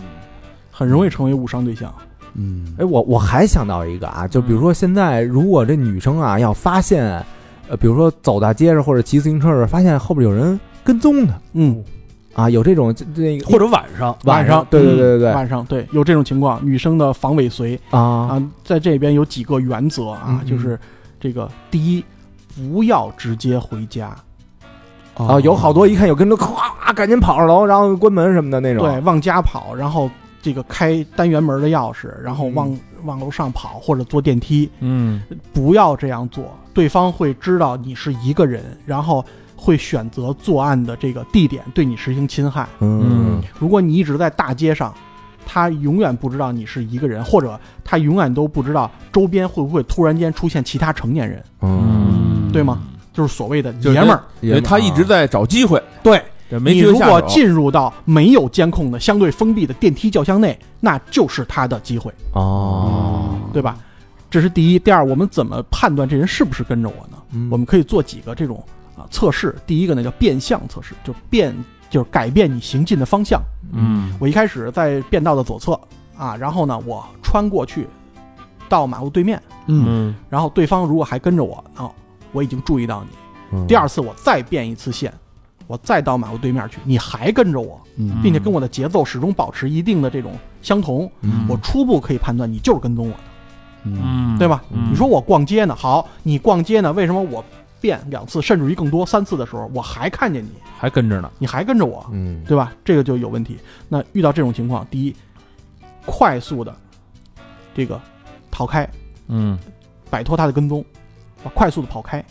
Speaker 4: 很容易成为误伤对象。
Speaker 2: 嗯
Speaker 3: 哎，我我还想到一个啊，就比如说现在如果这女生啊要发现，呃，比如说走大街上或者骑自行车的时候，发现后边有人跟踪她
Speaker 4: 嗯，
Speaker 3: 啊，有这种这这个
Speaker 2: 或者晚上，
Speaker 3: 晚上，啊嗯对对对对对
Speaker 4: 晚上对有这种情况，女生的防尾随
Speaker 3: 啊，
Speaker 4: 啊，在这边有几个原则啊
Speaker 3: 嗯，嗯
Speaker 4: 就是这个第一，不要直接回家，
Speaker 3: 啊，有好多一看有跟着，咵，赶紧跑上楼，然后关门什么的那种，
Speaker 4: 对，往家跑，然后这个开单元门的钥匙，然后往
Speaker 3: 嗯
Speaker 4: 往楼上跑或者坐电梯，
Speaker 5: 嗯
Speaker 4: 不要这样做，对方会知道你是一个人，然后会选择作案的这个地点对你实行侵害。
Speaker 3: 嗯，
Speaker 4: 如果你一直在大街上，他永远不知道你是一个人，或者他永远都不知道周边会不会突然间出现其他成年人，
Speaker 3: 嗯
Speaker 4: 对吗？就是所谓的
Speaker 5: 就是
Speaker 4: 爷们儿。
Speaker 5: 因为他一直在找机会，
Speaker 4: 对
Speaker 5: 这没
Speaker 4: 你
Speaker 5: 机会
Speaker 4: 如
Speaker 5: 下
Speaker 4: 果
Speaker 5: 手
Speaker 4: 进入到没有监控的、相对封闭的电梯轿厢内，那就是他的机会，
Speaker 3: 哦，
Speaker 5: 嗯
Speaker 4: 对吧？这是第一。第二，我们怎么判断这人是不是跟着我呢？
Speaker 5: 嗯
Speaker 4: 我们可以做几个这种啊测试。第一个呢叫变相测试，就变就是改变你行进的方向。
Speaker 5: 嗯
Speaker 4: 我一开始在变道的左侧啊，然后呢我穿过去到马路对面，
Speaker 2: 嗯，
Speaker 5: 嗯
Speaker 4: 然后对方如果还跟着我，哦，我已经注意到你。第二次我再变一次线，我再到马路对面去，你还跟着我，
Speaker 2: 嗯
Speaker 4: 并且跟我的节奏始终保持一定的这种相同，
Speaker 3: 嗯
Speaker 4: 我初步可以判断你就是跟踪我的。
Speaker 5: 嗯
Speaker 4: 对？吧？
Speaker 5: 嗯
Speaker 4: 你说我逛街呢，好，你逛街呢，为什么我变两次，甚至于更多三次的时候，我还看见你，
Speaker 5: 还跟着呢，
Speaker 4: 你还跟着我，
Speaker 3: 嗯
Speaker 4: 对吧？这个就有问题。那遇到这种情况，第一，快速的这个逃开，
Speaker 5: 嗯，
Speaker 4: 摆脱他的跟踪，啊快速的跑开。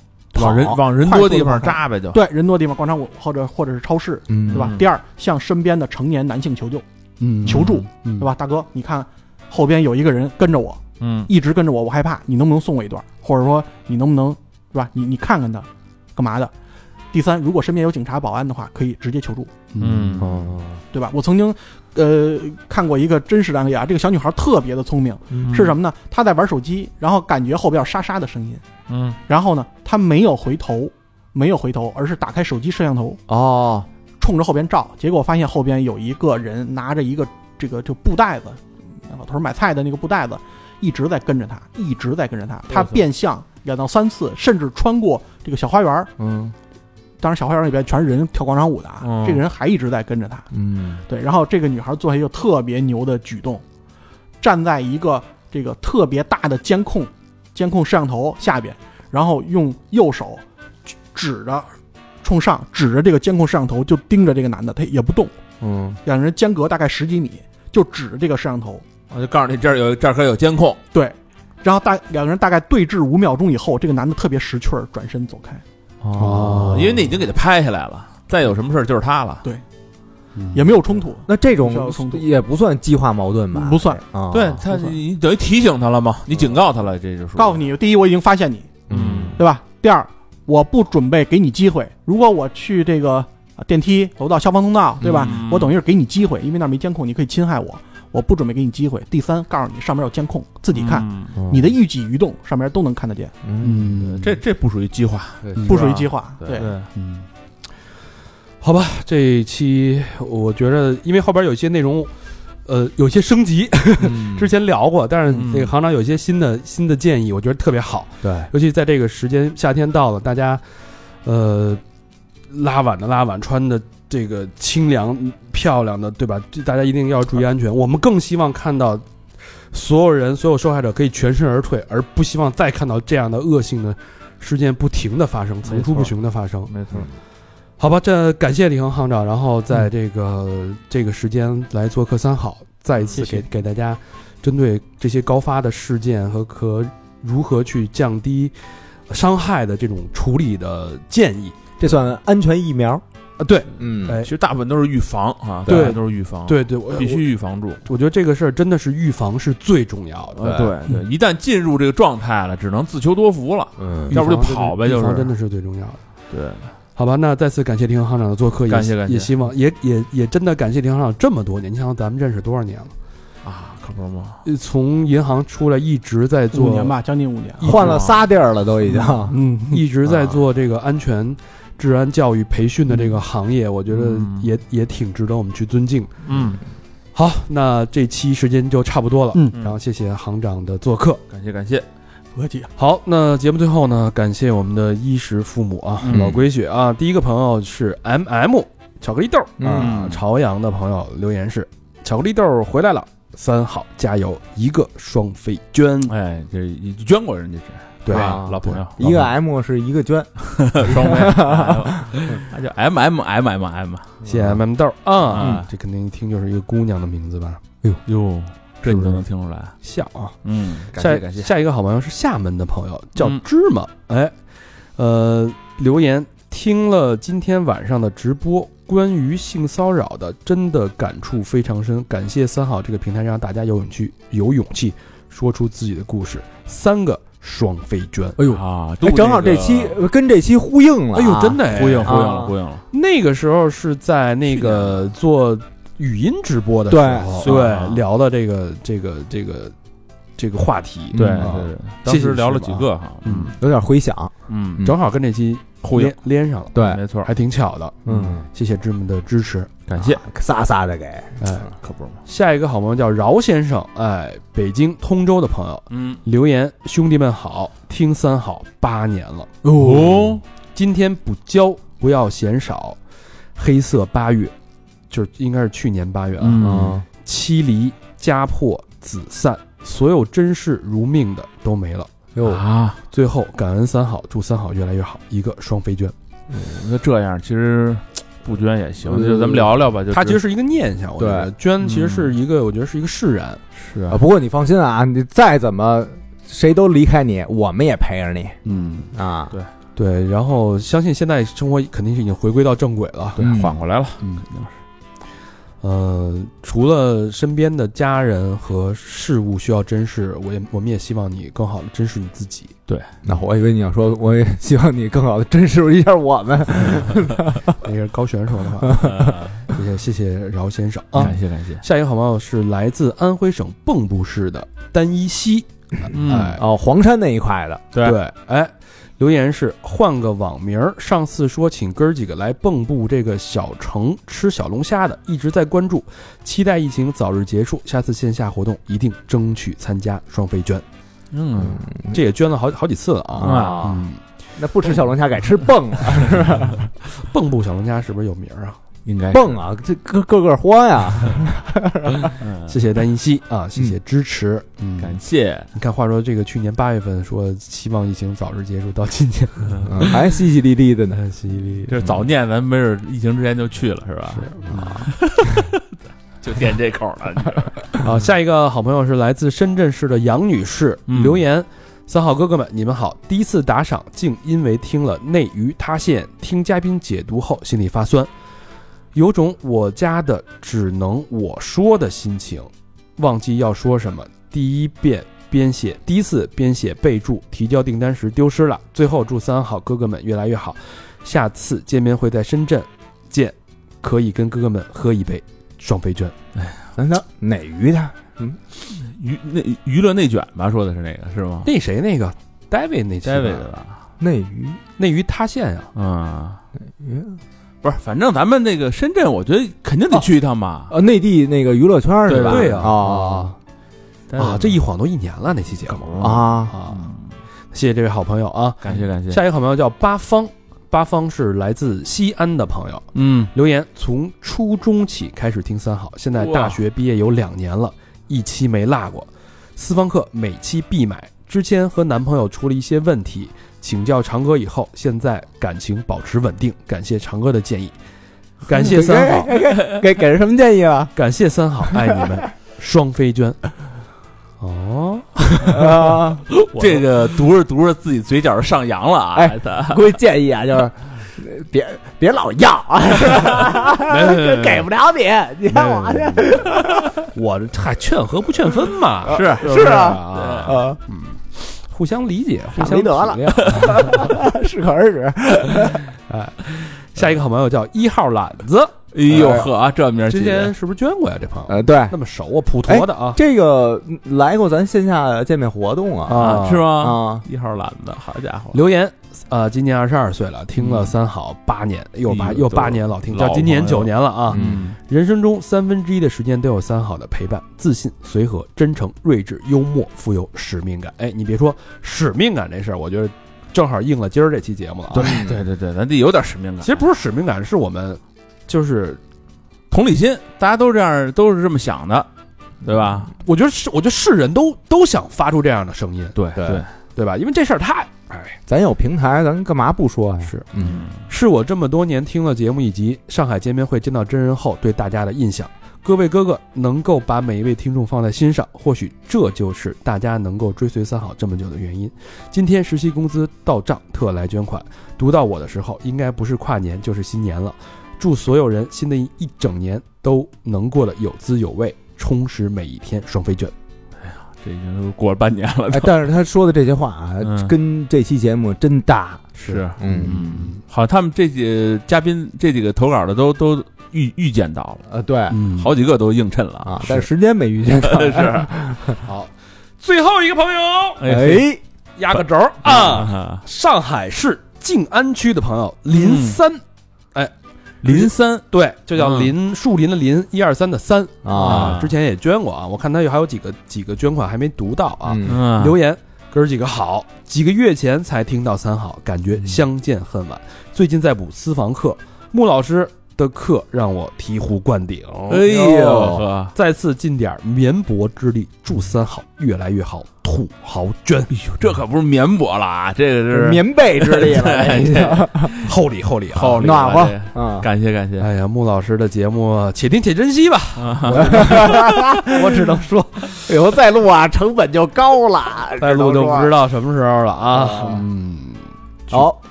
Speaker 5: 往人
Speaker 4: 跑
Speaker 5: 往人多地
Speaker 4: 快
Speaker 5: 方
Speaker 4: 速地跑
Speaker 5: 扎呗，就
Speaker 4: 对人多地方，广场舞或者或者是超市，
Speaker 3: 嗯
Speaker 4: 对吧？
Speaker 5: 嗯
Speaker 4: 第二，向身边的成年男性求救，
Speaker 2: 嗯
Speaker 4: 求助，
Speaker 2: 嗯
Speaker 4: 对吧？大哥，你看后边有一个人跟着我，
Speaker 5: 嗯
Speaker 4: 一直跟着我，我害怕，你能不能送我一段？或者说你能不能，对吧？你你看看他，干嘛的？第三，如果身边有警察、保安的话，可以直接求助，
Speaker 5: 嗯
Speaker 3: 哦，
Speaker 4: 对吧？我曾经，呃，看过一个真实的案例啊，这个小女孩特别的聪明，
Speaker 5: 嗯
Speaker 4: 是什么呢？她在玩手机，然后感觉后边有沙沙的声音，
Speaker 5: 嗯
Speaker 4: 然后呢，她没有回头，没有回头，而是打开手机摄像头，
Speaker 3: 哦，
Speaker 4: 冲着后边照，结果发现后边有一个人拿着一个这个就布袋子，老头儿买菜的那个布袋子，一直在跟着他，一直在跟着他，他
Speaker 5: 我操
Speaker 4: 变相两到三次，甚至穿过这个小花园儿，
Speaker 3: 嗯
Speaker 4: 当然小花园儿里边全是人跳广场舞的啊，
Speaker 5: 嗯
Speaker 4: 这个人还一直在跟着他，
Speaker 3: 哦嗯
Speaker 4: 对，然后这个女孩做一个特别牛的举动，站在一个这个特别大的监控监控摄像头下边，然后用右手指着冲上，指着这个监控摄像头就盯着这个男的，他也不动，
Speaker 3: 嗯
Speaker 4: 两人间隔大概十几米，就指着这个摄像头。
Speaker 5: 我就告诉你，这儿有这儿可有监控，
Speaker 4: 对，然后大两个人大概对峙五秒钟以后，这个男的特别识趣儿，转身走开，
Speaker 3: 嗯
Speaker 2: 哦
Speaker 5: 因为那已经给他拍下来了，再有什么事儿就是他了。
Speaker 4: 也没有冲突，
Speaker 3: 那这
Speaker 4: 不需要冲
Speaker 3: 种
Speaker 4: 突
Speaker 3: 也不算激化矛盾吧？
Speaker 4: 不算
Speaker 3: 啊，
Speaker 5: 对他，
Speaker 4: 不错
Speaker 5: 你等于提醒他了吗？你警告他了，这就是
Speaker 4: 告诉，你，第一我已经发现你，
Speaker 5: 嗯
Speaker 4: 对吧？第二，我不准备给你机会。如果我去这个啊电梯、楼道、消防通道，对吧？
Speaker 5: 嗯
Speaker 4: 我等于是给你机会，因为那儿没监控，你可以侵害我。我不准备给你机会。第三，告诉你上面有监控，自己看，
Speaker 5: 嗯
Speaker 3: 嗯
Speaker 4: 你的一举一动上面都能看得见，
Speaker 3: 嗯，
Speaker 2: 嗯，
Speaker 5: 这这不属于激化，
Speaker 2: 嗯
Speaker 4: 不属于计划。
Speaker 3: 对
Speaker 4: 对， *laughs*
Speaker 2: 嗯，好吧，这一期我觉得，因为后边有一些内容，呃，有一些升级，之前聊过，但是
Speaker 5: 嗯
Speaker 2: 这个行长有一些新的新的建议，我觉得特别好，
Speaker 3: 对，
Speaker 2: 尤其在这个时间，夏天到了，大家，呃，拉晚的拉晚，穿的这个清凉漂亮的，对吧？这大家一定要注意安全。我们更希望看到所有人、所有受害者可以全身而退，而不希望再看到这样的恶性的事件不停的发生，层出不穷的发生。
Speaker 5: 没错，
Speaker 2: 好吧，这感谢李恒行长，然后
Speaker 5: 嗯
Speaker 2: 在这个、这个时间来做客三好，再一次
Speaker 4: 谢
Speaker 2: 给
Speaker 4: 谢
Speaker 2: 给大家针对这些高发的事件和和如何去降低伤害的这种处理的建议
Speaker 3: 这算安全疫苗，
Speaker 2: 啊。对
Speaker 3: 嗯
Speaker 2: 哎
Speaker 5: 其实大部分都是预防啊，
Speaker 2: 对
Speaker 5: 大部分都是预防，，
Speaker 2: 对对，我
Speaker 5: 必须预防住。
Speaker 2: 我，我觉得这个事儿真的是预防是最重要的，
Speaker 5: 呃，对对，一旦进入这个状态了，只能自求多福了。
Speaker 3: 嗯
Speaker 2: 预
Speaker 5: 呃要不就
Speaker 2: 防真的
Speaker 5: 跑呗
Speaker 2: 预
Speaker 5: 就是
Speaker 2: 防真的是最重要的。
Speaker 5: 对，
Speaker 2: 好吧，那再次感谢林行长的做客，也
Speaker 5: 感谢感谢
Speaker 2: 也希望也也也真的感谢林行长这么多年，你想咱们认识多少年了？
Speaker 5: 啊，可不是吗？
Speaker 2: 呃从银行出来一直在做
Speaker 4: 五年吧，将近五年。
Speaker 3: 换了仨地儿了，都已经，
Speaker 4: 嗯，
Speaker 1: *laughs*
Speaker 2: 一直在做这个安全、治安教育培训的这个行业，我觉得
Speaker 5: 嗯
Speaker 2: 也也挺值得我们去尊敬。
Speaker 5: 嗯，
Speaker 2: 好，那这期时间就差不多了，
Speaker 4: 嗯
Speaker 2: 然后谢谢行长的做客。
Speaker 5: 感谢感谢，
Speaker 4: 不客气。
Speaker 1: 嗯好，那节目最后呢，感谢我们的衣食父母啊，
Speaker 5: 嗯
Speaker 1: 老规矩啊。第一个朋友是 M M 巧克力豆儿啊，
Speaker 5: 嗯
Speaker 1: 朝阳的朋友留言是：巧克力豆儿回来了，三好加油，一个双飞娟。
Speaker 5: 哎，这已经捐过人家是
Speaker 1: 对
Speaker 5: 啊
Speaker 3: 啊
Speaker 5: 老朋友，
Speaker 3: *laughs* 一个 M 是一个捐，
Speaker 5: 嗯双倍，那叫 M M M M M，
Speaker 1: 谢谢
Speaker 3: 哎
Speaker 1: M M 豆儿啊
Speaker 5: 嗯，
Speaker 1: 这肯定一听就是一个姑娘的名字吧？
Speaker 5: 哟，这你都能听出来，
Speaker 1: 笑啊！
Speaker 5: 嗯，感
Speaker 1: 下
Speaker 5: 谢感谢，
Speaker 1: 下一个好朋友是厦门的朋友，叫
Speaker 5: 嗯
Speaker 1: 芝麻。哎，呃，留言听了今天晚上的直播，关于性骚扰的，真的感触非常深。感谢三好这个平台，让大家有勇气，有勇气说出自己的故事。三个双飞娟，
Speaker 3: 哎呦，
Speaker 5: 啊，
Speaker 3: 哎
Speaker 5: 都
Speaker 3: 正好这期
Speaker 5: 个
Speaker 3: 呃跟这期呼应了啊，
Speaker 1: 哎呦，真的哎
Speaker 5: 呼应呼应
Speaker 3: 啊
Speaker 5: 了呼应了，
Speaker 1: 那个时候是在那个做语音直播的时
Speaker 3: 对
Speaker 1: 候，
Speaker 5: 是
Speaker 1: 对
Speaker 5: 吧
Speaker 1: 聊的这个这个这个这个话题，
Speaker 5: 对
Speaker 1: 啊
Speaker 5: 对，对当时聊了几个哈，
Speaker 1: 嗯，
Speaker 3: 有点回响，
Speaker 5: 嗯，
Speaker 1: 正好跟这期
Speaker 5: 呼应
Speaker 1: 连连上了，
Speaker 3: 对，
Speaker 5: 没错，
Speaker 1: 还挺巧的。
Speaker 3: 嗯，
Speaker 1: 谢谢芝麻的支持。
Speaker 5: 感谢，
Speaker 3: 飒飒的给，
Speaker 1: 哎，
Speaker 5: 可不是嘛，
Speaker 1: 下一个好朋友叫饶先生，哎，北京通州的朋友
Speaker 5: 嗯，
Speaker 1: 留言：兄弟们好，听三好八年了，
Speaker 5: 哦，
Speaker 1: 今天补交不要嫌少。黑色八月，就是应该是去年八月啊。
Speaker 5: 嗯
Speaker 3: 嗯
Speaker 1: 妻离家破子散，
Speaker 2: 所有真是如命的都没了。
Speaker 3: 哟，
Speaker 5: 啊，
Speaker 2: 最后感恩三好，祝三好越来越好。一个双飞娟，
Speaker 5: 那这样其实不捐也行，
Speaker 2: 呃
Speaker 5: 就咱们聊聊吧。就嗯
Speaker 2: 它其实是一个念想，我觉得娟其实是一个，我觉得是一个释然。
Speaker 5: 是
Speaker 3: 啊，
Speaker 5: 啊，
Speaker 3: 不过你放心啊，你再怎么谁都离开你，我们也陪着你
Speaker 5: 嗯，
Speaker 3: 啊。
Speaker 2: 对，然后相信现在生活肯定是已经回归到正轨了。
Speaker 5: 对，啊
Speaker 3: 嗯
Speaker 5: 缓过来了，
Speaker 2: 嗯
Speaker 5: 定是，
Speaker 2: 呃，除了身边的家人和事物需要珍视，我也我们也希望你更好的珍视你
Speaker 5: *laughs*
Speaker 2: 自己。
Speaker 3: 那我以为你要说，我也 *laughs* 希望你更好的珍视一下我们。
Speaker 2: 那是高璇说的话，
Speaker 5: *laughs*
Speaker 2: 谢谢谢谢饶先生啊
Speaker 5: 感。谢感谢。
Speaker 2: 下一个好朋友是来自安徽省蚌埠市的单依溪，
Speaker 5: 嗯
Speaker 2: 哎，
Speaker 3: 哦，黄山那一块的，
Speaker 5: 对
Speaker 2: 对，哎，留言是换个网名儿。上次说请哥儿几个来蚌埠这个小城吃小龙虾的，一直在关注，期待疫情早日结束，下次线下活动一定争取参加。双飞捐，
Speaker 5: 嗯，
Speaker 2: 这也捐了好好几次了啊。
Speaker 5: 啊
Speaker 2: 嗯，
Speaker 3: 那不吃小龙虾，改吃蹦啊 *laughs* 了，
Speaker 2: 蚌埠小龙虾是不是有名儿啊？
Speaker 5: 应该
Speaker 3: 蹦啊，这个个个欢啊呀。
Speaker 5: 嗯
Speaker 2: 谢谢单依溪啊，谢谢支持。嗯，
Speaker 5: 感谢，
Speaker 2: 你看，话说这个去年八月份说希望疫情早日结束，到今年
Speaker 3: 嗯还淅淅沥沥的呢。
Speaker 2: *laughs* 很犀利。
Speaker 5: 这早念咱没准疫情之前就去了是吧？
Speaker 2: 嗯
Speaker 5: 就垫这口了， *laughs* 你知道吗
Speaker 2: *laughs* 啊，下一个好朋友是来自深圳市的杨女士，
Speaker 5: 嗯
Speaker 2: 留言：三好哥哥们，你们好，第一次打赏，竟因为听了内娱塌陷，听嘉宾解读后心里发酸，有种我家的只能我说的心情，忘记要说什么，第一遍。编写第一次编写备注提交订单时丢失了，最后祝三好哥哥们越来越好，下次见面会在深圳见，可以跟哥哥们喝一杯双飞券。
Speaker 3: 那那哪鱼的？
Speaker 5: 娱那娱乐内卷吧，说的是那个是吗
Speaker 2: 那谁那个 David 那期吧
Speaker 5: d 伟的吧？
Speaker 3: 内鱼，
Speaker 2: 那鱼塌陷啊，
Speaker 5: 嗯，
Speaker 3: 鱼
Speaker 5: 不是，反正咱们那个深圳，我觉得肯定得去一趟吧。
Speaker 3: 呃，内地那个娱乐圈是吧？
Speaker 2: 对啊
Speaker 3: 啊
Speaker 2: 啊！这一晃都一年了，那期节目
Speaker 5: 梗
Speaker 3: 啊，
Speaker 2: 啊，谢谢这位好朋友啊。
Speaker 5: 感谢感谢，
Speaker 2: 下一个好朋友叫八方，八方是来自西安的朋友，
Speaker 5: 嗯，
Speaker 2: 留言从初中起开始听三好，现在大学毕业有两年了，一期没落过，私房课每期必买。之前和男朋友出了一些问题，请教长哥以后，现在感情保持稳定，感谢长哥的建议，感谢三好，
Speaker 3: 给给人什么建议啊了？
Speaker 2: *laughs* 感谢三好，爱你
Speaker 3: *laughs*
Speaker 2: 们，双飞娟。哦，
Speaker 3: 啊，
Speaker 5: 这个读着读着自己嘴角上扬了啊！
Speaker 3: 哎
Speaker 5: 咱
Speaker 3: 估计建议啊，就是别别老要
Speaker 2: *laughs*
Speaker 3: 啊，
Speaker 5: 没没没
Speaker 3: 哎给不了你，你看我这
Speaker 2: 我这还劝和不劝分嘛，
Speaker 5: 是
Speaker 2: 是
Speaker 3: 是啊
Speaker 2: 啊，
Speaker 3: 啊，
Speaker 2: 互相理解，互
Speaker 3: 差啊
Speaker 2: 相
Speaker 3: 没得了
Speaker 2: 体谅。
Speaker 3: 适可而止。
Speaker 2: 下一个好朋友叫一号懒子，
Speaker 5: 哎呦呵啊，这
Speaker 3: 哎
Speaker 5: 名儿
Speaker 2: 之
Speaker 5: 起的
Speaker 2: 前是不是捐过呀？这朋友
Speaker 3: 呃，对，
Speaker 2: 那么熟啊，普陀的啊
Speaker 3: 这个来过咱线下见面活动啊
Speaker 5: 啊，是吗？
Speaker 3: 啊，
Speaker 5: 一号懒子，好家伙，
Speaker 2: 留言。呃，今年二十二岁了，
Speaker 3: 嗯
Speaker 2: 听了三好八年，又八
Speaker 5: 哎呦
Speaker 2: 又八年老听，
Speaker 5: 老
Speaker 2: 到今年
Speaker 5: 朋友
Speaker 2: 九年了啊！
Speaker 5: 嗯，
Speaker 2: 人生中三分之一的时间都有三好的陪伴，自信、随和、真诚、睿智、幽默，富有使命感。哎，你别说使命感这事儿，我觉得正好应了今儿这期节目了、啊。
Speaker 5: 对，
Speaker 3: 嗯
Speaker 5: 对对对，咱得有点使命感，
Speaker 2: 其实不是使命感，是我们就是
Speaker 5: 同理心，大家都这样，都是这么想的，对
Speaker 3: 嗯
Speaker 5: 吧？
Speaker 2: 我觉得是，我觉得是人都都想发出这样的声音，
Speaker 5: 对嗯
Speaker 3: 对
Speaker 5: 对，
Speaker 2: 对吧？因为这事儿太，哎，
Speaker 3: 咱有平台，咱干嘛不说呀？
Speaker 2: 是
Speaker 3: 嗯，
Speaker 2: 是我这么多年听了节目以及上海见面会见到真人后对大家的印象。各位哥哥能够把每一位听众放在心上，或许这就是大家能够追随三好这么久的原因。今天实习工资到账，特来捐款。读到我的时候，应该不是跨年就是新年了。祝所有人新的一一整年都能过得有滋有味，充实每一天。双飞卷，
Speaker 5: 这已经都过了半年了，
Speaker 3: 哎，但是他说的这些话啊
Speaker 5: 嗯，
Speaker 3: 跟这期节目真搭。
Speaker 5: 是，
Speaker 3: 嗯，
Speaker 5: 嗯，好，他们这几嘉宾这几个投稿的都都预预见到了，
Speaker 3: 呃，对
Speaker 2: 嗯
Speaker 5: 好几个都应衬了
Speaker 3: 啊，
Speaker 5: 是
Speaker 3: 但时间没遇见到。
Speaker 5: 是，
Speaker 2: 好，最后一个朋友
Speaker 5: 哎
Speaker 3: 哎，
Speaker 2: 压个轴儿
Speaker 5: *laughs*
Speaker 2: 啊，
Speaker 5: 啊，
Speaker 2: 上海市静安区的朋友林三，
Speaker 5: 嗯哎林三，
Speaker 2: 对，就叫
Speaker 5: 嗯
Speaker 2: 林、树林的林，一二三的三
Speaker 3: 啊
Speaker 2: 之前也捐过啊，我看他有还有几个几个捐款还没读到啊。
Speaker 3: 嗯
Speaker 5: 嗯
Speaker 2: 留言，哥儿几个好，几个月前才听到三好，感觉相见恨晚。最近在补私房课，穆老师的课让我醍醐灌顶。
Speaker 5: 哎呦
Speaker 3: 哦
Speaker 5: 呵，
Speaker 2: 再次尽点绵薄之力，祝三好越来越好，土豪
Speaker 5: 哎
Speaker 2: 捐，
Speaker 5: 这可不是绵薄了啊，这个是
Speaker 3: 棉被之力
Speaker 5: 对对
Speaker 3: 了，
Speaker 2: 厚礼厚礼啊
Speaker 5: 厚礼了
Speaker 3: 暖和
Speaker 5: 这
Speaker 3: 啊，
Speaker 5: 感谢感谢，
Speaker 2: 哎呀，穆老师的节目且听且珍惜吧，我只能说
Speaker 3: 啊 *laughs* 以后再录啊，成本就高了，
Speaker 2: 再录就不知
Speaker 3: 道。
Speaker 2: 道什么时候了啊。
Speaker 3: 啊
Speaker 2: 嗯，
Speaker 3: 好，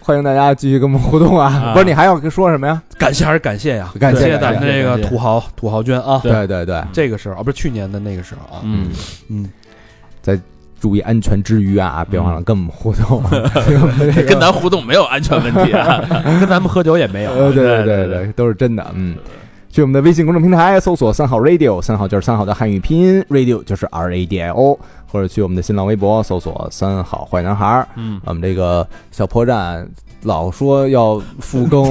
Speaker 3: 欢迎大家继续跟我们互动啊！
Speaker 5: 啊
Speaker 3: 不是你还要说什么呀？
Speaker 2: 感谢还是感谢呀，
Speaker 3: 感谢
Speaker 2: 谢咱
Speaker 5: 感
Speaker 2: 们
Speaker 5: 谢
Speaker 2: 这个
Speaker 5: 感谢
Speaker 2: 土豪土豪捐啊，
Speaker 3: 对对对，
Speaker 2: 这个时候啊，不是去年的那个时候啊，
Speaker 5: 嗯，
Speaker 2: 嗯，
Speaker 3: 注意安全之余啊，别忘了跟我们互动，这个
Speaker 5: 跟咱互动没有安全问题
Speaker 3: *laughs*
Speaker 5: 啊，
Speaker 2: 跟咱们喝酒也没有啊，
Speaker 3: 呃，对
Speaker 5: 对
Speaker 3: 对对
Speaker 5: 对
Speaker 3: 对，都是真的，嗯。去我们的微信公众平台搜索“三好 radio”，三好就是三好的汉语拼音，radio 就是 R A D I O，或者去我们的新浪微博搜索“三好坏男孩儿
Speaker 5: 嗯”。，
Speaker 3: 我们这个小破站老说要复更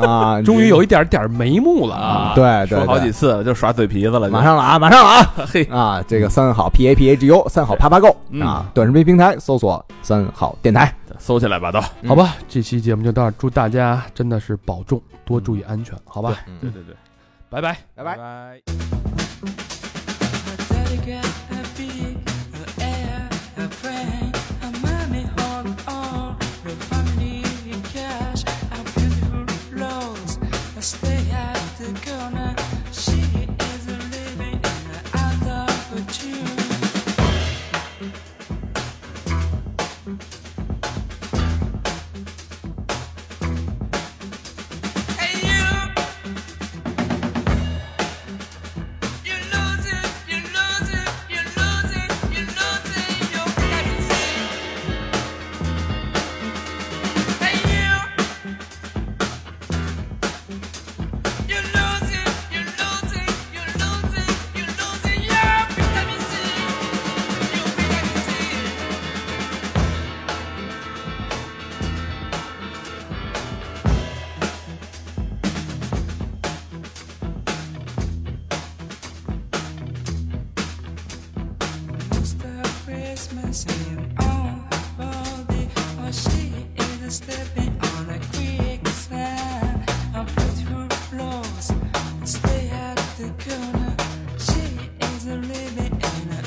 Speaker 3: 啊，
Speaker 2: 终于有一点点眉目了啊。
Speaker 5: 啊，
Speaker 3: 哎对对
Speaker 5: 说好
Speaker 3: 对
Speaker 5: 几次了，就耍嘴皮子了，就
Speaker 3: 马上了啊，马上了啊，
Speaker 5: *laughs* 嘿，
Speaker 3: 啊，这个三好 P A P A G O 三好啪啪购
Speaker 5: 嗯
Speaker 3: 啊，短视频平台搜索三好电台，
Speaker 5: 搜起来吧都。
Speaker 3: 嗯
Speaker 2: 好吧，这期节目就到这儿，祝大家真的是保重，多注意安全，好吧，
Speaker 5: 对对对，
Speaker 2: 拜拜。
Speaker 3: 拜拜。
Speaker 5: 拜。
Speaker 6: I gotta get happy, the air, the brain, a money hold on, the family in cash, a beautiful clothes, I stay at the corner, she is a living in another tune. Hey you you lose it, you lose it, you lose it, you lose it, your everything. Hey you, you lose it, you lose it, you lose it, you lose it, your vitamin C, your vitamin C. Mr. Christmas in all body, oh she is stepping on a quicksand. A beautiful flows, stay at the corner. She is living in a